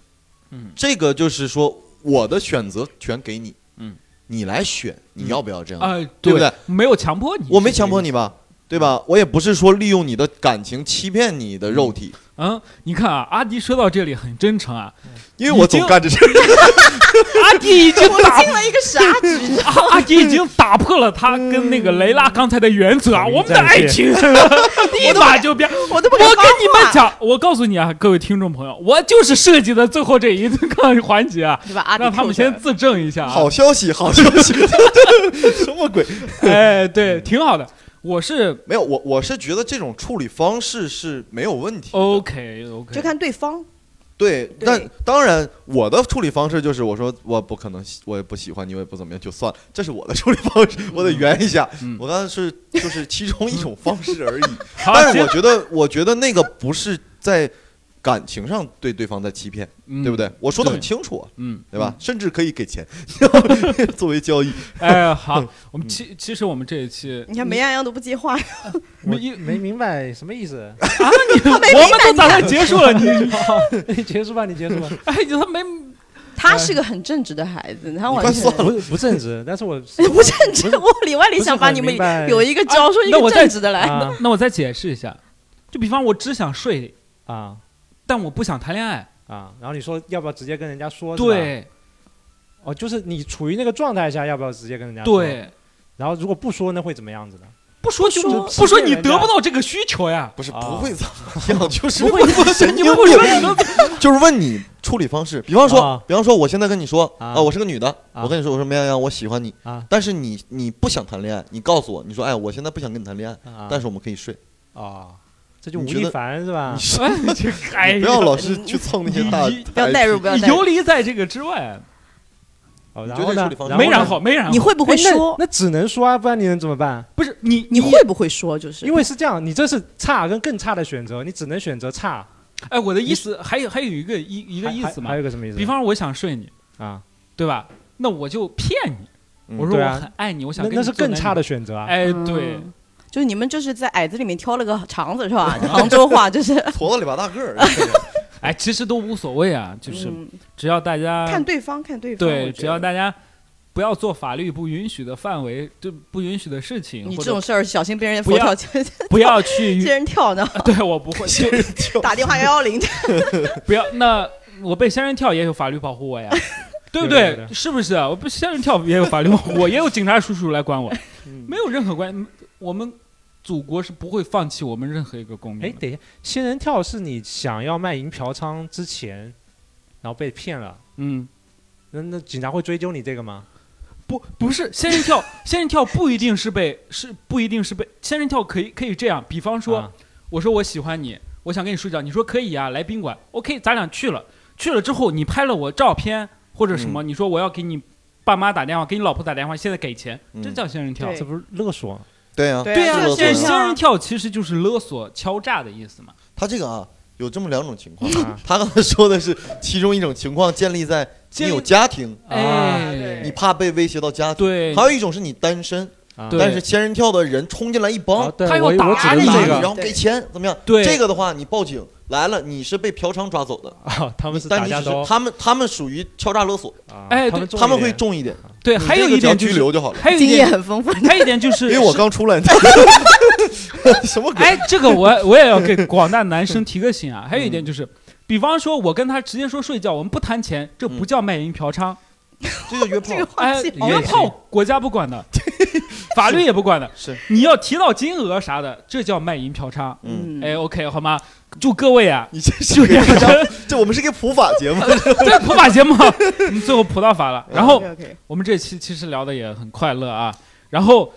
嗯
这个就是说我的选择权给你，
嗯，
你来选，你要不要这样？
啊、
嗯对不对？
没有强迫你，
我没强迫你吧，对吧？我也不是说利用你的感情欺骗你的肉体，
嗯，你看啊，阿迪说到这里很真 诚啊，
因为我总干这事儿。
阿迪 已经打
进了一个啥 局？
阿阿迪已经打破了他跟那个雷拉刚才的原则啊，
嗯
我们的爱情
嗯
立马就变。
我都
我
不
跟
敢发
你们
话，
讲，我告诉你啊，各位听众朋友，我就是设计的最后这一个环节啊，
对吧？阿迪
让他
扣
们
的
先自证一下 啊。
好消息，好消息， 什么鬼？
哎，对，挺好的。我是
没有，我我是觉得这种处理方式是没有问题的。
OK
就
OK，
看对方，
对，
对
但当然，我的处理方式就是我说我不可能喜，我也不喜欢你，我也不怎么样，就算了，这是我的处理方式，我得圆一下。
嗯
我刚才是就是其中一种方式而已，
好，
但是
啊行
我觉得，我觉得那个不是在感情上对对方在欺骗，对不？对
嗯？
我说的
对
很清楚啊，
嗯，
对吧？甚至可以给钱 作为交易。
哎，
嗯
好，我们其其实我们这一期，
你看梅洋洋都不接 话，
我
你
没明白什么意 思。
我们都打
啊
算结束 了，你
结束吧，你结 束吧。
哎，你他没
他是个很正直的孩子，他完全
你快
不不正直，但是 我
不正直。我里外里
不是
想把
很
你们
明白
有一个教授，一
啊那
个
我再
正直的来。
啊
那我再解释一下，就比方我只想睡，
啊
但我不想谈恋爱。
啊！然后你说要不要直接跟人家说？是吧，
对
哦，就是你处于那个状态下，要不要直接跟人家说？。
对，
然后如果不说，那会怎么样子呢？
不说就
说
不说，你得不到这个需求呀。
不是
啊
不会怎么样，就是
不会， 你不会说你能
就是问你处理方式。比方说，
啊
比方说，我现在跟你说呃
啊
我是个女的，
啊
我跟你说，我说绵羊，我喜欢你，
啊
但是你你不想谈恋爱，你告诉我，你说，哎，我现在不想跟你谈恋爱，
啊
但是我们可以睡。
啊，这就吴
你觉
亦
得
凡是吧？
哎这哎
你
呀，
不要老是去蹭那些大
你，
不要带入，不要
你
带入
游。离在这个之外，
哦，
你
然
觉
后
得
呢
处理方？式
然
没
呢
然后，没然后。
你会不会
哎那
说？
那只能说啊，不然你能怎么办？
不是你
你会不会说？就是
因为是这样，你这是差跟更差的选择，你只能选择差。
哎，我的意思还有还有一个一一
一
个意思嘛
还有，一个什么意思？
比方说我想睡你，
啊，
对吧？那我就骗你，
嗯
我说
对
我
啊
很爱你，我想
那
跟你
那是更
做
差的
男
选择啊。
女。哎，
嗯
对，
就是你们就是在矮子里面挑了个肠子是吧？
啊
杭州话就是，
矬子里拔大个儿。
哎，其实都无所谓啊，就是
嗯
只要大家
看对方，看对方。
对，
我觉得
只要大家不要做法律不允许的范围，就不允许的事情，
你
或
这
者
种事儿，小心被人
不
佛
要哎
跳墙，
不 要
被
去。
人跳呢，
对，我不会， 就
打 电话幺幺零。
不要。那我被仙人跳也有法律保 护我呀，对不
对
对
对？对
是不是啊？我被仙人跳也有法律保护我，也有警察叔叔来管我，
嗯
没有任何关。我们祖国是不会放弃我们任何一个公民的。
哎，等一下，仙人跳是你想要卖淫嫖娼之前，然后被骗了，
嗯，
那那警察会追究你这个吗？
不，不是仙人跳，仙人跳不一定是被，是不一定是被仙人跳可以可以这样，比方说，
啊
我说我喜欢你，我想跟你睡觉，你说可以啊，来宾馆，OK，咱俩去了。去了之后，你拍了我照片或者什
嗯
么，你说我要给你爸妈打电话，给你老婆打电话，现在给钱，
嗯
这叫仙人跳。
对
这不是勒索吗？
对呀、
对啊
是勒索
这
这
呀
是
仙人跳其实就是勒索、敲诈的意思嘛。
他这个啊，有这么两种情况。
啊
他刚才说的是其中一种情况建立在你
建立
有家庭，
啊
哎，
你怕被威胁到家庭；
对，
还有一种是你单身，
啊
对
但是仙人跳的人冲进来一帮，
啊对
他要
我以
打
我只
他
能
你
打
这
你
个
然后给钱怎么样？
对
这个的话，你报警来了，你是被嫖娼抓走的，
啊，他们是
但
打
你
架
只
斗
哦
是，他们他们属于敲诈勒索，
啊
哎
他们
他们
重一
会
点
重一点，
对，
你
还有
这个
一
只要
点就
拘
是，
留就好了。
还有一
经验
点，
很丰富。
还有一点就是，
因为我刚出来，什么鬼？
哎，这个我我也要给广大男生提个醒啊。还有一点
嗯
就是，比方说我跟他直接说睡觉，我们不谈钱，这
嗯
不叫卖淫嫖娼。
这就约炮
这个话
哎，
题
也
约炮国家不管 的，法律也不管的。
是，
你要提到金额啥的，这叫卖淫嫖娼。
嗯，
哎，OK，好吗？祝各 位啊，
你这是个
这 样
这我们是个普法节目，
对普 法节目，我们最后普到法
嗯
了。然后
OK OK，
我们这期其实聊的也很快乐啊。然后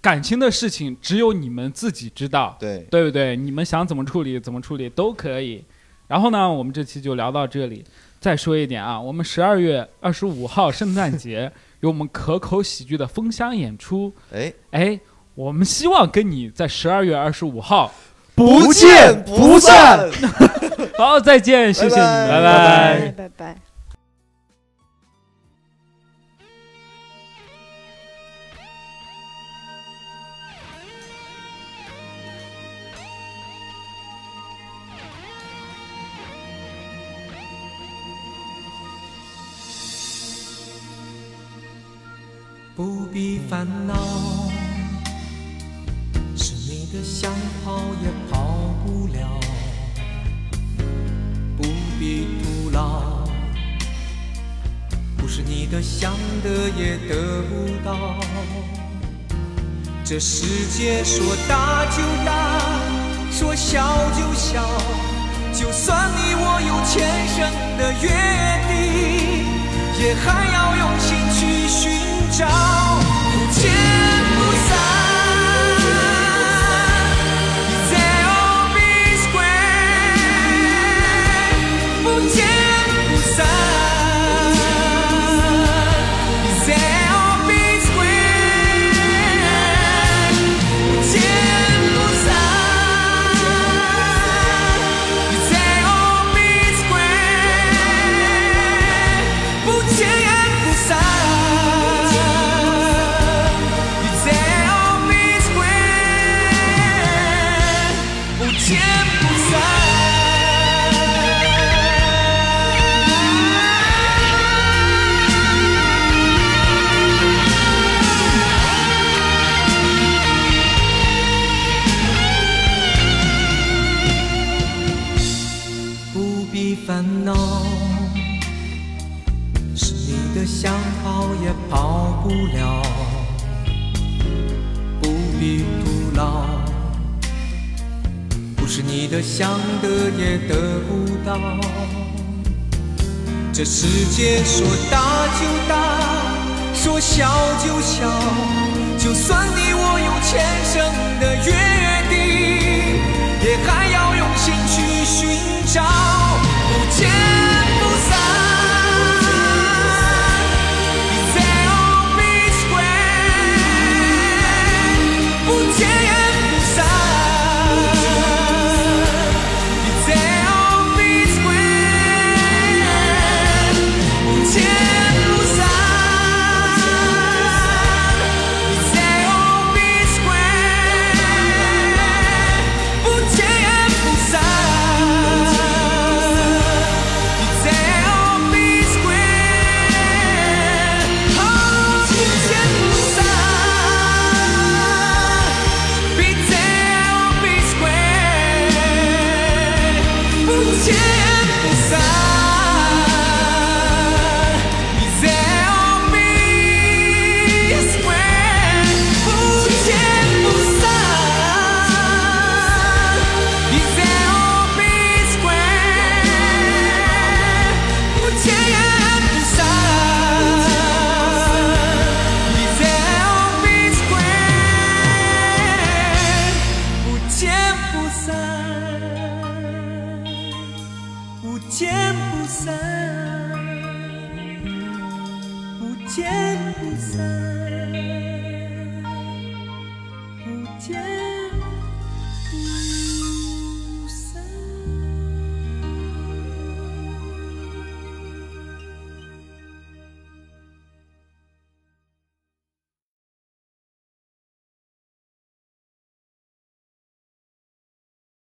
感情的事情只有你们自己知道，
对，
对不对？你们想怎么处理怎么处理都可以。然后呢，我们这期就聊到这里。再说一点啊，我们十二月二十五号圣诞节有我们可口喜剧的封箱演出，
哎，
哎，我们希望跟你在十二月二十五号，
不见不散。
好，再见，谢谢你们，
拜拜
哎
拜
拜拜拜。
不必烦恼，是你的想跑也跑不了，不必徒劳，不是你的想得也得不到。这世界说大就大，说小就小，就算你我有前生的约定，也还要用心去寻找，不见不散。Is there all be square？不见不散。Is there all be square？不见不散。Is there all be square？不见不散。Is there all be square？不见不散。不必烦恼，是你的想跑也跑不了，不必徒劳，不是你的想得也得不到。这世界说大就大，说小就小，就算你我有前生的约